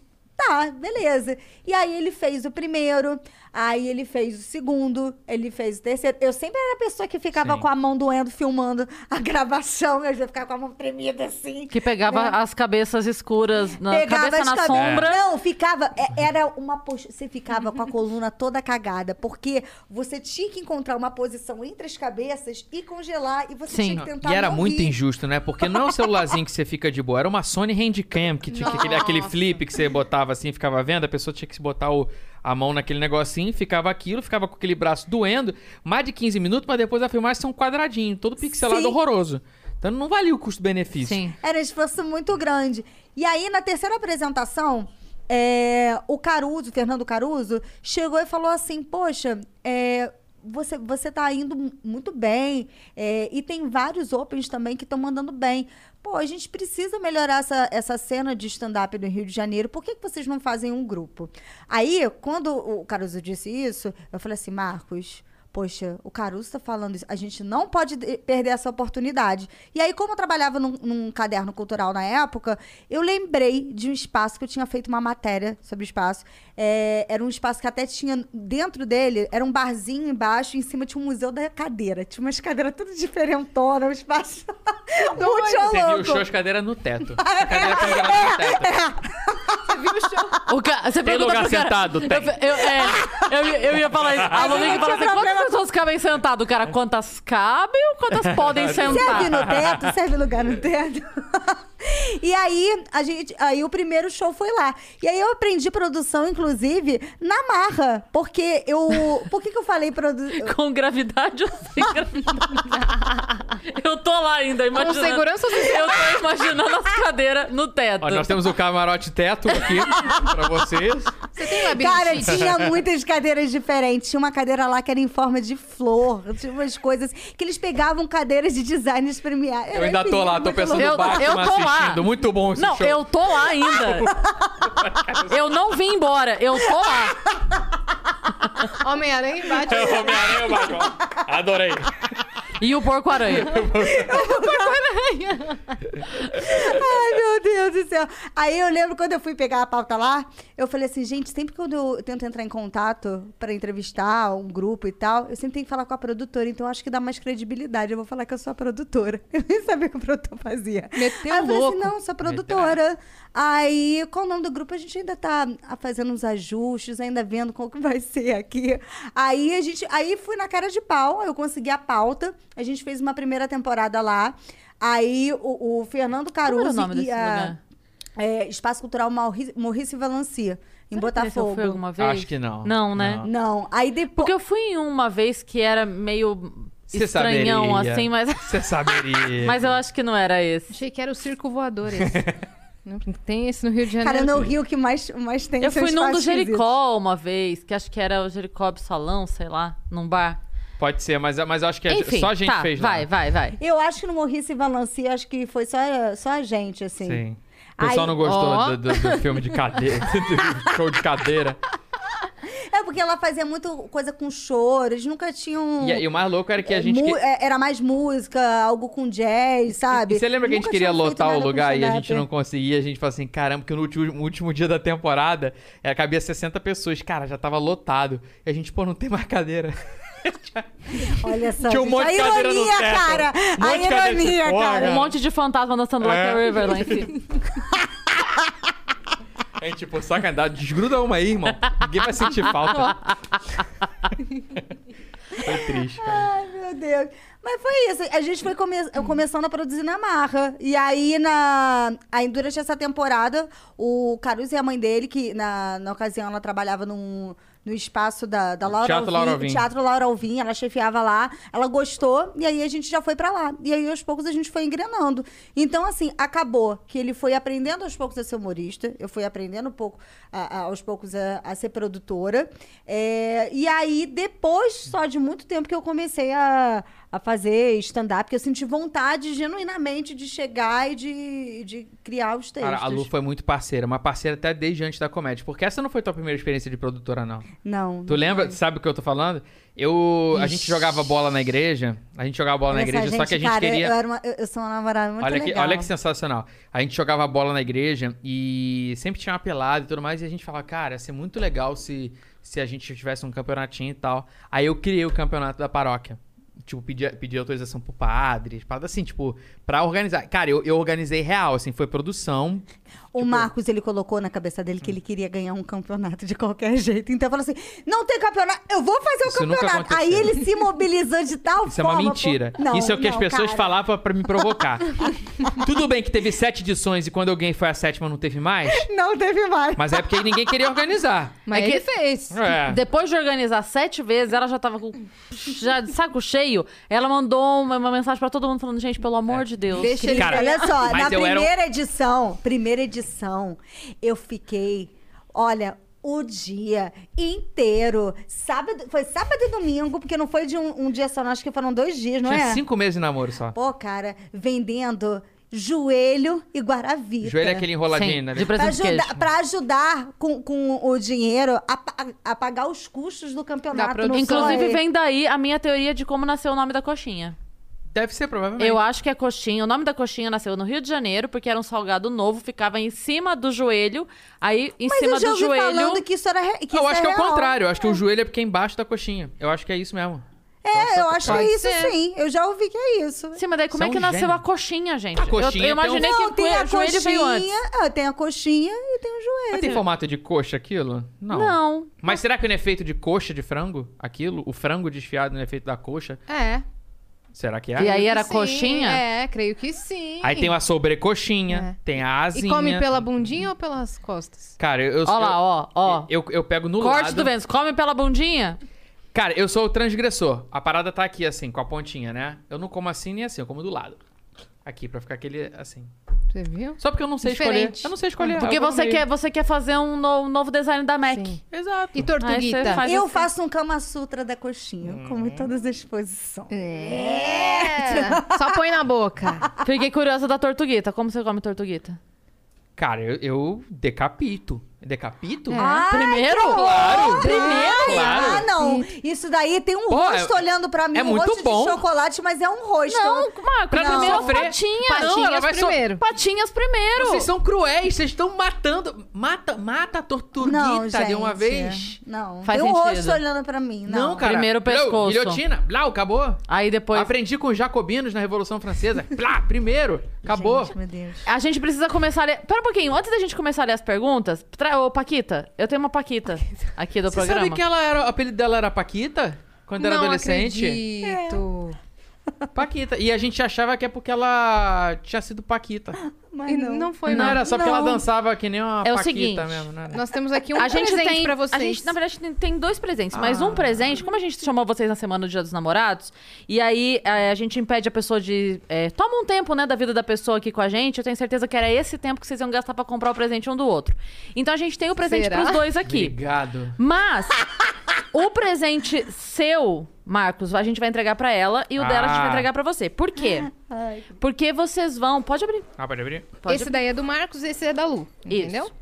Tá, beleza. E aí ele fez o primeiro, aí ele fez o segundo, ele fez o terceiro. Eu sempre era a pessoa que ficava Sim. com a mão doendo, filmando a gravação. Eu já ficava com a mão tremida assim. Que pegava as cabeças escuras, na cabeça as na cabe- sombra. Não, ficava. é- Era uma postura. Você ficava com a coluna toda cagada, porque você tinha que encontrar uma posição entre as cabeças e congelar. E você Sim. tinha que tentar. E era não muito rir. injusto, né? Porque não é um celularzinho que você fica de boa, era uma Sony Handycam, que tinha que- aquele, aquele flip que você botava assim, ficava vendo, a pessoa tinha que se botar o- a mão naquele negocinho, ficava aquilo, ficava com aquele braço doendo, mais de 15 minutos, mas depois a filmagem é um quadradinho, todo pixelado Sim. horroroso. Então não valia o custo-benefício. Sim. Era um esforço muito grande. E aí, na terceira apresentação, é, o Caruso, Fernando Caruso, chegou e falou assim: Poxa, é, você, você tá indo mu- muito bem. é, e tem vários opens também que estão mandando bem. Pô, a gente precisa melhorar essa, essa cena de stand-up no Rio de Janeiro. Por que, que vocês não fazem um grupo? Aí, quando o Caruso disse isso, eu falei assim, Marcos. Poxa, o Caruso tá falando isso. A gente não pode de- perder essa oportunidade. E aí, como eu trabalhava num, num caderno cultural na época, eu lembrei de um espaço que eu tinha feito uma matéria sobre espaço. É, era um espaço que até tinha dentro dele, era um barzinho embaixo, e em cima tinha um museu da cadeira. Tinha umas cadeiras tudo diferentonas, um espaço muito Você viu louco. o show de cadeira no teto. A cadeira pendurada no teto. O ca- Você Tem pergunta lugar pro cara- sentado? Tem. Eu, eu, é, eu, ia- eu ia falar isso. A Lulink fala assim, quantas pessoas cabem sentado? O cara, quantas cabem ou quantas podem Serve sentar? no teto, serve lugar no teto. E aí, a gente, aí o primeiro show foi lá. E aí eu aprendi produção, inclusive, na marra. Porque eu. Por que, que eu falei produção? Com gravidade ou sem gravidade? Eu tô lá ainda, imaginando. segurança ou sem Eu tô imaginando as cadeiras no teto. Ó, nós temos o camarote teto aqui pra vocês. Você tem labirintite? Cara, tinha muitas cadeiras diferentes. Tinha uma cadeira lá que era em forma de flor. Tinha umas coisas que eles pegavam cadeiras de designers premiados. Eu ainda tô lá, tô pensando Eu- no Batman eu tô lá. assistindo. Muito bom esse Não, um show. eu tô lá ainda. eu não vim embora, eu tô lá. Homem-Aranha e Batman. É o Homem-Aranha e o Batman. Adorei. E o porco-aranha. Ai, meu Deus do céu. Aí eu lembro quando eu fui pegar a pauta lá, eu falei assim, gente, sempre que eu tento entrar em contato pra entrevistar um grupo e tal, eu sempre tenho que falar com a produtora, então acho que dá mais credibilidade. Eu vou falar que eu sou a produtora. Eu nem sabia o que o produtor fazia. Meteu Aí eu falei louco. assim, não, sou a produtora. Aí, qual o nome do grupo? A gente ainda tá ah, fazendo uns ajustes, ainda vendo como que vai ser aqui. Aí a gente, aí fui na cara de pau, eu consegui a pauta. A gente fez uma primeira temporada lá. Aí o, o Fernando Como Caruso era o nome e desse a- lugar? é, Espaço Cultural Mauri- Maurício Valancia, em Será que eu fui Botafogo. alguma vez? Acho que não. Não, né? Não. Não, aí depois. Porque eu fui em uma vez que era meio Você estranhão, saberia. assim, mas, Você saberia. mas eu acho que não era esse. Achei que era o circo voador esse. Não tem esse no Rio de Janeiro. Cara, no Rio que mais, mais tem assim, Eu são fui num do espaços esquisitos. Jericó uma vez, que acho que era o Jericó Absalão, sei lá, num bar. Pode ser, mas, mas eu acho que a- Enfim, só a gente tá, fez vai, lá. vai, vai. Eu acho que no Maurício Valancia, acho que foi só, só a gente, assim. Sim. O pessoal Aí- não gostou Ó. do, do- do filme de cadeira, do show de cadeira. É porque ela fazia muito coisa com choro, eles nunca tinham. E, e o mais louco era que a gente. mu- que- é, Era mais música, algo com jazz, sabe? E você lembra que a gente Nunca queria tinham feito lotar nada o com lugar e a stand-up. gente não conseguia? A gente falou assim, caramba, que no último, no último dia da temporada é, cabia 60 pessoas. Cara, já tava lotado. E a gente, pô, não tem mais cadeira. Olha só. Tinha um gente, monte a de cadeira no ironia, teto. cara! Um monte de a cadeira de ironia, fora. cara! Um monte de fantasma dançando lá que é River lá em cima. A gente, pô, sacanagem, desgruda uma aí, irmão. Ninguém vai sentir falta. Foi triste, cara. Ai, meu Deus. Mas foi isso. A gente foi come- eu começando a produzir na marra. E aí, na... aí, durante essa temporada, o Caruso e a mãe dele, que na, na ocasião ela trabalhava num... no espaço da, da Laura Teatro Laura Alvim. Teatro Laura Alvim, ela chefiava lá. Ela gostou e aí a gente já foi pra lá. E aí, aos poucos, a gente foi engrenando. Então, assim, acabou que ele foi aprendendo aos poucos a ser humorista. Eu fui aprendendo um pouco, a- a- aos poucos, a, a ser produtora. É, e aí, depois só de muito tempo que eu comecei a, a fazer stand-up, porque eu senti vontade genuinamente de chegar e de, de criar os textos. Cara, a Lu foi muito parceira, uma parceira até desde antes da comédia. Porque essa não foi tua primeira experiência de produtora, não. Não. Tu lembra? Sabe o que eu tô falando? Eu. A gente jogava bola na igreja. A gente jogava bola na Essa igreja, só que a gente cara, queria. Eu, era uma- eu- eu sou uma namorada muito olha, que, legal. olha que sensacional. A gente jogava bola na igreja e sempre tinha uma pelada e tudo mais. E a gente falava, cara, ia ser muito legal se, se a gente tivesse um campeonatinho e tal. Aí eu criei o campeonato da paróquia. Tipo, pedi, pedi autorização pro padre, parada assim, tipo, pra organizar. Cara, eu, eu organizei real, assim, foi produção. O Tipo, Marcos, ele colocou na cabeça dele que ele queria ganhar um campeonato de qualquer jeito. Então falou assim: não tem campeonato, eu vou fazer o Isso nunca campeonato. aconteceu. Aí ele se mobilizou de tal Isso é forma. uma pô- mentira. Não, Isso é o que as não, pessoas cara. falavam pra me provocar. Tudo bem que teve sete edições e quando alguém foi a sétima não teve mais, Não teve mais. mas é porque ninguém queria organizar. Mas É ele que- fez. É. Depois de organizar sete vezes, ela já tava com já de saco cheio. Ela mandou uma, uma mensagem pra todo mundo falando: gente, pelo É. amor de Deus. Deixa ele Cara, Olha só, mas na eu era um- primeira edição, primeira edição, eu fiquei, olha, o dia inteiro, sábado, foi sábado e domingo, porque não foi de um, um dia só, não, acho que foram dois dias, não Tinha é? cinco meses de namoro só. Pô, cara, vendendo joelho e guaravita. Joelho é aquele enroladinho, Sim, né? de Pra presente de queijo. ajudar, pra ajudar com, com o dinheiro a, pa- a pagar os custos do campeonato. produção. não só Inclusive, ele. vem daí a minha teoria de como nasceu o nome da coxinha. Deve ser, provavelmente. Eu acho que a coxinha, o nome da coxinha nasceu no Rio de Janeiro, porque era um salgado novo, ficava em cima do joelho, aí em Mas cima eu já do ouvi falando joelho. que isso era re- que eu isso acho que é o real. contrário. Eu acho que o joelho é porque é embaixo da coxinha. Eu acho que é isso mesmo. É, eu acho que é Pode isso ser. sim. Eu já ouvi que é isso. Sim, mas daí como São é que nasceu gênios. a coxinha, gente? A Eu- coxinha eu, tem um- imaginei Não, que tem a o joelho veio antes. coxinha. ah, Tem a coxinha e tem o joelho. Mas tem formato de coxa aquilo? Não. Não. Mas será que não é feito de coxa de frango? Aquilo? O frango desfiado não é feito da coxa? É. Será que E é? aí era Sim, coxinha? É, creio que sim. Aí tem a sobrecoxinha, tem a E asinha. come pela bundinha ou pelas costas? Cara, eu, eu Ó lá, ó, ó. Eu, eu pego no Corte é, lado. do Vênus, come pela bundinha? Cara, eu sou o transgressor. A parada tá aqui, assim, com a pontinha, né? Eu não como assim nem assim, eu como do lado. Aqui, pra ficar aquele assim. Você viu? Só porque eu não sei Diferente. escolher. Eu não sei escolher. Porque eu vou no você meio. quer, você quer fazer um, no- um novo design da É Mac. Sim. Exato. E tortuguita? Aí você faz- eu assim. faço um Kama Sutra da coxinha, como em todas as posições. É. Só põe na boca. Fiquei curiosa da tortuguita. Como você come tortuguita? Cara, eu, eu decapito. É. Decapito? Ah, Primeiro? Claro! Primeiro, Ah, claro! não. Isso daí tem um Pô, rosto é- olhando pra mim, é um muito rosto bom. de chocolate, mas é um rosto. Não, Marco, Pra não. primeiro são sofrer. patinhas. Não, ela Patinhas vai só- primeiro. Patinhas primeiro. Vocês são cruéis, vocês estão matando. Mata, mata a tortuguita não de uma gente, vez. Não. Faz tem um sentido. rosto olhando pra mim. Não, Não, cara. Primeiro o Blau, pescoço. Guilhotina. Blau, acabou. Aí depois... Aprendi com os jacobinos na Revolução Francesa. Plá, primeiro. Acabou. Gente, meu Deus. A gente precisa começar a ler... Pera um pouquinho, antes da gente começar a ler as perguntas... Tra... Ô, Paquita, eu tenho uma Paquita aqui do Você programa. sabe que ela era, o apelido dela era Paquita? Quando era não adolescente? acredito. É. Paquita. E a gente achava que é porque ela tinha sido Paquita. Mas E não. não foi, não, não. era só porque ela Não. dançava que nem uma É o Paquita seguinte, mesmo, né? Nós temos aqui um a gente presente tem, pra vocês. Ah. A gente, na verdade, tem- tem dois presentes, mas um presente, como a gente chamou vocês na semana do Dia dos Namorados, e aí é, a gente impede a pessoa de. é, toma um tempo, né, da vida da pessoa aqui com a gente. Eu tenho certeza que era esse tempo que vocês iam gastar pra comprar o presente um do outro. Então a gente tem o presente Será? pros dois aqui. Obrigado. Mas o presente seu, Marcos, a gente vai entregar pra ela e o dela a gente Ah. vai entregar pra você. Por quê? Porque vocês vão. Pode abrir. Ah, pode abrir? Pode Ah, Esse daí é do Marcos, esse é da Lu. Entendeu? Isso.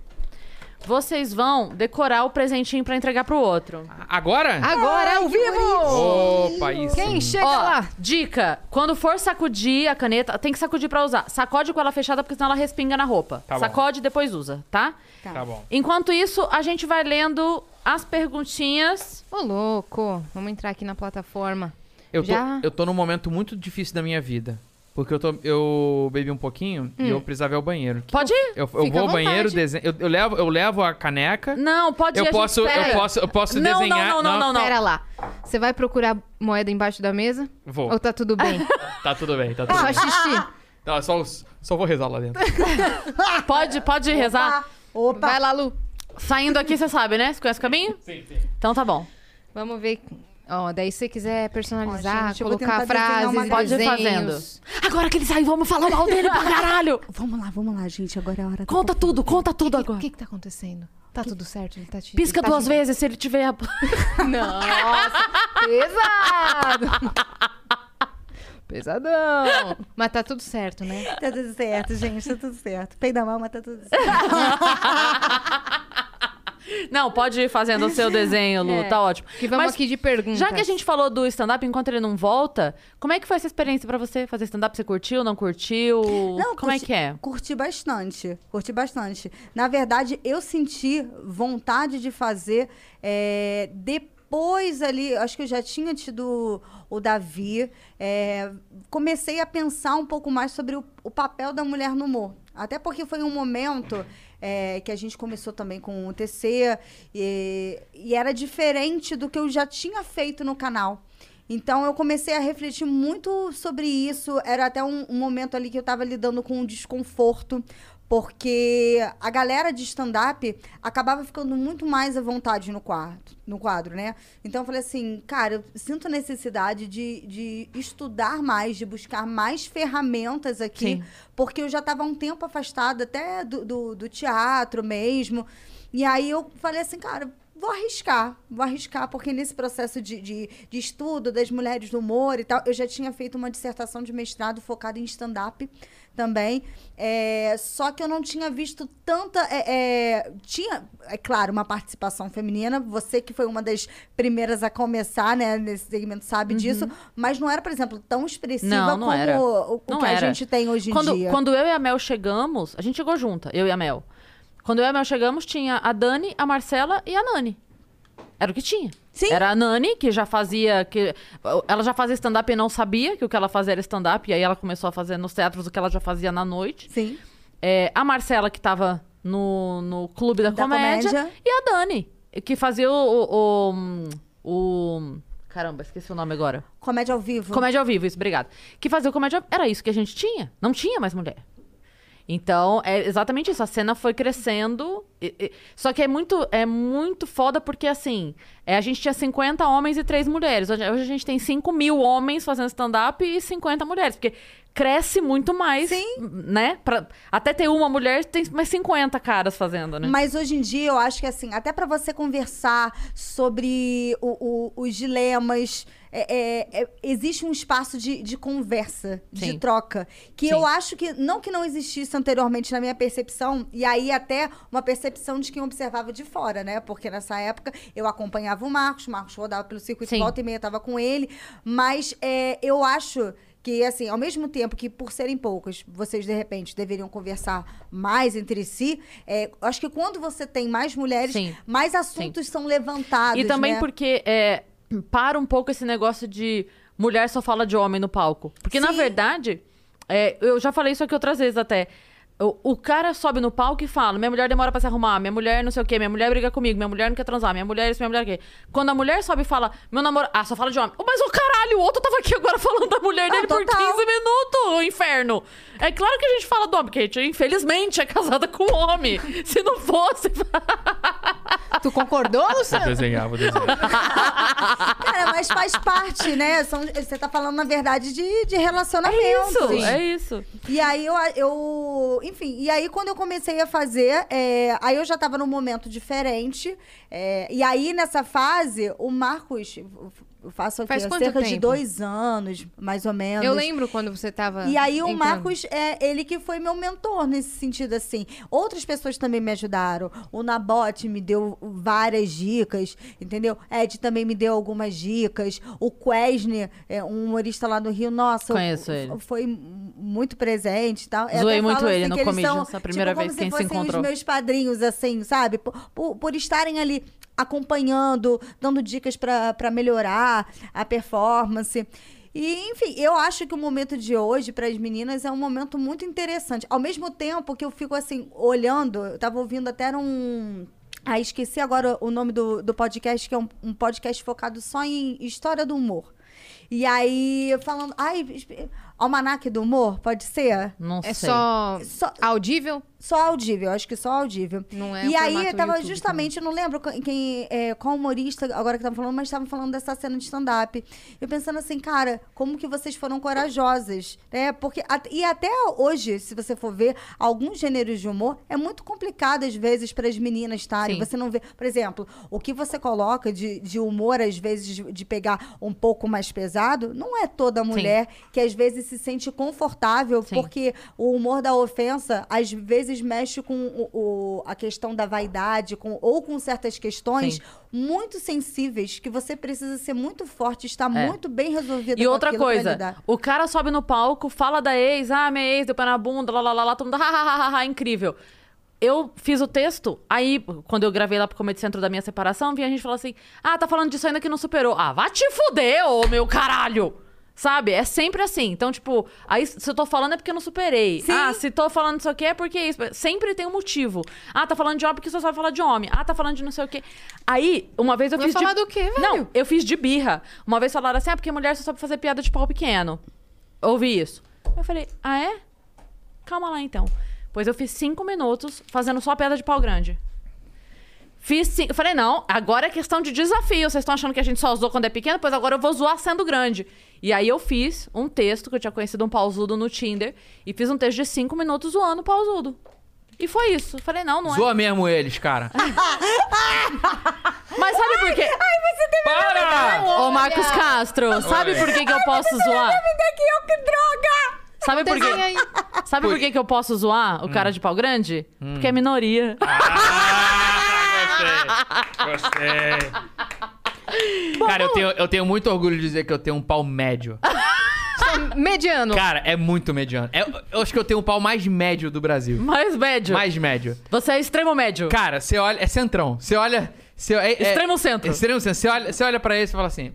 Vocês vão decorar o presentinho pra entregar pro outro. Agora? Agora, ao vivo! Opa, isso. Hum, Quem chega Ó, lá? dica. Quando for sacudir a caneta, tem que sacudir pra usar. Sacode com ela fechada, porque senão ela respinga na roupa. Tá bom. Sacode e depois usa, tá? Tá bom. Enquanto isso, a gente vai lendo as perguntinhas. Ô, louco. Vamos entrar aqui na plataforma. Eu tô, Já? eu tô num momento muito difícil da minha vida. Porque eu, tô, eu bebi um pouquinho e eu precisava ir ao banheiro. Pode ir? Eu, eu Hum. Fica vou à ao vontade. banheiro, desenho, eu, eu levo, eu levo a caneca. Não, pode ir. a eu, gente posso, eu espera. posso, eu posso Não, não, desenhar. não, não, não, não. Pera lá. Você vai procurar moeda embaixo da mesa? Vou. Ou tá tudo bem? Tá tudo bem, tá tudo Só bem. xixi. Tá, só, os- só vou rezar lá dentro. Pode, pode rezar. Tá. Opa, Vai lá, Lu. Saindo aqui, você sabe, né? Você conhece o caminho? Sim, sim. Então tá bom. Vamos ver. Ó, daí se você quiser personalizar, Ó, gente, eu vou colocar tentar desenhar uma frases, Pode Pode ir desenhos. fazendo. Agora que ele saiu, vamos falar mal dele pra caralho. vamos lá, vamos lá, gente. Agora é a hora da Conta tudo, conta tudo O agora. que que tá acontecendo? Tá tudo certo? Ele tá te... Pisca ele tá duas te- vezes se ele tiver. a- Nossa, pesado! Pesadão. Mas tá tudo certo, né? Tá tudo certo, gente, tá tudo certo. Peida mal, mas tá tudo certo. Não, pode ir fazendo o seu desenho, Lu, tá ótimo. É. Que vamos Mas aqui de perguntas. Já que a gente falou do stand-up, enquanto ele não volta, como é que foi essa experiência pra você? Fazer stand-up, você curtiu, não curtiu? como é curti- que é? Curti bastante, curti bastante. Na verdade, eu senti vontade de fazer é, depois ali, acho que eu já tinha tido o Davi, é, comecei a pensar um pouco mais sobre o, o papel da mulher no humor. Até porque foi um momento é, que a gente começou também com o TC e- e era diferente do que eu já tinha feito no canal. Então eu comecei a refletir muito sobre isso. Era até um, um momento ali que eu estava lidando com um desconforto, porque a galera de stand-up acabava ficando muito mais à vontade no quarto, no quadro, né? Então eu falei assim, cara, eu sinto necessidade de, de estudar mais, de buscar mais ferramentas aqui, Sim. porque eu já estava um tempo afastada até do, do, do teatro mesmo. E aí eu falei assim, cara, vou arriscar, vou arriscar, porque nesse processo de, de, de estudo das mulheres do humor e tal, eu já tinha feito uma dissertação de mestrado focada em stand-up também. É, só que eu não tinha visto tanta. é, é, tinha, é claro, uma participação feminina. Você que foi uma das primeiras a começar, né, nesse segmento sabe disso. Mas não era, por exemplo, tão expressiva Uhum. Não, não como era. o, o Não que era. a gente tem hoje em Quando, dia. quando eu e a Mel chegamos, a gente chegou junta, eu e a Mel. Quando eu e a Mel chegamos, tinha a Dani, a Marcela e a Nani. Era o que tinha. Sim. Era a Nani, que já fazia. Que, ela já fazia stand-up e não sabia que o que ela fazia era stand-up. E aí ela começou a fazer nos teatros o que ela já fazia na noite. Sim. É, a Marcela, que tava no, no Clube da, Da comédia, Comédia. E a Dani, que fazia o- o, o, o. Caramba, esqueci o nome agora. Comédia ao vivo. Comédia ao vivo, isso, obrigado. Que fazia o comédia. Era isso que a gente tinha. Não tinha mais mulher. Então, é exatamente isso. A cena foi crescendo. e- e- só que é muito, é muito foda porque, assim, é, a gente tinha 50 homens e 3 mulheres. Hoje, hoje a gente tem 5 mil homens fazendo stand-up e 50 mulheres. Porque cresce muito mais, né? Pra- até ter uma mulher, tem mais 50 caras fazendo, né? Mas hoje em dia eu acho que assim, até pra você conversar sobre o- o- os dilemas, é- é- é- existe um espaço de, de conversa, Sim. de troca. Que eu acho que, não que não existisse anteriormente na minha percepção, e aí até uma percepção de quem observava de fora, né? Porque nessa época eu acompanhava o Marcos, o Marcos rodava pelo circuito Sim. volta volta e meia tava com ele, mas é, eu acho que, assim, ao mesmo tempo que por serem poucas, vocês de repente deveriam conversar mais entre si, é, acho que quando você tem mais mulheres, Sim. mais assuntos são levantados. E também né? porque é, para um pouco esse negócio de mulher só fala de homem no palco. Porque, na Sim. verdade, é, eu já falei isso aqui outras vezes até. O, o cara sobe no palco e fala: minha mulher demora pra se arrumar, minha mulher não sei o quê, minha mulher briga comigo, minha mulher não quer transar, minha mulher isso, minha mulher aquilo. Quando a mulher sobe e fala, meu namorado. Ah, só fala de homem. Oh, mas o caralho, o outro tava aqui agora falando da mulher Ah, dele por 15 total. minutos, o inferno. É claro que a gente fala do homem, porque a gente, infelizmente, é casada com homem. Se não fosse. é Ah, Tu concordou, Vou Luciano? desenhar, vou desenhar. Cara, mas faz parte, né? São- você tá falando, na verdade, de, de relacionamentos. Isso, é isso. E aí eu, eu- Enfim, e aí quando eu comecei a fazer, é, aí eu já tava num momento diferente. é, e aí, nessa fase, o Marcos. Eu faço aqui Faz há quanto cerca de tempo? dois anos, mais ou menos. Eu lembro quando você tava. E aí o entrando. Marcos é ele que foi meu mentor nesse sentido assim. Outras pessoas também me ajudaram. O Nabote me deu várias dicas, entendeu? Ed também me deu algumas dicas. O Quesne, é um humorista lá do Rio, nossa, Conheço o- ele. foi m- muito presente, e tal. Eu Zoei até muito falo, ele assim, no que eles Comedians, são, a primeira tipo, vez que a como gente se se fossem encontrou. os meus padrinhos assim, sabe? Por, por, por estarem ali acompanhando, dando dicas pra pra melhorar a performance. E, enfim, eu acho que o momento de hoje para as meninas é um momento muito interessante. Ao mesmo tempo que eu fico assim, olhando, eu tava ouvindo até um. Ah, esqueci agora o nome do, do podcast, que é um, um podcast focado só em história do humor. E aí, falando. Ai, almanac do humor, pode ser? Não É sei. só Só, audível? só audível, acho que é só audível. Não é E o aí formato eu tava YouTube justamente, eu não lembro qu- quem, é, qual humorista agora que tava falando, mas estavam falando dessa cena de stand-up. Eu pensando assim, cara, como que vocês foram corajosas, né? Porque at- e até hoje, se você for ver, alguns gêneros de humor é muito complicado às vezes para as meninas estarem. Sim. Você não vê, por exemplo, o que você coloca de, de humor às vezes de, de pegar um pouco mais pesado pesado, não é toda mulher que às vezes se sente confortável, Sim. porque o humor da ofensa às vezes mexe com o- o- a questão da vaidade com, ou com certas questões Sim. muito sensíveis que você precisa ser muito forte, estar muito bem resolvido E com outra aquilo pra coisa, lidar. o cara sobe no palco, fala da ex, ah, minha ex deu pé na bunda, lá, lá, lá, lá, todo mundo, "Ha, ha, ha, ha, ha", incrível. Eu fiz o texto, aí, quando eu gravei lá pro Comedy Centro da minha separação, vinha a gente falar assim, ah, tá falando disso ainda que não superou. Ah, vá te fuder, ô meu caralho! Sabe? É sempre assim. Então, tipo, aí se eu tô falando é porque eu não superei. Ah, se tô falando isso aqui é porque isso. Sempre tem um motivo. Ah, tá falando de homem porque só sabe falar de homem. Ah, tá falando de não sei o quê. Aí, uma vez eu Vai fiz de... falar do quê, velho? Não, eu fiz de birra. Uma vez falaram assim, ah, porque mulher só sabe fazer piada de pau pequeno. Eu Ouvi isso. Eu falei, ah, é? Calma lá, então. Pois eu fiz cinco minutos fazendo só piada de pau grande. Fiz cinco... Eu falei, não, agora é questão de desafio. Vocês estão achando que a gente só zoou quando é pequeno? Pois agora eu vou zoar sendo grande. E aí eu fiz um texto, que eu tinha conhecido um pausudo no Tinder, e fiz um texto de cinco minutos zoando o pausudo. E foi isso. Eu Falei, não, não é. Zoa mesmo eles, cara. Ah, Mas sabe por quê? Para! Ô, Marcos Olha! Castro, sabe por que, que eu posso zoar? Sabe por Desenha quê? aí. Hum. Sabe por que, que eu posso zoar o cara de pau grande? Porque é minoria. Ah. Cara, eu tenho, eu tenho muito orgulho de dizer que eu tenho um pau médio. Sou mediano. Cara, é muito mediano. É- eu acho que eu tenho um pau mais médio do Brasil. Mais médio. Mais médio. Você é extremo médio. Cara, você olha. É centrão. Você olha. Você, é, é- Extremo centro. Extremo centro. Você olha, você olha pra ele e você fala assim.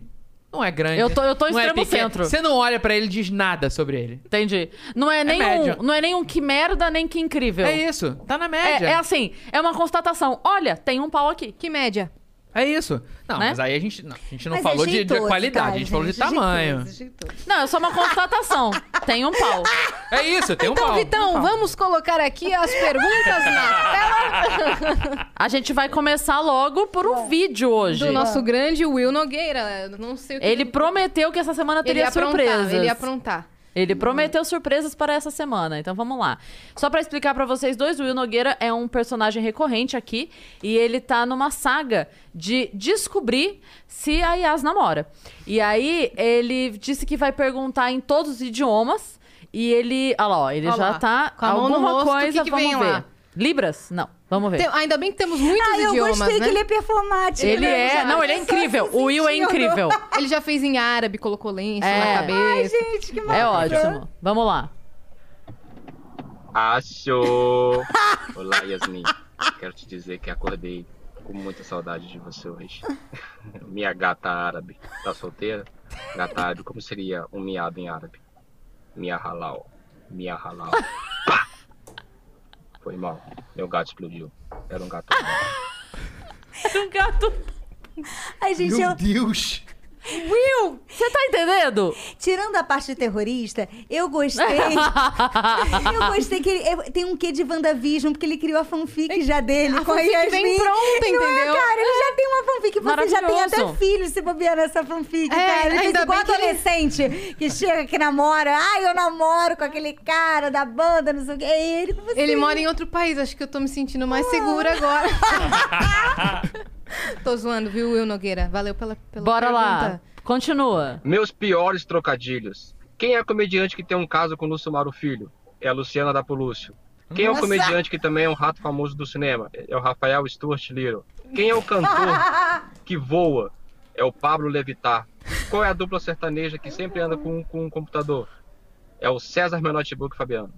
Não é grande. Eu tô- eu tô não é extremo pequeno." centro. Você não olha pra ele e diz nada sobre ele. Entendi. Não é nem médio. um, não é nem um que merda, nem que incrível. É isso. Tá na É, média. é assim, é uma constatação. Olha, tem um pau aqui. Que média. É isso. Não, Né? mas aí a gente não, a gente não Mas é falou de, de jeitoso, qualidade, tá, a gente falou de gente? Jeitoso, tamanho. jeitoso. Não, é só uma constatação. tem um pau. É isso, tem um Então, pau. Vitão, vamos colocar aqui as perguntas na tela A gente vai começar logo por um vídeo hoje. do nosso grande Will Nogueira. Eu Não sei o que Ele prometeu que essa semana ele ia teria aprontar. surpresas. Ele ia aprontar. Ele prometeu surpresas para essa semana, então vamos lá. Só pra explicar pra vocês dois, o Will Nogueira é um personagem recorrente aqui e ele tá numa saga de descobrir se a Yas namora. E aí ele disse que vai perguntar em todos os idiomas e ele, olha lá, ó, ele Olha já lá, tá com a mão no alguma rosto, o que coisa, que vamos vem ver. lá? Libras? Não, vamos ver. Tem- um ainda bem que temos muitos Ah, eu idiomas, gostei né? que ele é performático. Ele né, é, gente? não, ele é Só incrível. se O Will é sentindo. incrível. Ele já fez em árabe, colocou lenço É. na cabeça. Gente, que É maravilha. ótimo. Vamos lá. Achou! Olá, Yasmin. Quero te dizer que acordei com muita saudade de você hoje. Minha gata árabe. Tá solteira? Gata árabe, como seria um miado em árabe? Minha halal. Minha halal. Pá! Foi mal. Meu gato explodiu. Era um gato. Um gato. Ai, gente, eu, Deus! Will, Você tá entendendo? tirando a parte de terrorista, eu gostei. eu gostei que ele é- tem um quê de WandaVision, porque ele criou a fanfic já dele com a fanfic Yasmin. vem pronta, Não entendeu? É, cara, ele já tem uma fanfic. Você já tem até Maravilhoso. filho se bobear nessa fanfic, É, cara. Ele fez ainda igual bem que ele- adolescente que chega, que namora. Ah, eu namoro com aquele cara da banda, não sei o quê. É ele com você. Ele mora em outro país, acho que eu tô me sentindo mais segura agora. tô zoando, viu, Will Nogueira? Valeu pela, pela Bora lá. pergunta. Continua. Meus piores trocadilhos. Quem é comediante que tem um caso com Lúcio Maro Filho? É a Luciana da Polúcio. Quem é o comediante que também é um rato famoso do cinema? É o Rafael Stuart Little. Quem é o cantor que voa? É o Pablo Levitar. Qual é a dupla sertaneja que sempre anda com, com um computador? É o César meu notebook Fabiano.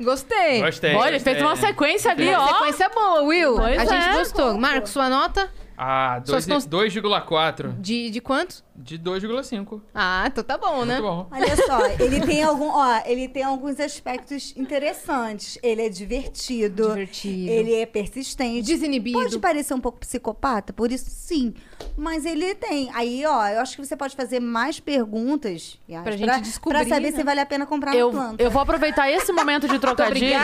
Gostei. Gostei. Olha, ele fez uma sequência ali, ó. Sequência boa, Will. Pois a gente é, gostou. Marcos, sua nota Ah, Suas dois- cons- 2,4. de, de quanto? De 2,5. Ah, então tá bom, né? Muito bom. Olha só, ele tem algum, ó, ele tem alguns aspectos interessantes. Ele é divertido. Divertido. Ele é persistente. Desinibido. Pode parecer um pouco psicopata, por isso sim. Mas ele tem. Aí, ó, eu acho que você pode fazer mais perguntas Yas, Pra gente descobrir, pra saber né? se vale a pena comprar Eu, no plano. eu vou aproveitar esse momento de trocadilho.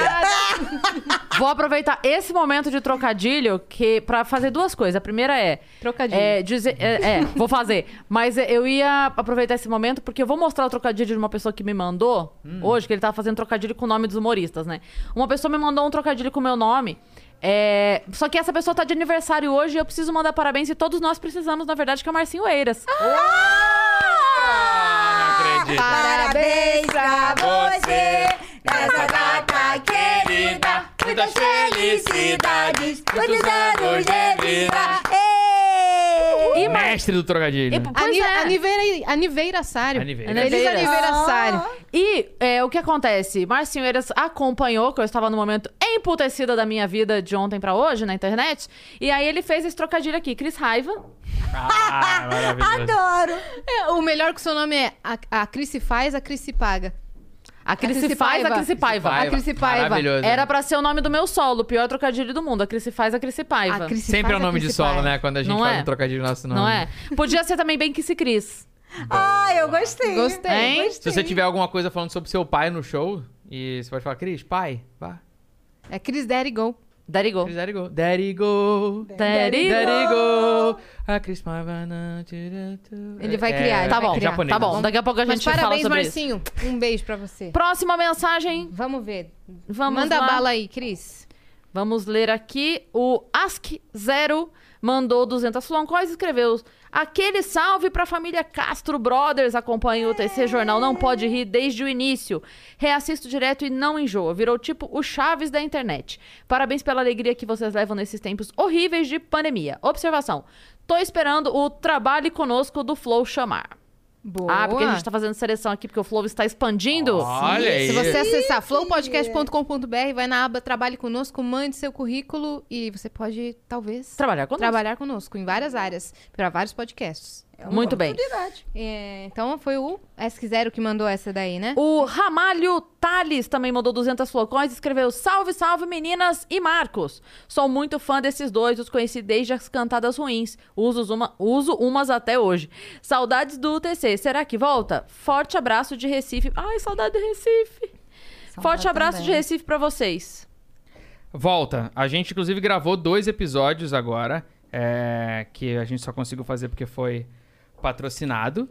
vou aproveitar esse momento de trocadilho que para fazer duas coisas. A primeira é Trocadilho. é, dizer, é, é, vou fazer. Mas é, eu ia aproveitar esse momento porque eu vou mostrar o trocadilho de uma pessoa que me tá mandou hoje, que ele tava fazendo trocadilho com o nome dos humoristas, né? Uma pessoa me mandou um trocadilho com o meu nome. É, Só que essa pessoa tá de aniversário hoje e eu preciso mandar parabéns e todos nós precisamos, na verdade, que é o Marcinho Eiras. Ah, não acredito. Parabéns pra você, nessa data querida. Muitas felicidades, muitos anos de vida. E Mar- Mestre do e- trocadilho. pois Ani é. Aniveira, aniversário. Aniveira. Feliz Aniveira. aniversário. E é, o que acontece? Marcinho Eiras acompanhou, que eu estava no momento emputecida da minha vida de ontem pra hoje na internet. E aí ele fez esse trocadilho aqui. Cris Raiva. Ah, maravilhoso. Adoro. É, o melhor que o seu nome é a, a Cris se faz, a Cris se paga. A Cris Cris se faz, a Paiva. Cris se Paiva. é Paiva. A Cris Paiva. Maravilhoso. Era pra ser o nome do meu solo, o pior trocadilho do mundo. A Cris se faz, a Cris se Paiva. A Cris se Sempre faz, é o a nome Cris de se solo, paga. né? Quando a gente Não faz é? um trocadilho nosso nome. Não é? Podia ser também bem que se Cris. Ah, eu gostei. Gostei. Hein? Se você tiver alguma coisa falando sobre seu pai no show, e você pode falar, Cris, pai, vá. É Cris Daddy Go. There you go. Cris, there you go. There you go. There you There you go. go. A Cris Paiva, na- tira- tu- Ele vai criar, ele Tá vai bom, criar. japonês. tá bom. Daqui a pouco a Mas gente fala parabéns, sobre isso. Marcinho. Um beijo pra você. Próxima mensagem. Vamos ver. Vamos Manda lá. bala aí, Cris. Vamos ler aqui. O Ask0 mandou 200 floncóis e escreveu... Aquele salve pra família Castro Brothers. Acompanha o TC Jornal. Não pode rir desde o início. Reassisto direto e não enjoa. Virou tipo o Chaves da internet. Parabéns pela alegria que vocês levam nesses tempos horríveis de pandemia. Observação. Tô esperando o Trabalhe Conosco do Flow chamar. Boa. Ah, porque a gente tá fazendo seleção aqui, porque o Flow está expandindo. Olha aí. Se você acessar flowpodcast.com.br, vai na aba Trabalhe Conosco, mande seu currículo e você pode, talvez, Trabalhar conosco. trabalhar conosco em várias áreas, para vários podcasts. Muito bem. É, então foi o S0 que mandou essa daí, né? O Ramalho Tales também mandou 200 flocões e escreveu Salve, salve meninas e Marcos. Sou muito fã desses dois, os conheci desde as cantadas ruins. Uso, uma, uso umas até hoje. Saudades do UTC, será que volta? Forte abraço de Recife. Ai, saudade do Recife. Forte abraço de Recife pra vocês. Volta. A gente, inclusive, gravou dois episódios agora, é, que a gente só conseguiu fazer porque foi patrocinado.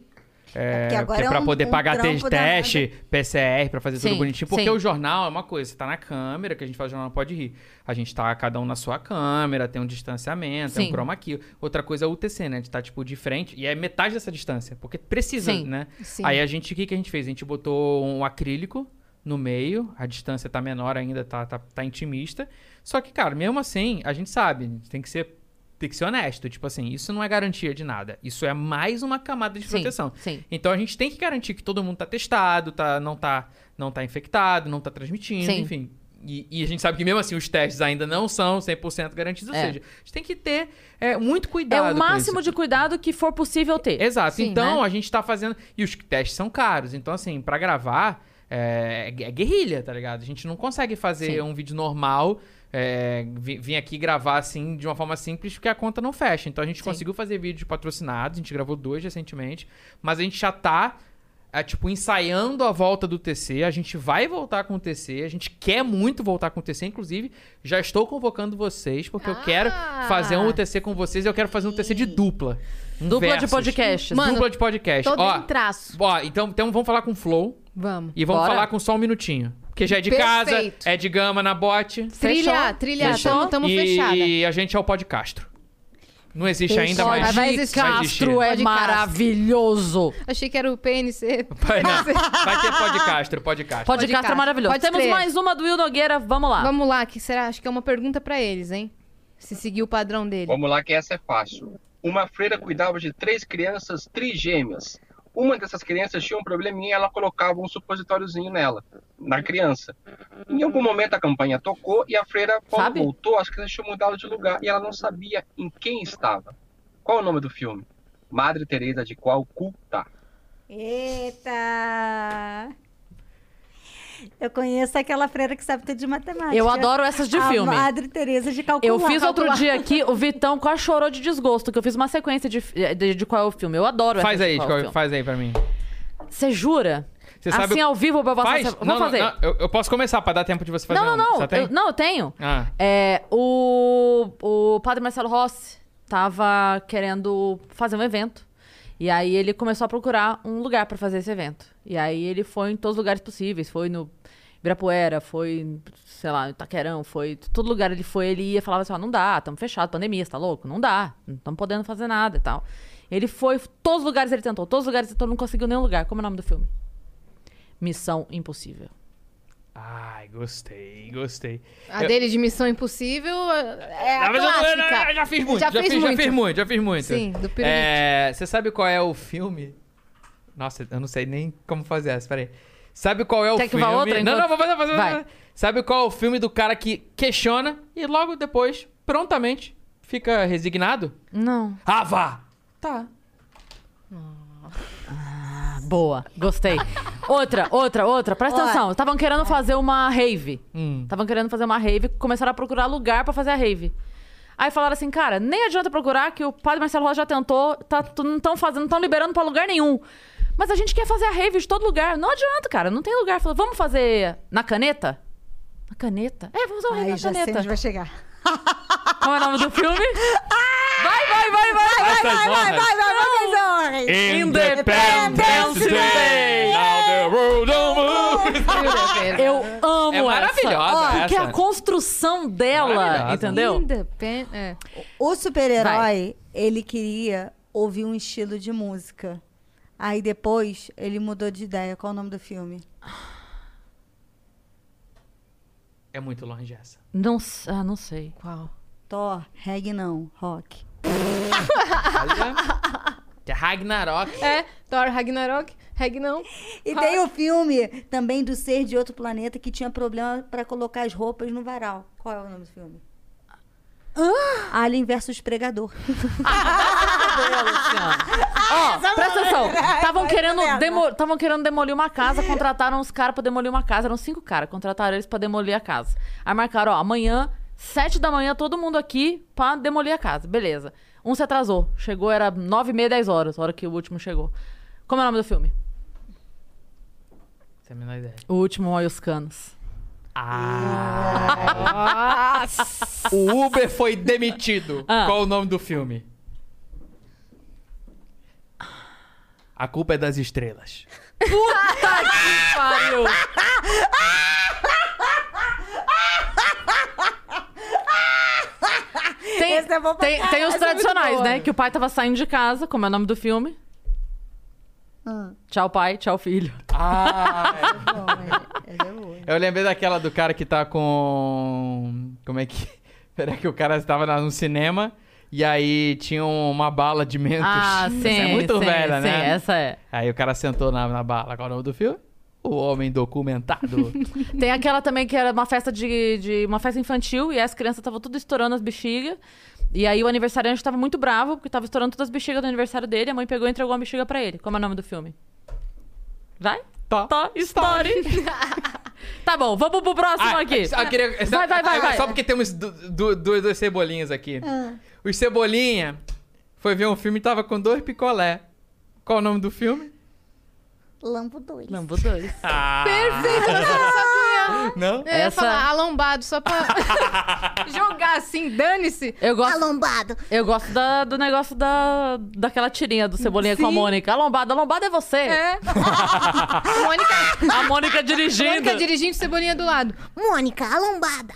É É, porque agora porque é pra um- poder um pagar teste, trampo danado. teste, PCR, pra fazer Sim, tudo bonitinho. Porque sim. o jornal é uma coisa, você tá na câmera, que a gente faz jornal não pode rir. A gente tá cada um na sua câmera, tem um distanciamento, tem Sim. um chroma key. Outra coisa é o UTC, né? A gente tá, tipo, de frente, e é metade dessa distância, porque precisa, Sim, né? sim. Aí a gente, o que, que a gente fez? A gente botou um acrílico no meio, a distância tá menor ainda, tá, tá, tá intimista. Só que, cara, mesmo assim, a gente sabe, tem que ser. Tem que ser honesto, tipo assim, isso não é garantia de nada. Isso é mais uma camada de Sim, proteção. sim. Então a gente tem que garantir que todo mundo tá testado, tá, não, tá, não tá infectado, não tá transmitindo, Sim. enfim. E, e a gente sabe que mesmo assim os testes ainda não são 100% garantidos. Ou É. seja, a gente tem que ter é, muito cuidado. é o com máximo isso. de cuidado que for possível ter. Exato. Sim, então né? a gente tá fazendo. E os testes são caros. Então, assim, pra gravar é, é guerrilha, tá ligado? A gente não consegue fazer Sim. um vídeo normal. é, vi- vir aqui gravar assim de uma forma simples porque a conta não fecha. Então a gente Sim. conseguiu fazer vídeos patrocinados, a gente gravou dois recentemente, mas a gente já tá é, tipo ensaiando a volta do TC. A gente vai voltar com o TC, a gente quer muito voltar com o TC, inclusive já estou convocando vocês porque eu quero Ah! fazer um UTC com vocês e eu quero fazer um UTC de dupla. Dupla de Versus. podcasts. Mano, dupla de podcast. Todo Ó, em traço. ó, então, então vamos falar com o Flow Vamos. e vamos Bora. falar com só um minutinho. Porque já é de Perfeito. casa, é de gama na bote. Trilha, Fechou? trilha, Fechou? tamo, tamo e fechada. a gente é o Podcastro. Não existe ainda, Fechou. mas. Mas vai De existir. Castro Vai é existir. maravilhoso. Achei que era o PNC. Vai, não. vai ter Podcastro, Podcastro. Pode, Castro é Castro. maravilhoso. Pode Temos crer. mais uma do Will Nogueira, vamos lá. Vamos lá, que será? Acho que é uma pergunta pra eles, hein? Se seguir o padrão dele. Vamos lá que essa é fácil. Uma freira cuidava de três crianças trigêmeas. Uma dessas crianças tinha um probleminha e ela colocava um supositóriozinho nela, na criança. Em algum momento a campanha tocou e a freira, quando Sabe? voltou, as crianças tinham mudado de lugar e ela não sabia em quem estava. Qual o nome do filme? Madre Teresa de Calcutá. Eita! Eu conheço aquela freira que sabe tudo de matemática. Eu adoro essas de a filme. Madre Teresa de calcular. Eu fiz outro calcular. dia aqui, o Vitão quase chorou de desgosto, que eu fiz uma sequência de, de, de qual é o filme. Eu adoro Faz essa aí, de qual é o filme. faz aí pra mim. Você jura? Você assim, sabe o- ao vivo, eu vou passar... Faz? essa- Vamos Não, não, fazer. não, eu, eu posso começar pra dar tempo de você fazer Não, não, uma. não. Só tem? Eu, não, eu tenho. Ah. É, o, o padre Marcelo Rossi tava querendo fazer um evento. E aí ele começou a procurar um lugar pra fazer esse evento. E aí ele foi em todos os lugares possíveis. Foi no Ibirapuera, foi, sei lá, Itaquerão, foi. Todo lugar ele foi, ele ia e falava assim: ó, não dá, estamos fechados, pandemia, você tá louco? Não dá, não estamos podendo fazer nada e tal. Ele foi, todos os lugares ele tentou, todos os lugares ele tentou, não conseguiu nenhum lugar. Como é o nome do filme? Missão Impossível. Ai, gostei, gostei. A Eu- dele de Missão Impossível é a Não, mas eu- eu- eu- clássica. eu já fiz muito, Já já, fez fiz, já muito. fiz muito, já fiz muito. Sim, do pirulito. É, Você sabe qual é o filme? Nossa, eu não sei nem como fazer essa, peraí. Sabe qual é o Quer que filme? vá outra não, enquanto- não, vou fazer, vou fazer. Vai. vou fazer. Sabe qual é o filme do cara que questiona e logo depois, prontamente, fica resignado? Não. Ah, vá! Tá. Ah, boa, gostei. Outra, outra, outra. Presta atenção. Estavam querendo fazer uma rave. Hum. Estavam querendo fazer uma rave. Começaram a procurar lugar pra fazer a rave. Aí falaram assim, cara, nem adianta procurar que o padre Marcelo Rocha já tentou. Tá, tu- não estão fazendo, não estão liberando pra lugar nenhum. Mas a gente quer fazer a rave de todo lugar. Não adianta, cara. Não tem lugar. Falou, vamos fazer na caneta? Na caneta? É, vamos fazer uma rave Aí na já sei caneta. onde vai chegar. Qual é o nome do filme? vai, vai, vai, vai. Vai, Vai, vai, vocês honrem. Independence Day! Now the world don't move! Eu amo É maravilhosa essa. Porque essa. a construção dela, Maravilhosa. Ah, entendeu? Independ- é. O super-herói, ele queria ouvir um estilo de música. Aí depois ele mudou de ideia. Qual o nome do filme? É muito longe essa. Não, s- ah, não sei. Qual? Thor, reggae não, rock. Olha. Que é Ragnarok. É, Thor Ragnarok, Rag não. E tem o filme também do ser de outro planeta que tinha problema pra colocar as roupas no varal. Qual é o nome do filme? Alien versus Pregador. Ó, presta atenção. Estavam querendo, demo- tavam querendo demolir uma casa, contrataram os caras pra demolir uma casa. Eram cinco caras, contrataram eles pra demolir a casa. Aí marcaram, ó, amanhã, sete da manhã, todo mundo aqui pra demolir a casa. Beleza. Um se atrasou. Chegou, era nove e meia, dez horas, a hora que o último chegou. Como é o nome do filme? Não tem a menor ideia. O Último Olha os Canos. O Uber foi demitido. Ah. Qual o nome do filme? A culpa é das estrelas. Pariu. Tem, Esse é bom pra tem- tem os tradicionais, né? Que o pai tava saindo de casa, como é o nome do filme. Ah. Tchau, pai, tchau, filho. é, Eu lembrei daquela do cara que tá com. Como é que. Peraí, que o cara estava lá no cinema e aí tinha uma bala de mentos. Ah, sim. Essa é muito sim, velha, sim, né? Essa é. Aí o cara sentou na, na bala. Qual é o nome do filme? O Homem Documentado. Tem aquela também que era uma festa de, de- uma festa infantil e as crianças estavam tudo estourando as bexigas. E aí o aniversariante tava muito bravo porque tava estourando todas as bexigas do aniversário dele. A mãe pegou e entregou uma bexiga pra ele. Como é o nome do filme? Vai? Tá. Tá, story. tá bom, vamos pro próximo Ah, aqui. só queria- só- Vai, vai, vai, ah, vai. Só porque temos du- du- du- dois cebolinhas aqui. Ah. Os cebolinha foi ver um filme e tava com dois picolé. Qual o nome do filme? Lambo 2. Não, vou dois. Ah. Perfeito, mas eu sabia. Não? Eu ia Essa- falar alombado, só pra jogar assim, dane-se. Eu gosto, Alombado. eu gosto da- do negócio da, daquela tirinha do Cebolinha com a Mônica. A lombada, a lombada é você. É. Mônica, A Mônica dirigindo. Mônica dirigindo cebolinha do lado. Mônica, alombada.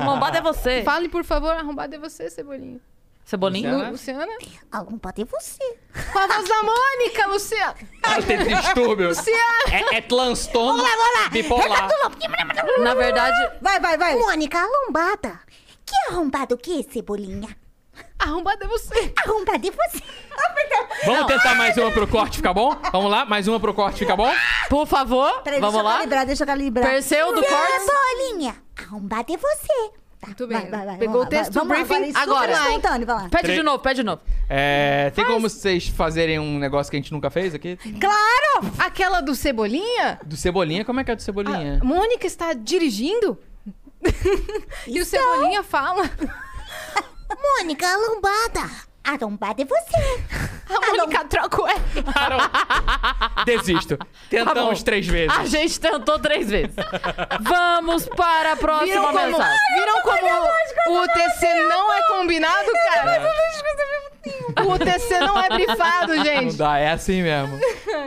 A lombada é você. Fale, por favor, arrombado é você, cebolinha. Cebolinha? Luciana? Luciana? Alombada é você. Com a voz da Mônica, Luciana. Ah. Ela Ah, tem distúrbio. é, é transtorno bipolar. Na verdade, Vai, vai, vai. Mônica, alombada. Que arrombado que é, Cebolinha? Arrombado é você. Arrombado é você. Vamos tentar mais um. uma pro corte, fica bom? Vamos lá, mais uma pro corte, fica bom? por favor, Peraí, vamos deixa eu lá. calibrar, deixa eu calibrar. Perseu do Cortes. Cebolinha, arrombado é você. Tá. Muito bem. Vai, vai, vai. Pegou vamos o lá, texto vai, do vamos lá, briefing. isso agora. super espontâneo, vai lá. Pede de Três. novo, pede de novo. É, tem como vocês fazerem um negócio que a gente nunca fez aqui? Claro! Aquela do Cebolinha? Do cebolinha, como é que é do cebolinha? Mônica está dirigindo? e o Cebolinha fala. Mônica, alombada. Arrombada é você. A Ah, Mônica troca o R. Desisto. Ah. Tá Tentamos bom. três vezes. A gente tentou três vezes. Vamos para a próxima Viram como, mensagem. viram como o TC não é combinado, cara? O TC não é brifado, Não gente. dá, é assim mesmo.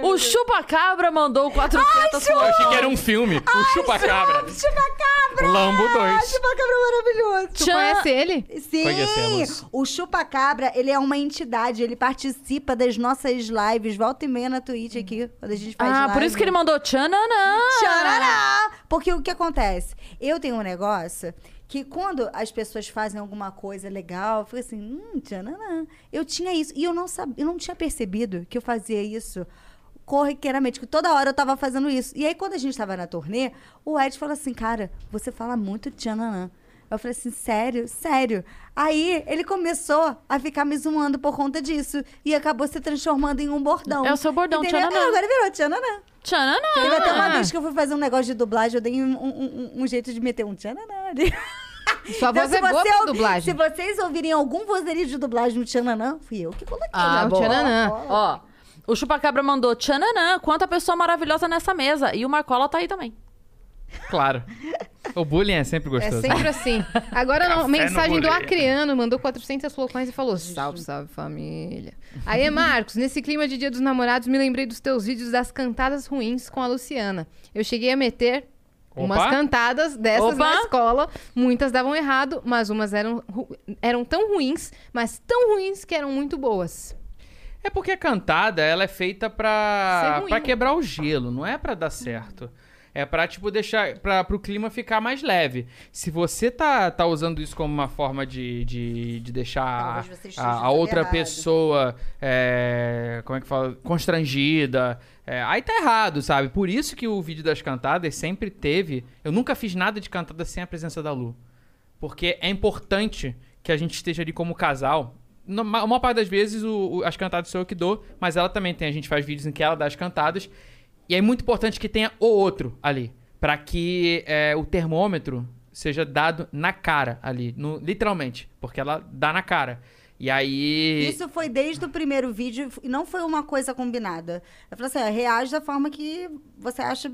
um O Chupacabra mandou quatro tetas Eu achei que era um filme. o Chupacabra. um Chupacabra! Lambo dois. Chupacabra é maravilhoso. Tu Tchan. conhece ele? Sim, Conhecemos. o Chupacabra, ele é uma entidade, ele participa das nossas lives, volta e meia na Twitch aqui, quando a gente faz Ah, live. por isso que ele mandou tchananã. Tcharará! Porque o que acontece? Eu tenho um negócio que quando as pessoas fazem alguma coisa legal, eu fico assim, hum, tchananã. Eu tinha isso. E eu não, sab... eu não tinha percebido que eu fazia isso corriqueiramente, que toda hora eu tava fazendo isso. E aí, quando a gente tava na turnê, o Ed falou assim, cara, você fala muito tchananã. Eu falei assim, sério, sério. Aí ele começou a ficar me zoando por conta disso. E acabou se transformando em um bordão. É o seu bordão, Entendeu? tchananã. Agora virou tchananã. Teve até Ah. uma Tchananã. vez que eu fui fazer um negócio de dublagem, eu dei um, um- um- um jeito de meter um tchananã ali. Sua voz é boa pra ou- dublagem. se vocês ouvirem algum vozerio de dublagem no tchananã, fui eu que coloquei. tá Ah, Não, boa. tchananã. Ó, o Chupacabra mandou tchananã. Quanta pessoa maravilhosa nessa mesa. E o Marcola tá aí também. Claro. O bullying é sempre É gostoso. sempre assim. Agora, não, Café mensagem no do rolê. Acreano, mandou 400 flocões e falou: Salve, salve família. Aê, Marcos, nesse clima de Dia dos Namorados, me lembrei dos teus vídeos das cantadas ruins com a Luciana. Eu cheguei a meter. Opa. Umas cantadas dessas Opa. na escola, muitas davam errado, mas umas eram, ru- eram tão ruins, mas tão ruins que eram muito boas. É porque a cantada, ela é feita Ser pra, ruim. pra quebrar o gelo, não é pra dar certo. É pra, tipo, deixar. Pra, pro clima ficar mais leve. Se você tá, tá usando isso como uma forma de, de, de deixar Talvez você a, esteja a tudo outra errado. pessoa. é, como é que fala? Constrangida. é, aí tá errado, sabe? Por isso que o vídeo das cantadas sempre teve. Eu nunca fiz nada de cantada sem a presença da Lu. Porque é importante que a gente esteja ali como casal. Na ma- a maior parte das vezes, o- o- as cantadas sou eu que dou, mas ela também tem. A gente faz vídeos em que ela dá as cantadas. E é muito importante que tenha o outro ali. Pra que é, o termômetro seja dado na cara ali. no- literalmente. Porque ela dá na cara. E aí. Isso foi desde o primeiro vídeo e não foi uma coisa combinada. Eu falei assim, ó, reage da forma que você acha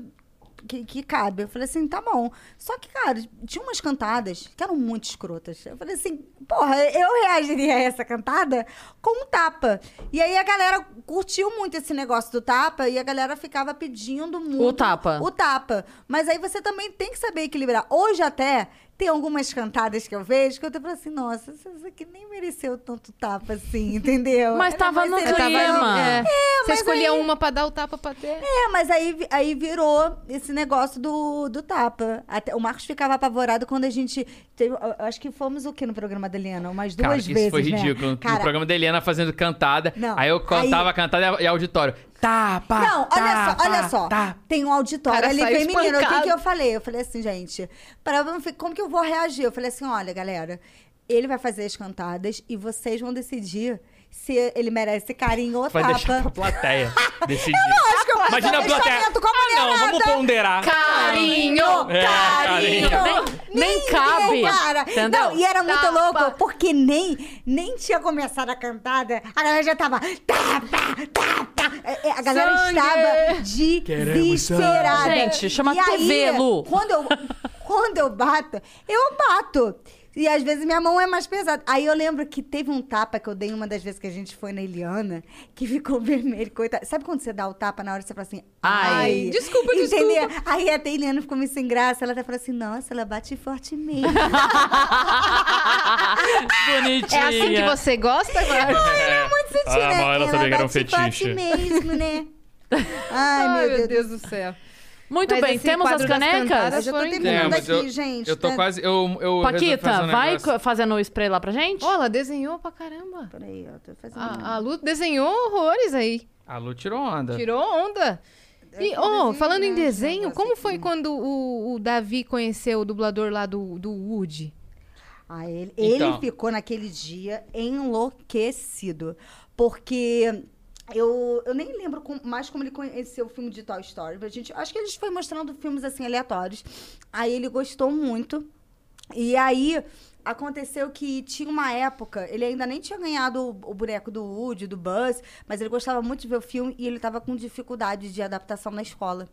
que, que cabe. Eu falei assim, tá bom. Só que, cara, tinha umas cantadas que eram muito escrotas. Eu falei assim, porra, eu reagiria a essa cantada com um tapa. E aí a galera curtiu muito esse negócio do tapa e a galera ficava pedindo muito. O tapa. O tapa. Mas aí você também tem que saber equilibrar. Hoje até tem algumas cantadas que eu vejo que eu tô falando assim, nossa, isso aqui nem mereceu tanto tapa assim, entendeu? Mas Era tava mais no ser- Tava ali, clima. é. Você mas escolhia uma pra dar o tapa pra ter. É, mas aí, aí virou esse negócio do, do tapa. Até, o Marcos ficava apavorado quando a gente. Teve, eu acho que fomos o quê no programa da Liana? Umas duas Cara, vezes. isso foi né? ridículo. No- Cara, no programa da Helena fazendo cantada. Não, aí eu aí- cantava a cantada e a- e auditório. Tapa! Não, olha tapa, só, olha só. tapa." Tem um auditório Cara, ali saiu feminino. O que, espancado. que eu falei? Eu falei assim, gente, pra, como que eu vou reagir? Eu falei assim, olha, galera, ele vai fazer as cantadas e vocês vão decidir se ele merece carinho ou Vai tapa. deixar pra plateia decidir. Acho que eu faço Imagina a um plateia. pensamento com a Ah, não, mulherada. vamos ponderar. Carinho! É, carinho. Nem, nem Ninguém, cabe. Cara. Entendeu? Não, e era muito Tapa. louco, porque nem, nem tinha começado a cantada, a galera já tava. Tapa, tapa. É, é, A galera Sangue! estava Queremos desesperada. sangue. Gente, chama E aí, TV, Lu. Quando eu, quando eu bato, eu bato. E às vezes minha mão é mais pesada. Aí eu lembro que teve um tapa que eu dei uma das vezes que a gente foi na Eliana, que ficou vermelho, coitada. Sabe quando você dá o tapa na hora e você fala assim, Ai. ai, Desculpa, entendeu? Aí até a Eliana ficou meio sem graça. Ela até falou assim, nossa, ela bate forte mesmo. Ah, Bonitinha. É assim que você gosta, Marcos? É. muito sentido, Ah, né? mas ela sabia que era um bate forte fetiche. mesmo, né? Ai, meu Deus. do do céu. Muito Mas bem, esse temos as quadro das canecas? céu. Eu já tô foram É, terminando mas aqui, eu, gente. eu tô tá? quase. Eu, eu resolvi fazer Paquita, um vai negócio. co- fazendo o spray lá pra gente? Ó, ela desenhou pra caramba. Peraí, eu tô fazendo... A, a Lu desenhou horrores aí. A Lu tirou onda. Tirou onda. E, Eu ó, É. desenho, falando em né, esse desenho, negócio como aqui. foi quando o, o Davi conheceu o dublador lá do, do Woody? Ah, ele, Então. ele ficou naquele dia enlouquecido. Porque eu, eu nem lembro com- mais como ele conheceu o filme de Toy Story. A gente, acho que eles foi mostrando filmes assim aleatórios. Aí ele gostou muito. E aí aconteceu que tinha uma época, ele ainda nem tinha ganhado o, o boneco do Woody, do Buzz, mas ele gostava muito de ver o filme e ele estava com dificuldade de adaptação na escola.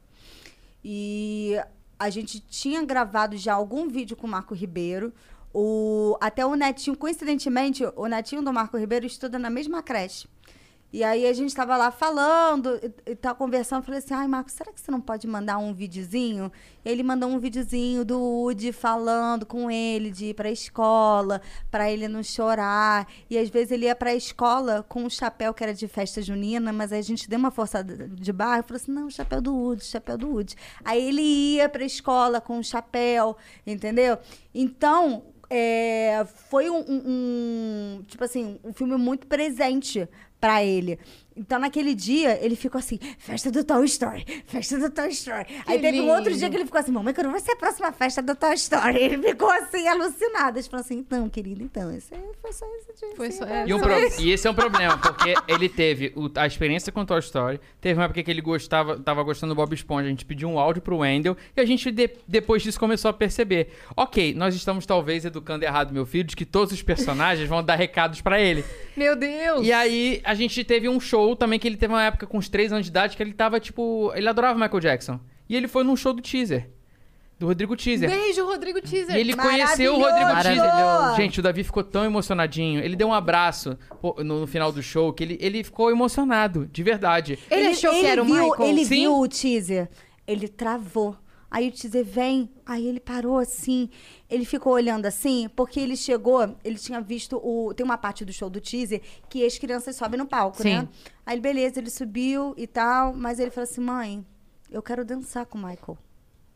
E a gente tinha gravado já algum vídeo com o Marco Ribeiro. O, até o Netinho, coincidentemente, o Netinho do Marco Ribeiro estuda na mesma creche. E aí a gente tava lá falando, e, e tava conversando, eu falei assim, ai, Marco, será que você não pode mandar um videozinho? E ele mandou um videozinho do Udi falando com ele de ir pra escola, pra ele não chorar. E às vezes ele ia pra escola com um chapéu que era de festa junina, mas aí a gente deu uma forçada de barra e falou assim, não, chapéu do Udi, chapéu do Udi. Aí ele ia pra escola com um chapéu, entendeu? Então, é, foi um, um- um, tipo assim, um filme muito presente pra ele. Então, naquele dia, ele ficou assim, festa do Toy Story, festa do Toy Story. Aí teve um outro dia que ele ficou assim, mamãe, quando vai ser a próxima festa do Toy Story? Ele ficou assim, alucinado. Ele falou assim, então, querido, então, esse aí foi só esse dia. Foi assim, só- né?" E, um pro- e esse é um problema, porque ele teve o- a experiência com Toy Story, teve uma época que ele gostava, tava gostando do Bob Esponja, a gente pediu um áudio pro Wendell, e a gente de- depois disso começou a perceber. Ok, nós estamos talvez educando errado meu filho, de que todos os personagens vão dar recados pra ele. Meu Deus! E aí a gente teve um show também que ele teve uma época com uns 3 anos de idade que ele tava tipo, ele adorava Michael Jackson. E ele foi num show do Teaser, do Rodrigo Teaser. Beijo, Rodrigo Teaser. E ele conheceu o Rodrigo Maravilhoso! Teaser. Gente, o Davi ficou tão emocionadinho. Ele deu um abraço pô, no, no final do show que ele, ele ficou emocionado, de verdade. Ele achou que era o viu, Michael. Ele Sim. viu o teaser, ele travou. Aí o teaser vem, aí ele parou assim, ele ficou olhando assim, porque ele chegou, ele tinha visto o. Tem uma parte do show do teaser que as crianças sobem no palco, Sim. né? Aí, beleza, ele subiu e tal, mas ele falou assim: mãe, eu quero dançar com o Michael.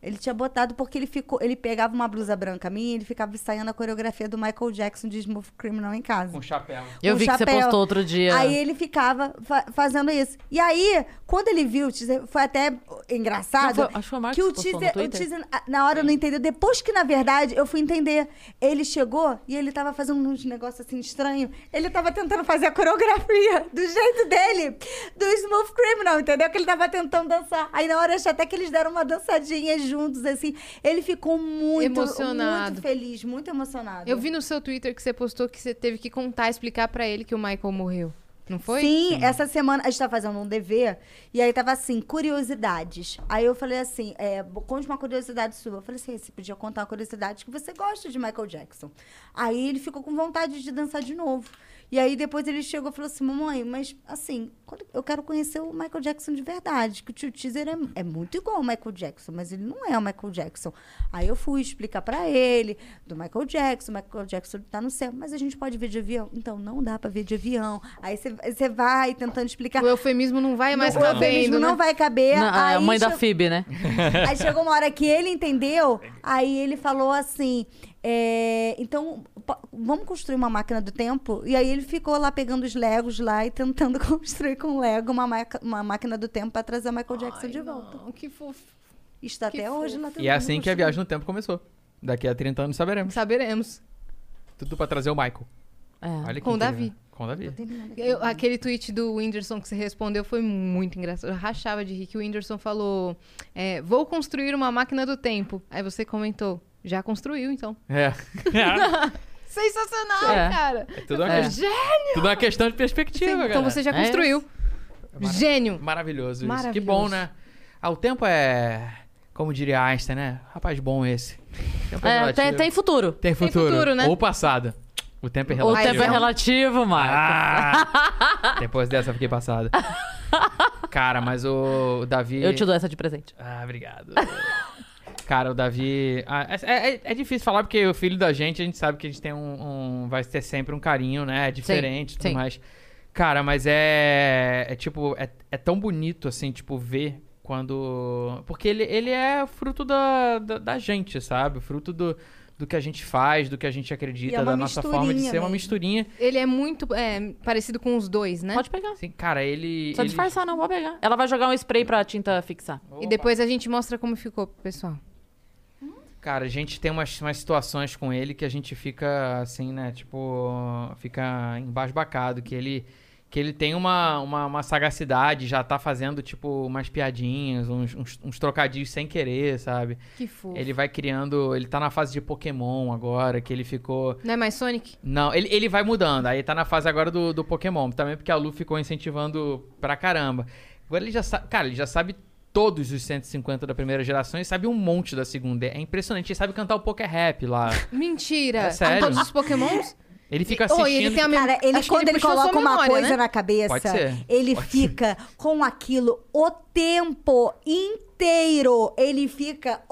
Ele tinha botado porque ele ficou, ele pegava uma blusa branca minha, ele ficava ensaiando a coreografia do Michael Jackson de Smooth Criminal em casa. Com chapéu. Eu um vi que você chapéu. postou outro dia. Aí ele ficava fa- fazendo isso. E aí, quando ele viu o teaser, foi até engraçado. Não, foi- acho que foi o Marcos o que postou teaser, no o Twitter. teaser, a- na hora eu não entendeu. Depois que, na verdade, eu fui entender. Ele chegou e ele tava fazendo uns negócios assim estranhos. Ele tava tentando fazer a coreografia do jeito dele, do Smooth Criminal, entendeu? Que ele tava tentando dançar. Aí na hora eu achei até que eles deram uma dançadinha juntos, assim. Ele ficou muito, Emocionado. muito feliz, muito emocionado. Eu vi no seu Twitter que você postou que você teve que contar, explicar pra ele que o Michael morreu. Não foi? Sim, essa semana a gente tá fazendo um dever e aí tava assim, curiosidades. Aí eu falei assim, é, bo- conte uma curiosidade sua. Eu falei assim, você podia contar uma curiosidade que você gosta de Michael Jackson. Aí ele ficou com vontade de dançar de novo. E aí depois ele chegou e falou assim, mamãe, mas assim, quando- eu quero conhecer o Michael Jackson de verdade, que o tio Teaser é, é muito igual ao Michael Jackson, mas ele não é o Michael Jackson. Aí eu fui explicar pra ele do Michael Jackson, Michael Jackson tá no céu, mas a gente pode ver de avião? Então não dá pra ver de avião. Aí você vai tentando explicar. O eufemismo não vai mais o cabendo, eufemismo né? não vai caber. Não, a aí mãe da chegou- Phoebe, né? Aí chegou uma hora que ele entendeu, aí ele falou assim: é, então, po- vamos construir uma máquina do tempo? E aí ele ficou lá pegando os Legos lá e tentando construir com Lego uma, maca- uma máquina do tempo pra trazer o Michael Jackson de volta. Não, que fofo. Está que até fofo. hoje na tentando E é assim que a construir. viagem no tempo começou. Daqui a 30 anos saberemos. Saberemos. Tudo pra trazer o Michael. É. Olha que Com o incrível. Davi. Com o Davi. Uhum. Eu- aquele tweet do Whindersson que você respondeu foi muito engraçado. Eu rachava de rir que o Whindersson falou: é, Vou construir uma máquina do tempo. Aí você comentou: Já construiu, então. É. Sensacional, É. cara. É tudo uma, É. questão- tudo uma questão de perspectiva, Sim, galera. então você já É construiu. maravilhoso. Gênio. Maravilhoso isso. Que Maravilhoso. bom, né? Ah, o tempo é... Como diria Einstein, né? Rapaz bom esse. O tempo É, relativo. tem, tem futuro. Tem futuro. futuro, né? Ou passado. O tempo é O relativo. tempo é relativo, Marco. Ah! Depois dessa eu fiquei passado. Cara, mas o o Davi. Eu te dou essa de presente. Ah, obrigado. Cara, o Davi. ah, é, é- é difícil falar porque o filho da gente, a gente sabe que a gente tem um. um- vai ter sempre um carinho, né? É diferente e tudo sim. mais. Cara, mas é. É tipo. É, é tão bonito, assim, tipo, ver quando. Porque ele, ele é fruto da, da, da gente, sabe? Fruto do, do que a gente faz, do que a gente acredita, é uma da nossa forma de misturinha ser uma mesmo. misturinha. Ele é muito é, parecido com os dois, né? Pode pegar. Assim, cara, ele. Só ele- disfarçar, não, vou pegar. Ela vai jogar um spray pra tinta fixar. E depois a gente mostra como ficou, pro pessoal. Cara, a gente tem umas, umas situações com ele que a gente fica assim, né? Tipo, fica embasbacado, que ele que ele tem uma, uma, uma sagacidade, já tá fazendo, tipo, umas piadinhas, uns, uns, uns trocadilhos sem querer, sabe? Que fofo. Ele vai criando. Ele tá na fase de Pokémon agora, que ele ficou. Não é mais Sonic? Não, ele, ele vai mudando. Aí tá na fase agora do, do Pokémon. Também porque a Lu ficou incentivando pra caramba. Agora ele já sabe. Cara, ele já sabe todos os 150 da primeira geração e sabe um monte da segunda. É impressionante. Ele sabe cantar o Poker Rap lá. Mentira. Ah, É sério. Todos os pokémons? Ele fica Ô, assistindo. e ele tem a Cara, ele, Acho que quando ele, puxou coloca sua uma memória, coisa né? na cabeça, Pode ser. ele Pode fica com aquilo o tempo inteiro. Ele fica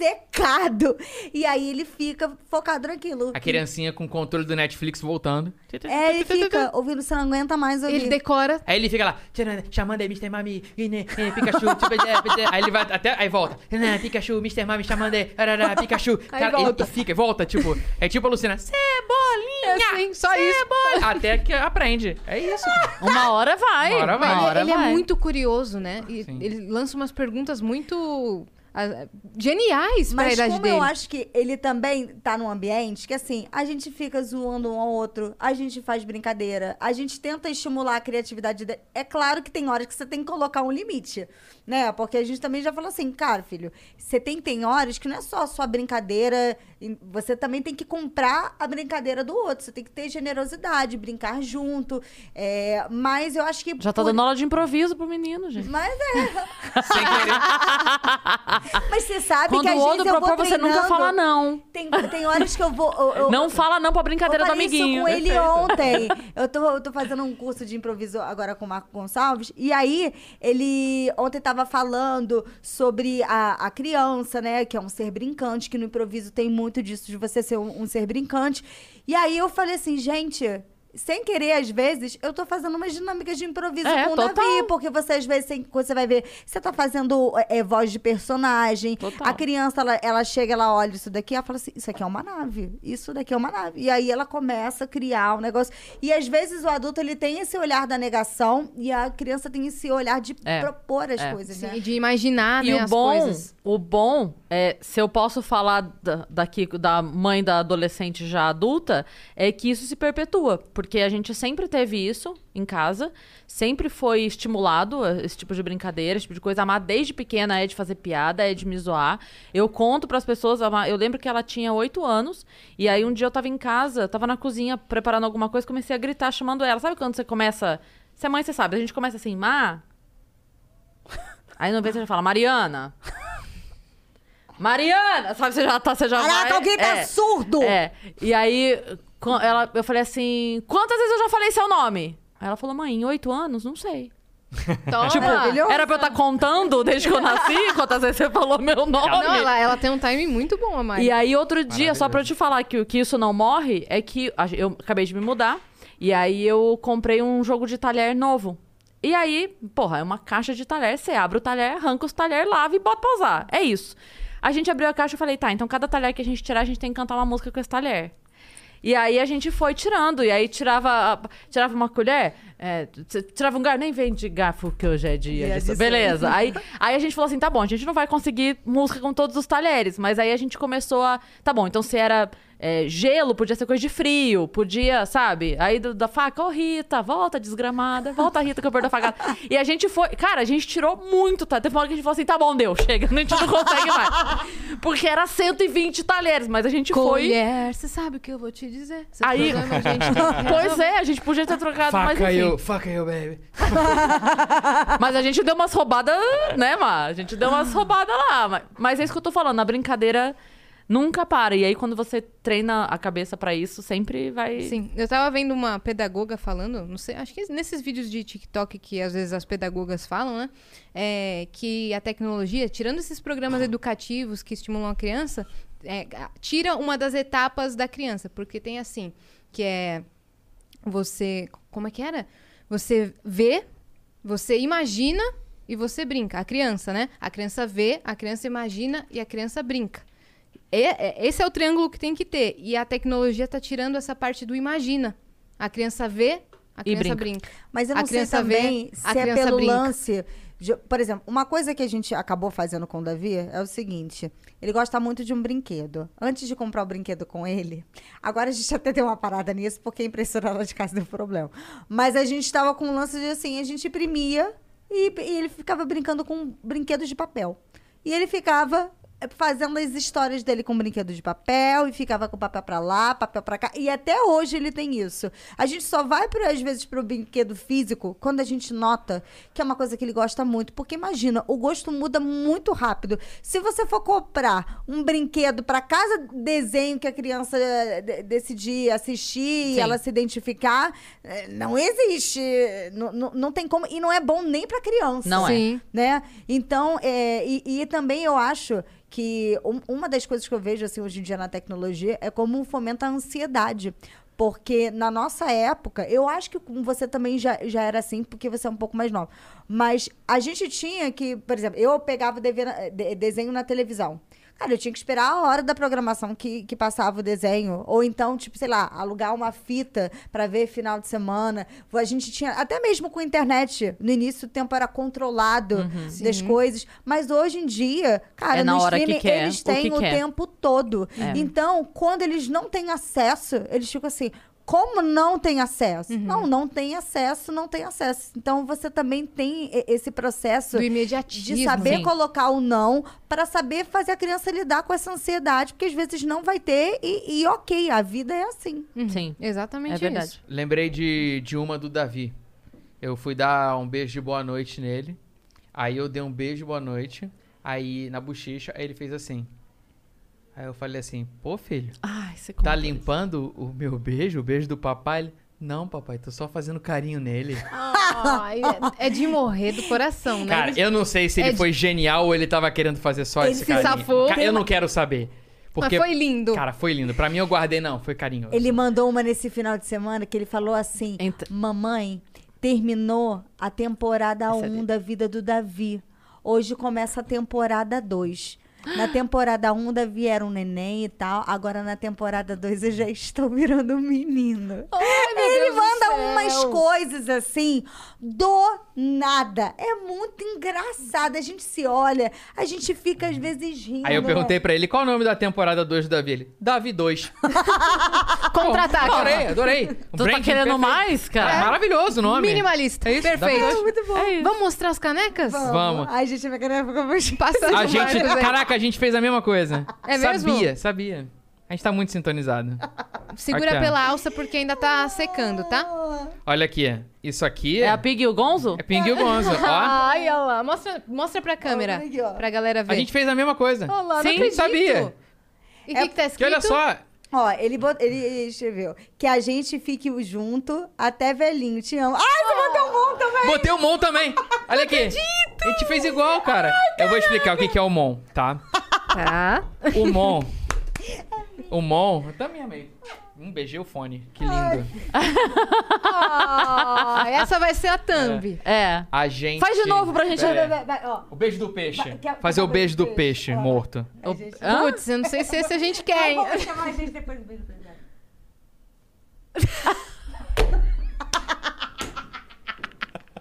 obcecado. E aí ele fica focado naquilo. A criancinha com o controle do Netflix voltando. É, ele fica ouvindo, você não aguenta mais ouvir. Ele decora. Aí ele fica lá, "Tchanana, chamando aí Mr. Mami, Guiné, eh, Pikachu, tchubadé, badé." aí ele vai até, aí volta, "Tchanana, Pikachu, Mr. Mami, chamando aí, arará, Pikachu. Cara, volta. ele fica, volta, tipo, é tipo a Lucina, É cebolinha, assim, só isso. cebolinha, até que aprende, é isso. cara. Uma hora vai. Uma hora vai. Uma hora ele é vai. muito curioso, né? E Sim. ele lança umas perguntas muito ah, geniais pra Mas idade como dele. eu acho que ele também tá num ambiente que, assim, a gente fica zoando um ao outro, a gente faz brincadeira, a gente tenta estimular a criatividade. da- É claro que tem horas que você tem que colocar um limite, né? Porque a gente também já falou assim, cara, filho, você tem, tem horas que não é só a sua brincadeira, e você também tem que comprar a brincadeira do outro, você tem que ter generosidade, brincar junto. é, mas eu acho que... Já tá por- dando aula de improviso pro menino, gente. Mas, Sem querer. mas você sabe Quando que às o vezes outro eu propõe, vou você nunca treinando- fala não. Tem, tem horas que eu vou... eu- eu- Não fala não pra brincadeira eu do falei amiguinho. isso com ele ontem. Eu tô, eu tô fazendo um curso de improviso agora com o Marco Gonçalves. E aí, ele ontem tava falando sobre a, a criança, né? Que é um ser brincante, que no improviso tem muito disso, de você ser um, um ser brincante. E aí, eu falei assim, gente... Sem querer, às vezes, eu tô fazendo umas dinâmicas de improviso É, com o total. Davi, porque você, às vezes, tem- você vai ver, você tá fazendo é, voz de personagem, Total. a criança, ela, ela chega, ela olha isso daqui, ela fala assim: Isso aqui é uma nave. Isso daqui é uma nave. E aí ela começa a criar um negócio. E às vezes o adulto ele tem esse olhar da negação e a criança tem esse olhar de É. propor as É. coisas, Sim, né? de imaginar, E né, o as bom, coisas. o bom é, se eu posso falar da, daqui da mãe da adolescente já adulta, é que isso se perpetua, porque a gente sempre teve isso em casa, sempre foi estimulado eh, esse tipo de brincadeira, esse tipo de coisa. A Má desde pequena é de fazer piada, é de me zoar. Eu conto pras pessoas, a Má- eu lembro que ela tinha oito anos, e aí um dia eu tava em casa, tava na cozinha preparando alguma coisa, comecei a gritar chamando ela. Sabe quando você começa, você é mãe, você sabe, a gente começa assim, Má, Aí não vem, você já fala, Mariana. Mariana! Sabe, você já tá, você já Caraca, vai... alguém tá é, surdo! É, e aí quan- ela, eu falei assim, quantas vezes eu já falei seu nome? Aí ela falou, mãe, em oito anos? Não sei. Toma. Tipo, era pra eu estar contando desde que eu nasci quantas vezes você falou meu nome? Não, ela, ela tem um timing muito bom, a Mari. E aí, outro dia, só pra eu te falar que, o que isso não morre, é que a- eu acabei de me mudar. E aí eu comprei um jogo de talher novo. E aí, porra, é uma caixa de talher. Você abre o talher, arranca os talher, lava e bota pra usar. É isso. A gente abriu a caixa e falei, tá, então cada talher que a gente tirar, a gente tem que cantar uma música com esse talher. E aí a gente foi tirando, e aí tirava, a- tirava uma colher, é, t- tirava um garfo, nem vem de garfo que hoje é dia. disso. Beleza. Aí, aí a gente falou assim: tá bom, a gente não vai conseguir música com todos os talheres, mas aí a gente começou a. Tá bom, então se era é, gelo, podia ser coisa de frio, podia, sabe? Aí do- da faca, ô Rita, volta desgramada, volta Rita que eu perdi a facada. E a gente foi, cara, a gente tirou muito, tá? Teve uma hora que a gente falou assim: tá bom, deu, chega, a gente não consegue mais. Porque era 120 talheres, mas a gente foi. Colher, você sabe o que eu vou te dizer. Seu Aí- problema, gente, tá Pois é, a gente podia ter trocado, mas Faca enfim. eu, faca eu, baby. Mas a gente deu umas roubadas, né, Má? A gente deu umas roubadas lá. Mas- Mas é isso que eu tô falando, a brincadeira nunca para. E aí, quando você treina a cabeça pra isso, sempre vai... Sim, eu tava vendo uma pedagoga falando, não sei, acho que nesses vídeos de TikTok que às vezes as pedagogas falam, né? é, que a tecnologia, tirando esses programas educativos que estimulam a criança, é, a- tira uma das etapas da criança, porque tem assim, que é você. Como é que era? Você vê, você imagina e você brinca. A criança, né? A criança vê, a criança imagina e a criança brinca. É- é- esse é o triângulo que tem que ter. E a tecnologia está tirando essa parte do imagina. A criança vê, a criança brinca. brinca. Mas eu A não sei criança também vê, a se é criança pelo brinca. lance. de- por exemplo, uma coisa que a gente acabou fazendo com o Davi é o seguinte: ele gosta muito de um brinquedo. Antes de comprar o brinquedo com ele, agora a gente até deu uma parada nisso, porque impressionar lá de casa deu problema. Mas a gente estava com um lance de assim: a gente imprimia e, e ele ficava brincando com brinquedos de papel. E ele ficava fazendo as histórias dele com brinquedo de papel e ficava com papel pra lá, papel pra cá. E até hoje ele tem isso. A gente só vai, pro, às vezes, pro brinquedo físico quando a gente nota que é uma coisa que ele gosta muito. Porque imagina, o gosto muda muito rápido. Se você for comprar um brinquedo pra cada desenho que a criança eh, de- decidir assistir e Sim. ela se identificar, eh, não existe. Não, não, não tem como. E não é bom nem pra criança Não é. Sim. né? Então, é, e, e também eu acho que um- uma das coisas que eu vejo assim, hoje em dia na tecnologia é como fomenta a ansiedade. Porque na nossa época, eu acho que com você também já, já era assim, porque você é um pouco mais nova. Mas a gente tinha que, por exemplo, eu pegava o DV na- de- desenho na televisão. Cara, eu tinha que esperar a hora da programação que, que passava o desenho. Ou então, tipo, sei lá, alugar uma fita pra ver final de semana. A gente tinha. Até mesmo com internet. No início o tempo era controlado das coisas. Mas hoje em dia, cara, Uhum. É na no hora que streaming quer, eles o que têm o, quer. tempo todo. É. Então, quando eles não têm acesso, eles ficam assim. Como não tem acesso? Uhum. Não, não tem acesso, não tem acesso. Então você também tem e- esse processo Do imediatismo. de saber Sim. colocar o não pra saber fazer a criança lidar com essa ansiedade, porque às vezes não vai ter e, e ok, a vida é assim. Sim. Exatamente É verdade. Uhum. isso. Lembrei de, de uma do Davi. Eu fui dar um beijo de boa noite nele. Aí eu dei um beijo de boa noite. Aí na bochecha, aí ele fez assim. Aí eu falei assim: pô, filho, Ai, você tá contou isso. limpando o meu beijo, o beijo do papai? Ele, Não, papai, tô só fazendo carinho nele. Ai, é, é de morrer do coração, né? Cara, eu não sei É se ele de- foi genial ou ele tava querendo fazer só Ele se esse carinho. safou. Ca- Eu não quero saber. Porque, Mas foi lindo. cara, foi lindo. Pra mim eu guardei, não, foi carinho. Ele mandou uma nesse final de semana que ele falou assim: Ent- Mamãe, terminou a temporada Essa é 1 dele. da vida do Davi. Hoje começa a temporada 2. Na temporada 1, Davi era um neném e tal. Agora na temporada 2 eu já estou virando um menino. Ai, meu Ele Deus do manda céu. umas coisas assim, do nada. É muito engraçado. A gente se olha, a gente fica às vezes rindo. Aí eu né? perguntei pra ele qual o nome da temporada 2 do Davi. Ele, Davi 2. Contra-ataque. Adorei, adorei. Tu Um tá branding querendo perfeito. mais, É cara? maravilhoso o nome. Minimalista. É isso, dá pra- Perfeito. É muito bom. É isso. Vamos mostrar as canecas? Vamos. Vamos. Ai, gente, minha cara ficou mais Passa né? as A imagens gente, tá aí. caraca, a gente fez a mesma coisa. É mesmo? Sabia, sabia. A gente tá muito sintonizado. Segura Aqui, ó. pela alça porque ainda tá secando, tá? Olha aqui, isso aqui É a é, Pig e o Gonzo? é Pinguim Gonzo, ó. Ai, olha lá. Mostra, mostra pra câmera. Olha aqui, ó. Pra galera ver. A gente fez a mesma coisa. Olha lá, não Sim, acredito. sabia. E o que, que tá escrito? Que olha só, Ó, ele, bot- ele escreveu que a gente fique junto até velhinho. Te amo. Ai, você mandou um bom também. Botei o Mon também. Olha aqui. A gente fez igual, cara. eu vou explicar o que que é o Mon, tá? Tá. O Mon. o Mon. Eu também amei. Hum, beijei o fone. Que lindo. Ah, essa vai ser a thumb. É. A gente. Faz de novo pra gente. É. Vai, vai, ó. O beijo do peixe. Quer- Fazer o quer beijo do peixe morto. Ai, gente. Hã? Putz, eu não sei se esse a gente quer, hein? Vamos chamar a gente depois do beijo do beijo.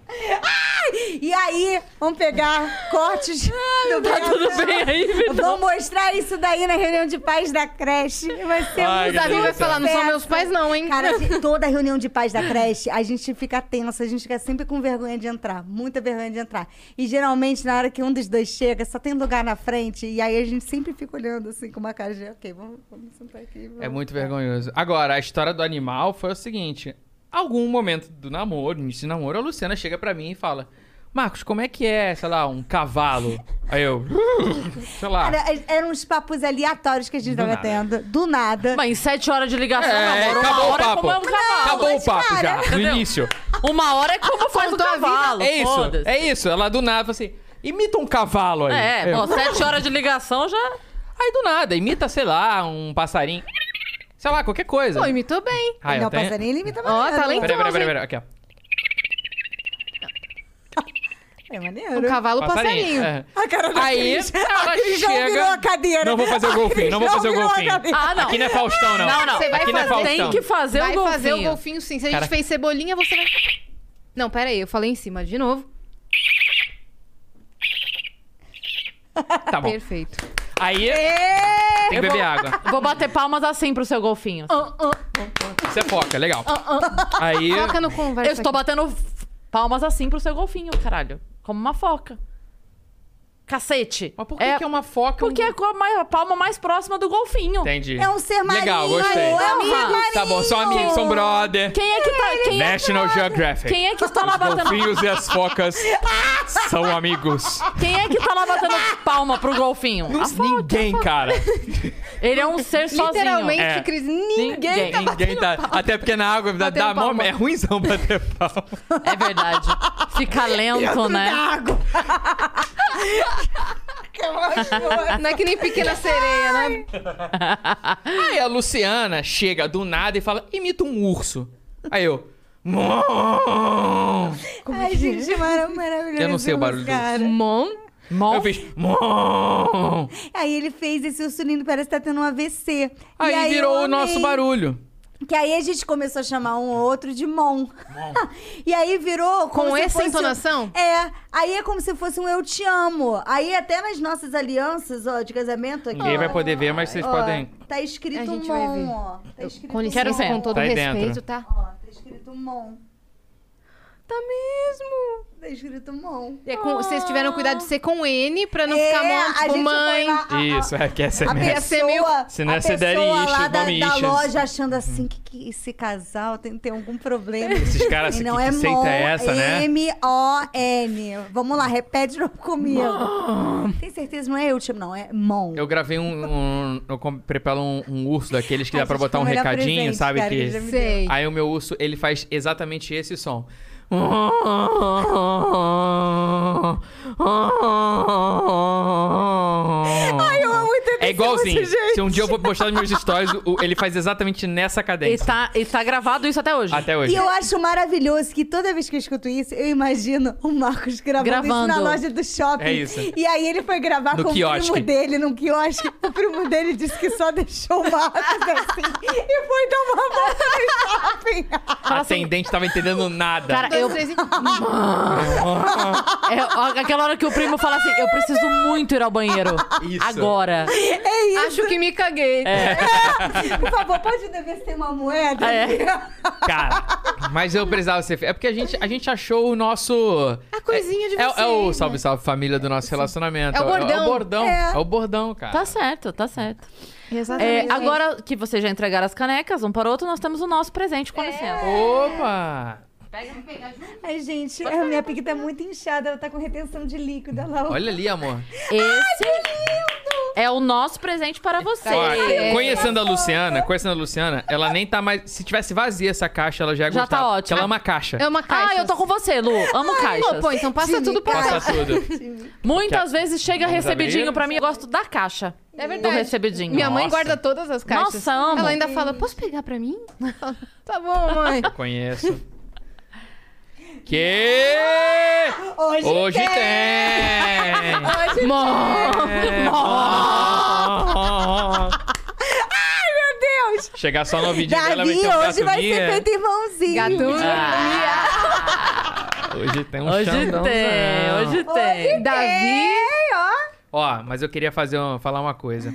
Ai, E aí, vamos pegar cortes do Tá Bento. tudo bem aí, Vitor? Vamos mostrar isso daí na reunião de pais da creche. Vai ser Ai, um meu Davi Deus vai do falar, não são meus pais não, hein? Cara, a gente- assim, toda reunião de pais da creche, a gente fica tensa, a gente fica sempre com vergonha de entrar, muita vergonha de entrar. E geralmente, na hora que um dos dois chega, só tem lugar na frente, e aí a gente sempre fica olhando assim com uma cara de, ok, vamos, vamos sentar aqui. vamos." É muito vergonhoso. Agora, a história do animal foi o seguinte: algum momento do namoro, início de namoro, a Luciana chega pra mim e fala: Marcos, como é que é, sei lá, um cavalo? Aí eu, sei lá. Cara, é- eram uns papos aleatórios que a gente Do tava nada. tendo, do nada. É. Mas em sete horas de ligação, É, amor, uma acabou o hora é papo. como é um cavalo. Acabou o papo já, no Entendeu? início. Uma hora é como faz o cavalo. É isso, foda-se. é isso. Ela do nada fala assim, imita um cavalo aí. É, Eu, pô, sete horas de ligação já. Aí do nada, imita, sei lá, um passarinho. Sei lá, qualquer coisa. Pô, imitou bem. Ah, eu não, tenho- passarinho limita tá né? Ó, maneiro. talento- Peraí, peraí, peraí, peraí. Aqui, ó. É Um maneiro. cavalo passarinho. É. A cara da Aí, Cris. ela a Cris não chega- virou a cadeira. Não vou fazer o A golfinho, Cris não vou fazer o virou a golfinho. cadeira. Ah, não. Aqui não é Faustão, não. Não, não. Você vai Aqui não é fazer- Faustão. Tem que fazer vai o golfinho. fazer o golfinho sim. Se a gente Cara- fez cebolinha, você vai. Não, pera aí, eu falei em cima de novo. Tá bom. Perfeito. Aí, tem que beber água. Vou bater palmas assim pro seu golfinho. Você é foca, legal. Aí, Coloca no conversa. Eu estou aqui. batendo f- palmas assim pro seu golfinho, caralho. Como uma foca. Cacete. Mas por que que é uma foca? Porque é com a, mai- a palma mais próxima do golfinho. Entendi. É um ser marinho. Legal, gostei. É um ser Porra. marinho. Tá bom, são amigos, são brother. Quem é que tá. Quem é, National Geographic. quem é que tá lá Os batendo. golfinhos e as focas são amigos. Quem é que tá lá batendo palma pro golfinho? A foca. Ninguém, cara. Ele é um ser sozinho. Literalmente, É. Cris, ninguém, Ninguém. tá batendo Ninguém tá. Até porque na água dá, Batendo dá mó- palma. é ruimzão bater palma. É verdade. Fica lento, né? Não é que nem pequena sereia, né? Aí a Luciana chega do nada e fala: imita um urso. Aí eu. "Mom". é? Ai, gente, mara- maravilhoso. Eu não sei o barulho do cara. Mon. Mon. Eu fiz. "Mom". Aí ele fez esse urso lindo, parece que tá tendo um AVC. Aí, E aí eu virou o amei. nosso barulho. Que aí a gente começou a chamar um ou outro de Mon. e aí virou. como Com se essa fosse um- entonação? É. Aí é como se fosse um Eu Te Amo. Aí até nas nossas alianças, ó, de casamento aqui. Ninguém ó, vai poder ver, mas vocês ó, podem. Tá A escrito gente vai ver. Mon, ó. Tá escrito Com Quero licença, ver. com todo Tá aí respeito, dentro. tá? Ó, tá escrito Mon. Tá mesmo. Tá escrito Mon. É com, vocês tiveram cuidado de ser com N pra não É, ficar mão, a tipo, gente mãe. foi lá, a- a- Isso, é que essa é A mesmo. ser meio- pessoa, Se não é a ser daddy pessoa issues, lá da, mommy da issues. loja achando assim que, que esse casal tem, tem algum problema. Esses caras, e não que- que é seita mon, é essa, né? M-O-N. Vamos lá, repete de novo comigo. Tem certeza, não é último, não. É mon. Eu gravei um. um- eu com- preparo um, um urso daqueles que Ai, dá pra gente, botar foi um o melhor recadinho, presente, sabe? cara, que... que já me Sei. Aí o meu urso, ele faz exatamente esse som. eu amo entender É igualzinho. esse, gente. Se um dia eu vou postar nos meus stories, o- ele faz exatamente nessa E cadência. tá, e tá gravado isso até hoje. Até hoje. E eu acho maravilhoso que toda vez que eu escuto isso, eu imagino o Marcos gravando, Gravando. isso na loja do shopping. É isso. E aí ele foi gravar No com o quiosque. primo dele num quiosque. O primo dele disse que só deixou o Marcos assim e foi dar uma volta no shopping. A atendente tava entendendo nada. Cara, eu, Dois, três e- é ó, aquela hora que o primo fala assim, eu preciso muito ir ao banheiro. Isso. Agora. É isso. Acho que me caguei. É, Por favor, pode dever ter uma moeda? É. Cara, mas eu precisava ser. fe- É porque a gente, a gente achou o nosso. A coisinha de É, você, é o né? salve, salve família do nosso relacionamento. É o É bordão. o bordão, É. é o bordão, cara. Tá certo, tá certo. É, Exatamente. agora que vocês já entregaram as canecas, um para o outro, nós temos o nosso presente É. com licença. Opa! Ai, gente, a minha piquita é muito inchada, ela tá com retenção de líquido. Olha lá. Olha ali, amor. Esse é o nosso presente para Tá É. Ó, vocês. conhecendo a Luciana, conhecendo a Luciana, ela nem tá mais. Se tivesse vazia essa caixa, ela já ia Já gostar. tá porque ótimo. Ela ama caixa. É uma caixa. Ah, eu tô com você, Lu. Amo caixas. Pô, então passa tudo pra cá. Passa tudo. Muitas vezes chega Vamos recebidinho abrir? pra mim. Eu gosto da caixa. É verdade. Do recebidinho. Minha mãe Nossa. guarda todas as caixas. Nossa, amo. Ela ainda fala, posso pegar pra mim? tá bom, mãe. Conheço. Que Hoje, hoje tem. tem. Meu Deus! Chegar só no vídeo dela, Davi, meter um hoje vai ser gatomia. feito irmãozinho. Hoje tem um Hoje xandãozão. tem, hoje tem. Davi. Ei, ó. Ó, mas eu queria fazer um- falar uma coisa.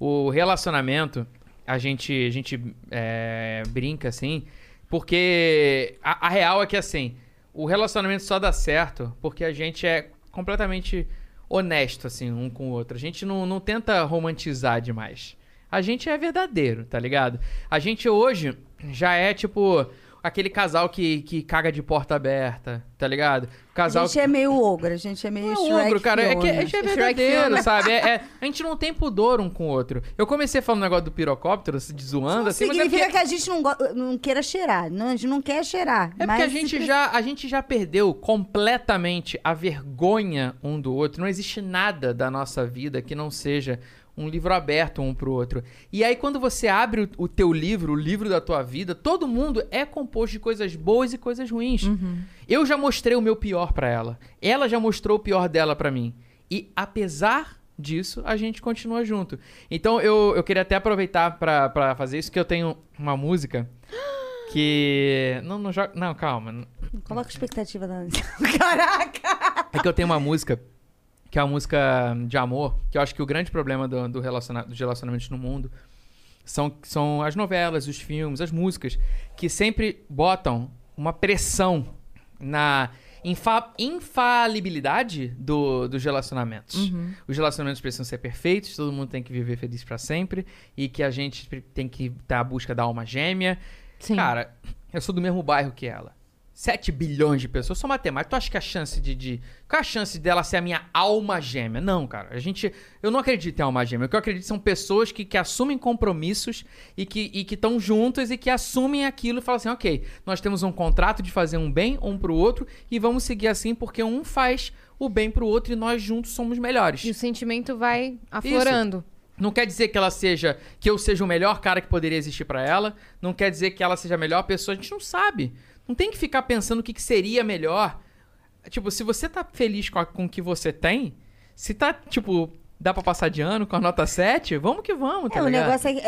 O relacionamento, a gente, a gente é, brinca assim, porque a, a real é que assim, o relacionamento só dá certo porque a gente é completamente honesto, assim, um com o outro. A gente não, não tenta romantizar demais. A gente é verdadeiro, tá ligado? A gente hoje já é tipo aquele casal que, que caga de porta aberta, tá ligado? A Casal gente é meio ogro, a gente é meio não é Shrek ogro, cara. É que é, Fiona. que é Shrek verdadeiro, Fiona. sabe? É- é- a gente não tem pudor um com o outro. Eu comecei falando um negócio do pirocóptero, se de zoando, assim, mas é Significa porque, que a gente não, go- não queira cheirar. Não, a gente não quer cheirar. é mas porque a, gente já, a gente já perdeu completamente a vergonha um do outro. Não existe nada da nossa vida que não seja um livro aberto um pro outro. E aí, quando você abre o, o teu livro, o livro da tua vida, todo mundo é composto de coisas boas e coisas ruins. Eu já mostrei o meu pior pra ela. Ela já mostrou o pior dela pra mim. E apesar disso, a gente continua junto. Então eu, eu queria até aproveitar pra- pra fazer isso, que eu tenho uma música que. Não, não joga. Não, calma. Coloca expectativa da. Caraca! É que eu tenho uma música que é uma música de amor, que eu acho que o grande problema do, do relaciona- dos relacionamentos no mundo são, são as novelas, os filmes, as músicas, que sempre botam uma pressão na. infa- infalibilidade do, dos relacionamentos. Os relacionamentos precisam ser perfeitos, todo mundo tem que viver feliz pra sempre e que a gente pre- tem que estar à busca da alma gêmea. Sim. Cara, eu sou do mesmo bairro que ela. 7 bilhões de pessoas, eu sou matemática. Tu acha que a chance de, de- Qual é a chance dela ser a minha alma gêmea? Não, cara. A gente. Eu não acredito em alma gêmea. O que eu acredito são pessoas que, que assumem compromissos e que e que estão juntas e que assumem aquilo e falam assim: ok, nós temos um contrato de fazer um bem um pro outro e vamos seguir assim porque um faz o bem pro outro e nós juntos somos melhores. E o sentimento vai aflorando. Não quer dizer que ela seja, que eu seja o melhor cara que poderia existir pra ela. Não quer dizer que ela seja a melhor pessoa. A gente não sabe. Não tem que ficar pensando o que, que seria melhor. Tipo, se você tá feliz com, a- com o que você tem, se tá, tipo, dá pra passar de ano com a nota 7, vamos que vamos, tá É, o ligado? negócio é,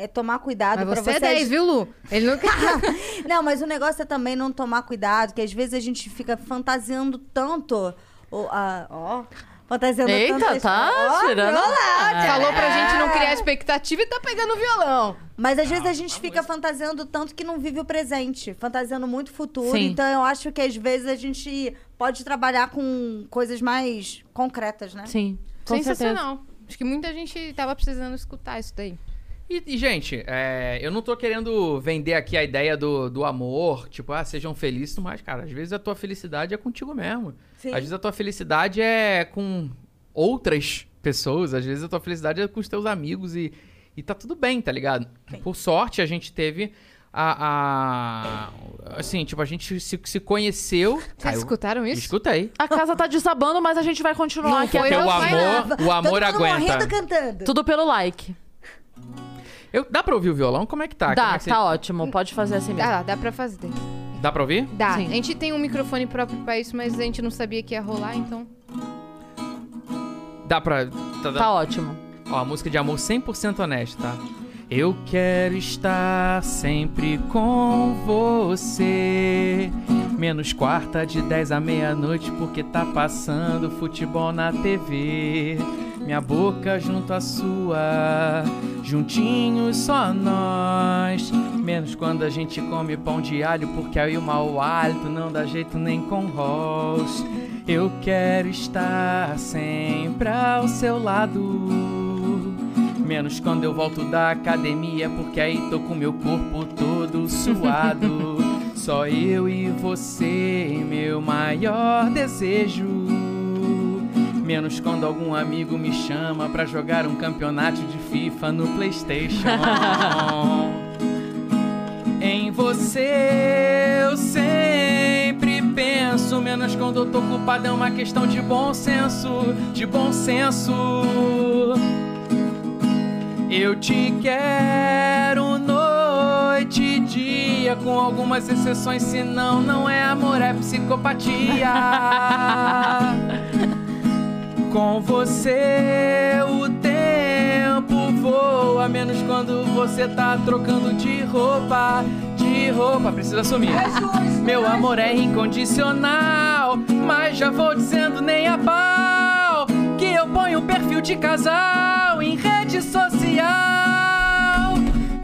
é- é tomar cuidado Mas pra você, é 10, viu, Lu? Ele nunca. Não, mas o negócio é também não tomar cuidado, que às vezes a gente fica fantasiando tanto. Ó. ó, fantasiando Eita, tanto. a tá história. Ó, tirando- violão, Ah, tchau. Falou é. pra gente não criar expectativa e tá pegando o violão. Mas às vezes a gente fica fantasiando tanto que não vive o presente, fantasiando muito o futuro. Sim. Então eu acho que às vezes a gente pode trabalhar com coisas mais concretas, né? Sim. Com certeza. Sensacional. Acho que muita gente tava precisando escutar isso daí. E, e, gente, é, eu não tô querendo vender aqui a ideia do, do amor, tipo, ah, sejam felizes, mas, cara, às vezes a tua felicidade é contigo mesmo. Sim. Às vezes a tua felicidade é com outras pessoas, às vezes a tua felicidade é com os teus amigos e, e tá tudo bem, tá ligado? Por sorte, a gente teve a. a- assim, tipo, a gente se, se conheceu. Vocês escutaram isso? Escuta aí. A casa tá desabando, mas a gente vai continuar aqui foi Porque até eu, o o vai lá. amor, o amor Todo mundo aguenta. morrendo cantando. Tudo pelo like. Eu, dá pra ouvir o violão? Como é que tá? Como Dá, é que você- tá ótimo. Pode fazer assim mesmo. Ah, Dá, dá pra fazer. Dá pra ouvir? Dá. Sim. A gente tem um microfone próprio pra isso, mas a gente não sabia que ia rolar, então. Dá pra. Ah. tá- Tá ótimo. Ó, a música de amor 100% honesta, tá? Eu quero estar sempre com você. Menos quarta de 10 à meia-noite, porque tá passando futebol na TV. Minha boca junto à sua, juntinhos só nós. Menos quando a gente come pão de alho, porque aí o mau hálito não dá jeito nem com rolls. Eu quero estar sempre ao seu lado. Menos quando eu volto da academia, porque aí tô com meu corpo todo suado. Só eu e você, meu maior desejo. Menos quando algum amigo me chama pra jogar um campeonato de FIFA no PlayStation. Em você eu sempre penso, menos quando eu tô culpado é uma questão de bom senso, de bom senso. Eu te quero noite e dia, com algumas exceções, senão não é amor, é psicopatia. Com você o tempo voa, menos quando você tá trocando de roupa, de roupa, precisa sumir. Meu amor é incondicional, mas já vou dizendo nem a pau que eu ponho um perfil de casal em rede social.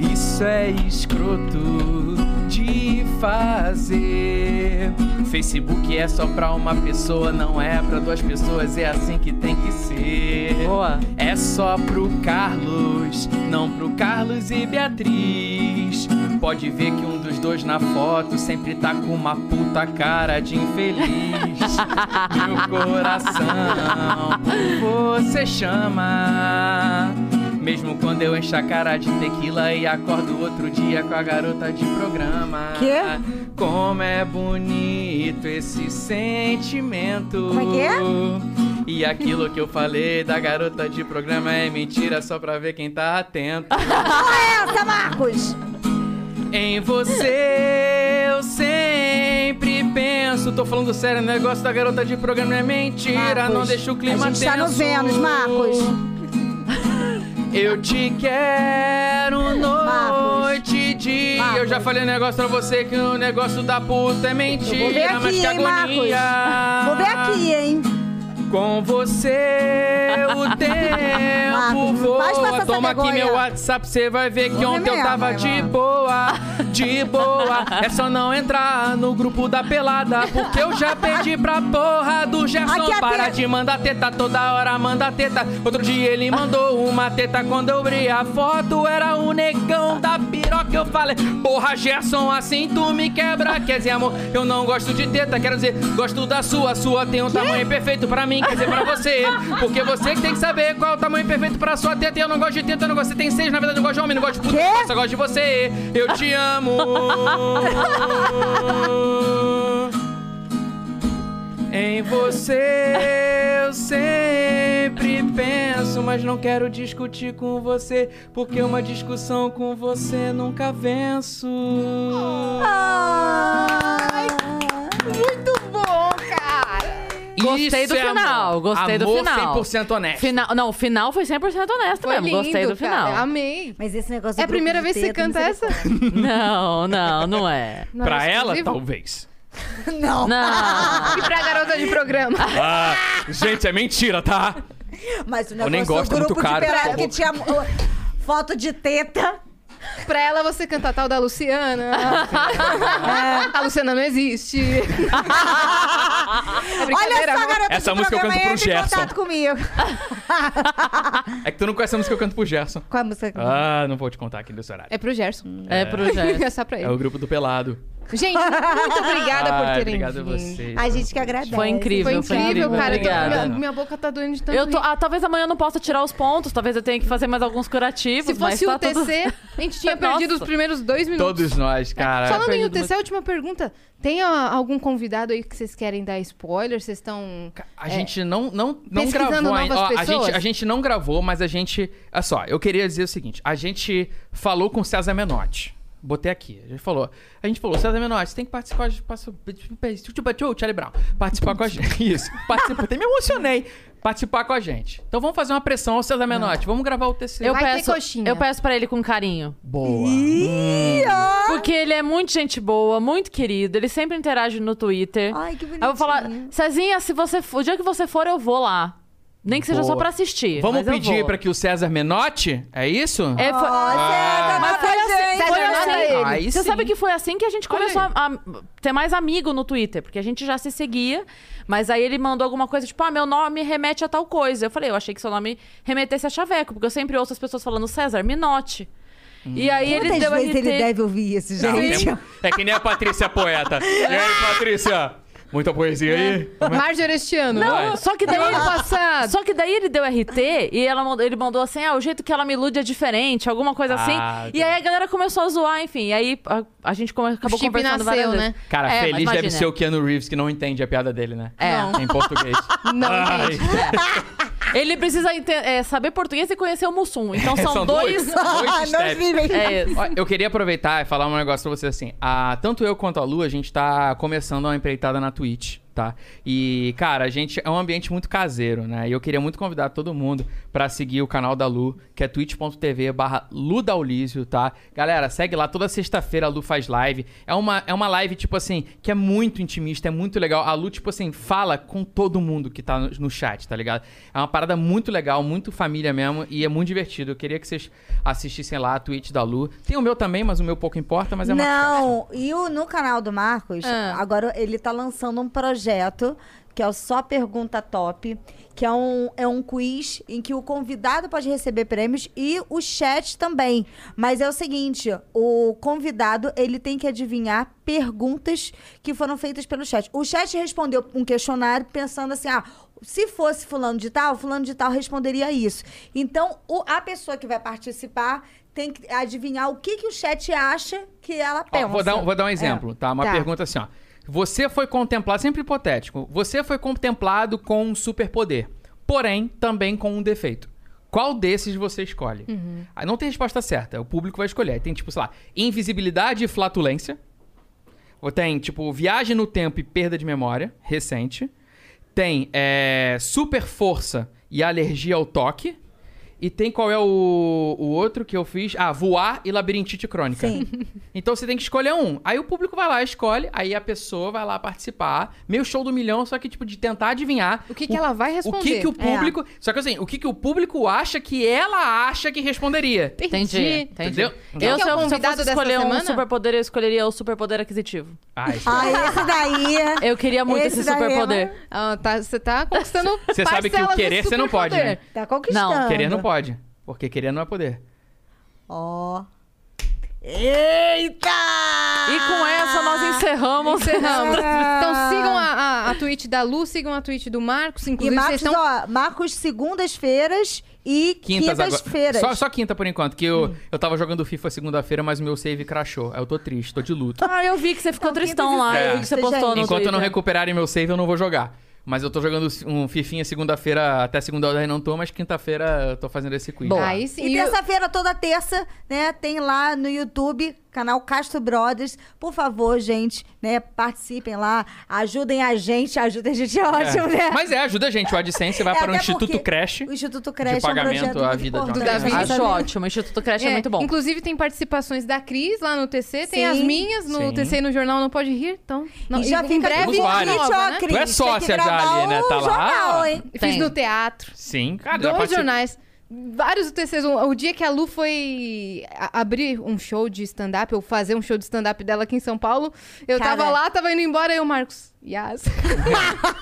Isso é escroto de fazer. Facebook é só pra uma pessoa, não é pra duas pessoas, é assim que tem que ser. Boa. É só pro Carlos, não pro Carlos e Beatriz. Pode ver que um dos dois na foto sempre tá com uma puta cara de infeliz. Meu coração por você chama. Mesmo quando eu encho a cara de tequila e acordo outro dia com a garota de programa. Quê? Como é bonito esse sentimento. Como é que é? E aquilo que eu falei da garota de programa é mentira só pra ver quem tá atento. Essa, é, Marcos! Em você eu sempre penso. Tô falando sério, o negócio da garota de programa é mentira. Marcos, não deixa o clima a gente tá no tenso. Vênus, Marcos. Eu te quero noite e dia. Marcos. Eu já falei um negócio pra você que o negócio da puta é mentira. Vou ver mas aqui, que hein, Marcos? agonia. Vou ver aqui, hein? Com você o tempo Marcos, voa. faz passar essa Toma aqui vergonha. meu WhatsApp, você vai ver que Não é ontem eu mesmo, tava irmão. de boa, de boa. É só não entrar no grupo da pelada, porque eu já pedi pra porra do Gerson. Aqui é Para teta. de mandar teta, toda hora manda teta. Outro dia ele mandou uma teta, quando eu abri a foto era o negão da piroca. Eu falei, porra Gerson, assim tu me quebra. Quer dizer, amor, eu não gosto de teta, quero dizer, gosto da sua. Sua tem um tamanho perfeito pra mim, quer dizer, pra você. Porque você que tem que saber qual é o tamanho perfeito pra sua teta. E eu não gosto de teta, eu não gosto. Você tem seis, na verdade, eu gosto de homem, não gosto de puta, eu só gosto de você. Eu te amo. Em você eu sempre penso, mas não quero discutir com você, porque uma discussão com você nunca venço. Ah, Gostei Isso do é final, amor. gostei do Amor final. 100% honesto. Final, não, o final foi 100% honesto Foi mesmo. lindo, Gostei do final. Cara. Amei. Mas esse negócio do É a grupo primeira de vez que você dedo, não canta sei essa? Não, não, não é. Não Pra era ela, exclusivo? talvez. Não. E pra garota de programa. Ah, gente, é mentira, tá? Mas o Eu negócio nem gosto, do é muito grupo caro, de por pelada favor. que tinha oh, foto de teta. pra ela, você canta a tal da Luciana. a Luciana não existe. Olha brincadeira, só, amor. garota Essa de música eu canto programa, pro entra em Gerson. contato comigo. É que tu não conhece a música que eu canto pro Gerson. Qual a música? que- Ah, não vou te contar aqui nesse horário. É pro Gerson. É pro É Jéssica. só pra É, ele. o grupo do Pelado. Gente, muito obrigada por Ai, terem obrigado a vindo. vocês. A gente que agradece. Foi incrível, Foi foi incrível, cara. Eu tô- Obrigada. minha, minha boca tá doendo de tanto. Eu tô, rir. ah, talvez amanhã eu não possa tirar os pontos, talvez eu tenha que fazer mais alguns curativos, Se mas fosse tá o TC, tudo... a gente tinha perdido Nossa. os primeiros dois minutos. Todos nós, cara. Falando em perdido UTC, a última pergunta. Tem ah, algum convidado aí que vocês querem dar spoiler? Vocês estão. A gente não, não, não Pesquisando gravou novas ainda. Ó, a, pessoas? gente, a gente não gravou, mas a gente. Olha só, eu queria dizer o seguinte: a gente falou com o César Menotti. Botei aqui. A gente falou. A gente falou, César Menotti, você tem que participar de. passa- Charlie Brown. Participar com a gente. Isso. Participa. Até me emocionei. Participar com a gente. Então vamos fazer uma pressão ao César Menotti. Vamos gravar o TC. Eu Vai ter peço, coxinha. eu peço pra ele com carinho. Boa. Porque ele é muito gente boa, muito querido. Ele sempre interage no Twitter. Ai, que Aí eu vou falar, Cezinha, se você for- o dia que você for, eu vou lá. Nem que seja só Boa. pra assistir. Vamos mas eu pedir vou. pra que o César Menotti? É isso? É, foi- César, mas foi nota assim, gente. foi nota assim. ele. Aí Você sim. sabe que foi assim que a gente Olha começou a, a ter mais amigo no Twitter, porque a gente já se seguia, mas aí ele mandou alguma coisa tipo, ah, meu nome remete a tal coisa. Eu falei, eu achei que seu nome remetesse a chaveco, porque eu sempre ouço as pessoas falando César Minotti. Hum. E aí ele Quantas deu vezes RT. ele deve ouvir isso, Não, gente? tem- É que nem a Patrícia poeta. E aí, Patrícia? Muita poesia aí? Marjorie este ano. Não, Só que No daí ano ele é passado. Só que daí ele deu RT e ela mandou- ele mandou assim: ah, o jeito que ela me ilude é diferente, alguma coisa Ah, assim. E tá. aí a galera começou a zoar, enfim. E aí a, a gente come- acabou chip conversando nasceu, várias vezes. né? Cara, É, mas feliz deve imagina. ser o Keanu Reeves, que não entende a piada dele, né? É. Em português. Não, Ai. gente. Ele precisa ente- é, saber português e conhecer o Mussum. Então são, É, São dois. dois. Dois Nós steps. vivemos. É isso. Ó, Eu queria aproveitar e falar um negócio pra vocês assim. Ah, tanto eu quanto a Lu, a gente tá começando uma empreitada na Twitch, tá? E, cara, a gente é um ambiente muito caseiro, né? E eu queria muito convidar todo mundo pra seguir o canal da Lu, que é twitch.tv barra Ludaulísio, tá? Galera, segue lá. Toda sexta-feira a Lu faz live. É uma, é uma live, tipo assim, que é muito intimista, é muito legal. A Lu, tipo assim, fala com todo mundo que tá no, no chat, tá ligado? É uma parada muito legal, muito família mesmo e é muito divertido. Eu queria que vocês assistissem lá a Twitch da Lu. Tem o meu também, mas o meu pouco importa, mas é uma Não, e o, no canal do Marcos, Ah. agora ele tá lançando um projeto que é o Só Pergunta Top, que é um, é um quiz em que o convidado pode receber prêmios e o chat também. Mas é o seguinte, o convidado, ele tem que adivinhar perguntas que foram feitas pelo chat. O chat respondeu um questionário pensando assim, ah, se fosse fulano de tal, fulano de tal responderia isso. Então, o- a pessoa que vai participar tem que adivinhar o que, que o chat acha que ela Ó, pensa. vou, dar, um- vou dar um exemplo, tá? Uma Tá. pergunta assim, ó. Você foi contemplado, sempre hipotético, você foi contemplado com um superpoder, porém também com um defeito. Qual desses você escolhe? Uhum. Aí Não tem resposta certa, o público vai escolher. Tem tipo, sei lá, invisibilidade e flatulência. Ou tem, tipo, viagem no tempo e perda de memória, recente. Tem é, super força e alergia ao toque. E tem qual é o, o outro que eu fiz? Ah, voar e labirintite crônica. Sim. Então você tem que escolher um. Aí o público vai lá, escolhe, aí a pessoa vai lá participar. Meio show do milhão, só que, tipo, de tentar adivinhar. O que que ela vai O que, responder? É. que o público. Só que assim, o que, que o público acha que ela acha que responderia? Entendi, entendi. Entendeu? Eu, Quem que se é o eu, se eu convidado fosse dessa escolher um semana? superpoder, eu escolheria o superpoder aquisitivo. Ah, isso- Ah, esse daí. é- Eu queria muito esse, Esse daí é superpoder. Ah, tá, você tá conquistando Você sabe que o parcelas do querer você não pode, superpoder. né? Tá conquistando. Querer não pode. Porque querer não é poder. Ó. Eita! E com essa nós encerramos. é Encerramos. Ah. Então sigam a, a, a tweet da Lu, sigam a tweet do Marcos. E Inclusive, Marcos, vocês estão ó, Marcos segundas-feiras e Quintas, quintas-feiras. agora. Só, só quinta por enquanto, que eu, eu tava jogando FIFA segunda-feira, mas o meu save crashou. Aí eu tô triste, tô de luto. Ah, eu vi que você ficou Então, tristão lá. quem eu vi que você precisa, postou gente? no Enquanto eu não Twitter. recuperarem meu save, eu não vou jogar. Mas eu tô jogando um fifinha segunda-feira, até segunda hora eu não tô, mas quinta-feira eu tô fazendo esse quiz. Aí sim. E e o- terça-feira, toda terça, né, tem lá no YouTube, canal Castro Brothers. Por favor, gente, né, participem lá, ajudem a gente, ajudem a gente, é ótimo, né? É. Mas é, ajuda a gente. O AdSense vai É, para o até Instituto porque Creche. O Instituto Creche pagamento é um projeto à muito vida de uma importante. criança. Sabe? recuperar. Acho ótimo. O Instituto Creche é, muito bom. Inclusive, tem participações da Cris lá no TC, tem Sim. as minhas no Sim. TC e no Jornal Não Pode Rir. Então, não, e já em fica breve, aqui no nova, convite, ó, né? Cris, Tu é tem que sócia já gravar ali, né? um Tá lá? jornal, hein? Fiz Tem. no teatro. Sim, cara. já Dois participa- jornais. Vários UTCs. O, o dia que a Lu foi a- abrir um show de stand-up, ou fazer um show de stand-up dela aqui em São Paulo, eu Cara. tava lá, tava indo embora, e o Marcos, Yas.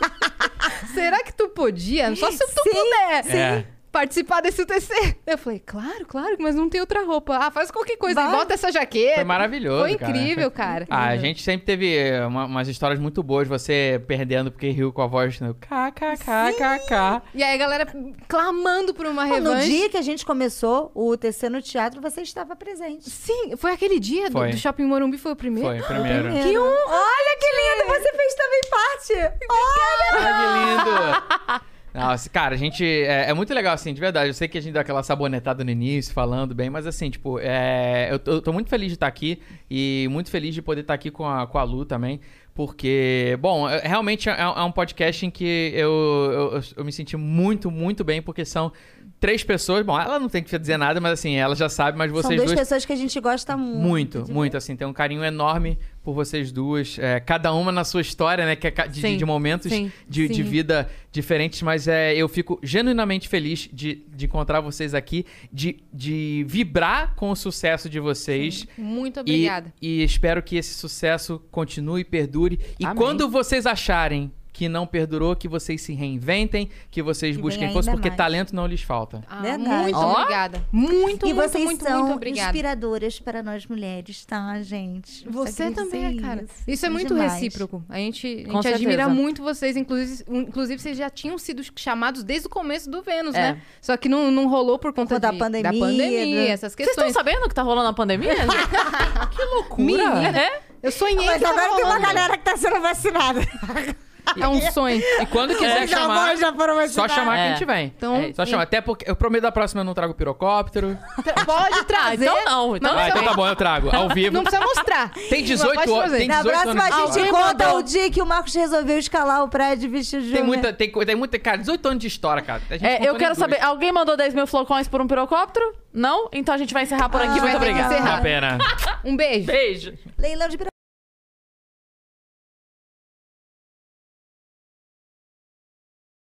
Será que tu podia? Só se tu puder. É. Participar desse UTC. Eu falei, claro, claro, mas não tem outra roupa. Ah, faz qualquer coisa, Vai. bota essa jaqueta. Foi maravilhoso, Foi cara. incrível, cara. Ah, a gente sempre teve eh, uma- umas histórias muito boas, você perdendo porque riu com a voz né? no kkkk. E aí a galera clamando por uma Então, No revanche. dia que a gente começou o UTC no teatro, você estava presente. Sim, foi aquele dia do, Foi. do Shopping Morumbi, foi o primeiro? Foi, primeiro. Que um... Olha que lindo, você fez também parte. Olha! Ah, que lindo! Nossa, cara, a gente. É, é muito legal, assim, de verdade. Eu sei que a gente deu aquela sabonetada no início, falando bem, mas assim, tipo, é, eu, tô, eu tô muito feliz de estar aqui e muito feliz de poder estar aqui com a, com a Lu também. Porque, bom, é- realmente é, é um podcast em que eu, eu, eu me senti muito, muito bem, porque são três pessoas. Bom, ela não tem que dizer nada, mas assim, ela já sabe, mas São vocês duas duas pessoas que a gente gosta muito. muito, muito, assim. Tem um carinho enorme por vocês duas. é, cada uma na sua história, né? Que é ca- de, Sim, de momentos sim, de, de vida diferentes. Mas é, eu fico genuinamente feliz de, de encontrar vocês aqui, de, de vibrar com o sucesso de vocês. Muito E- obrigada. E, espero que esse sucesso continue, perdure. E Amém. quando vocês acharem que não perdurou, que vocês se reinventem, que vocês Que busquem venha força, ainda porque mais. talento não lhes falta. Ah, Verdade. muito Ó. obrigada. Muito, e muito, vocês muito, são muito obrigada. inspiradoras para nós mulheres, tá, gente? Você Sabe também, dizer cara. Isso, é Vocês muito demais. recíproco. A gente, a Com gente admira certeza. muito vocês. Inclusive, um- inclusive, vocês já tinham sido chamados desde o começo do Vênus, É. né? Só que não, não rolou por conta Por conta de- da pandemia, pandemia, né? essas Vocês estão questões. sabendo que tá rolando a pandemia? que loucura! Menina. É? Eu sonhei Mas que tava agora tem uma rolando. galera que tá sendo vacinada. É um sonho. E quando quiser Os avós chamar, já foram só vacinados. É. chamar que a gente vem. Então- É, só chamar. Até porque eu prometo da próxima eu não trago pirocóptero. Então Pode Ah, trazer. então não. Então Ah, não. então tá bom, eu trago. Ao vivo. Não precisa mostrar. Tem 18 pode horas. fazer. Tem Na 18 próxima anos de a história. gente conta o dia que o Marcos resolveu escalar o prédio vestido de Tem homem. muita, tem, co- tem muita. Cara, 18 anos de história, cara. A gente É, contou eu nem quero duas. saber, alguém mandou 10 mil flocões por um Ah, pirocóptero? Não? Então a gente vai encerrar por aqui. vai Muito ter que obrigada. encerrar. Uma pena. Um beijo. Beijo. Leilão de pirata.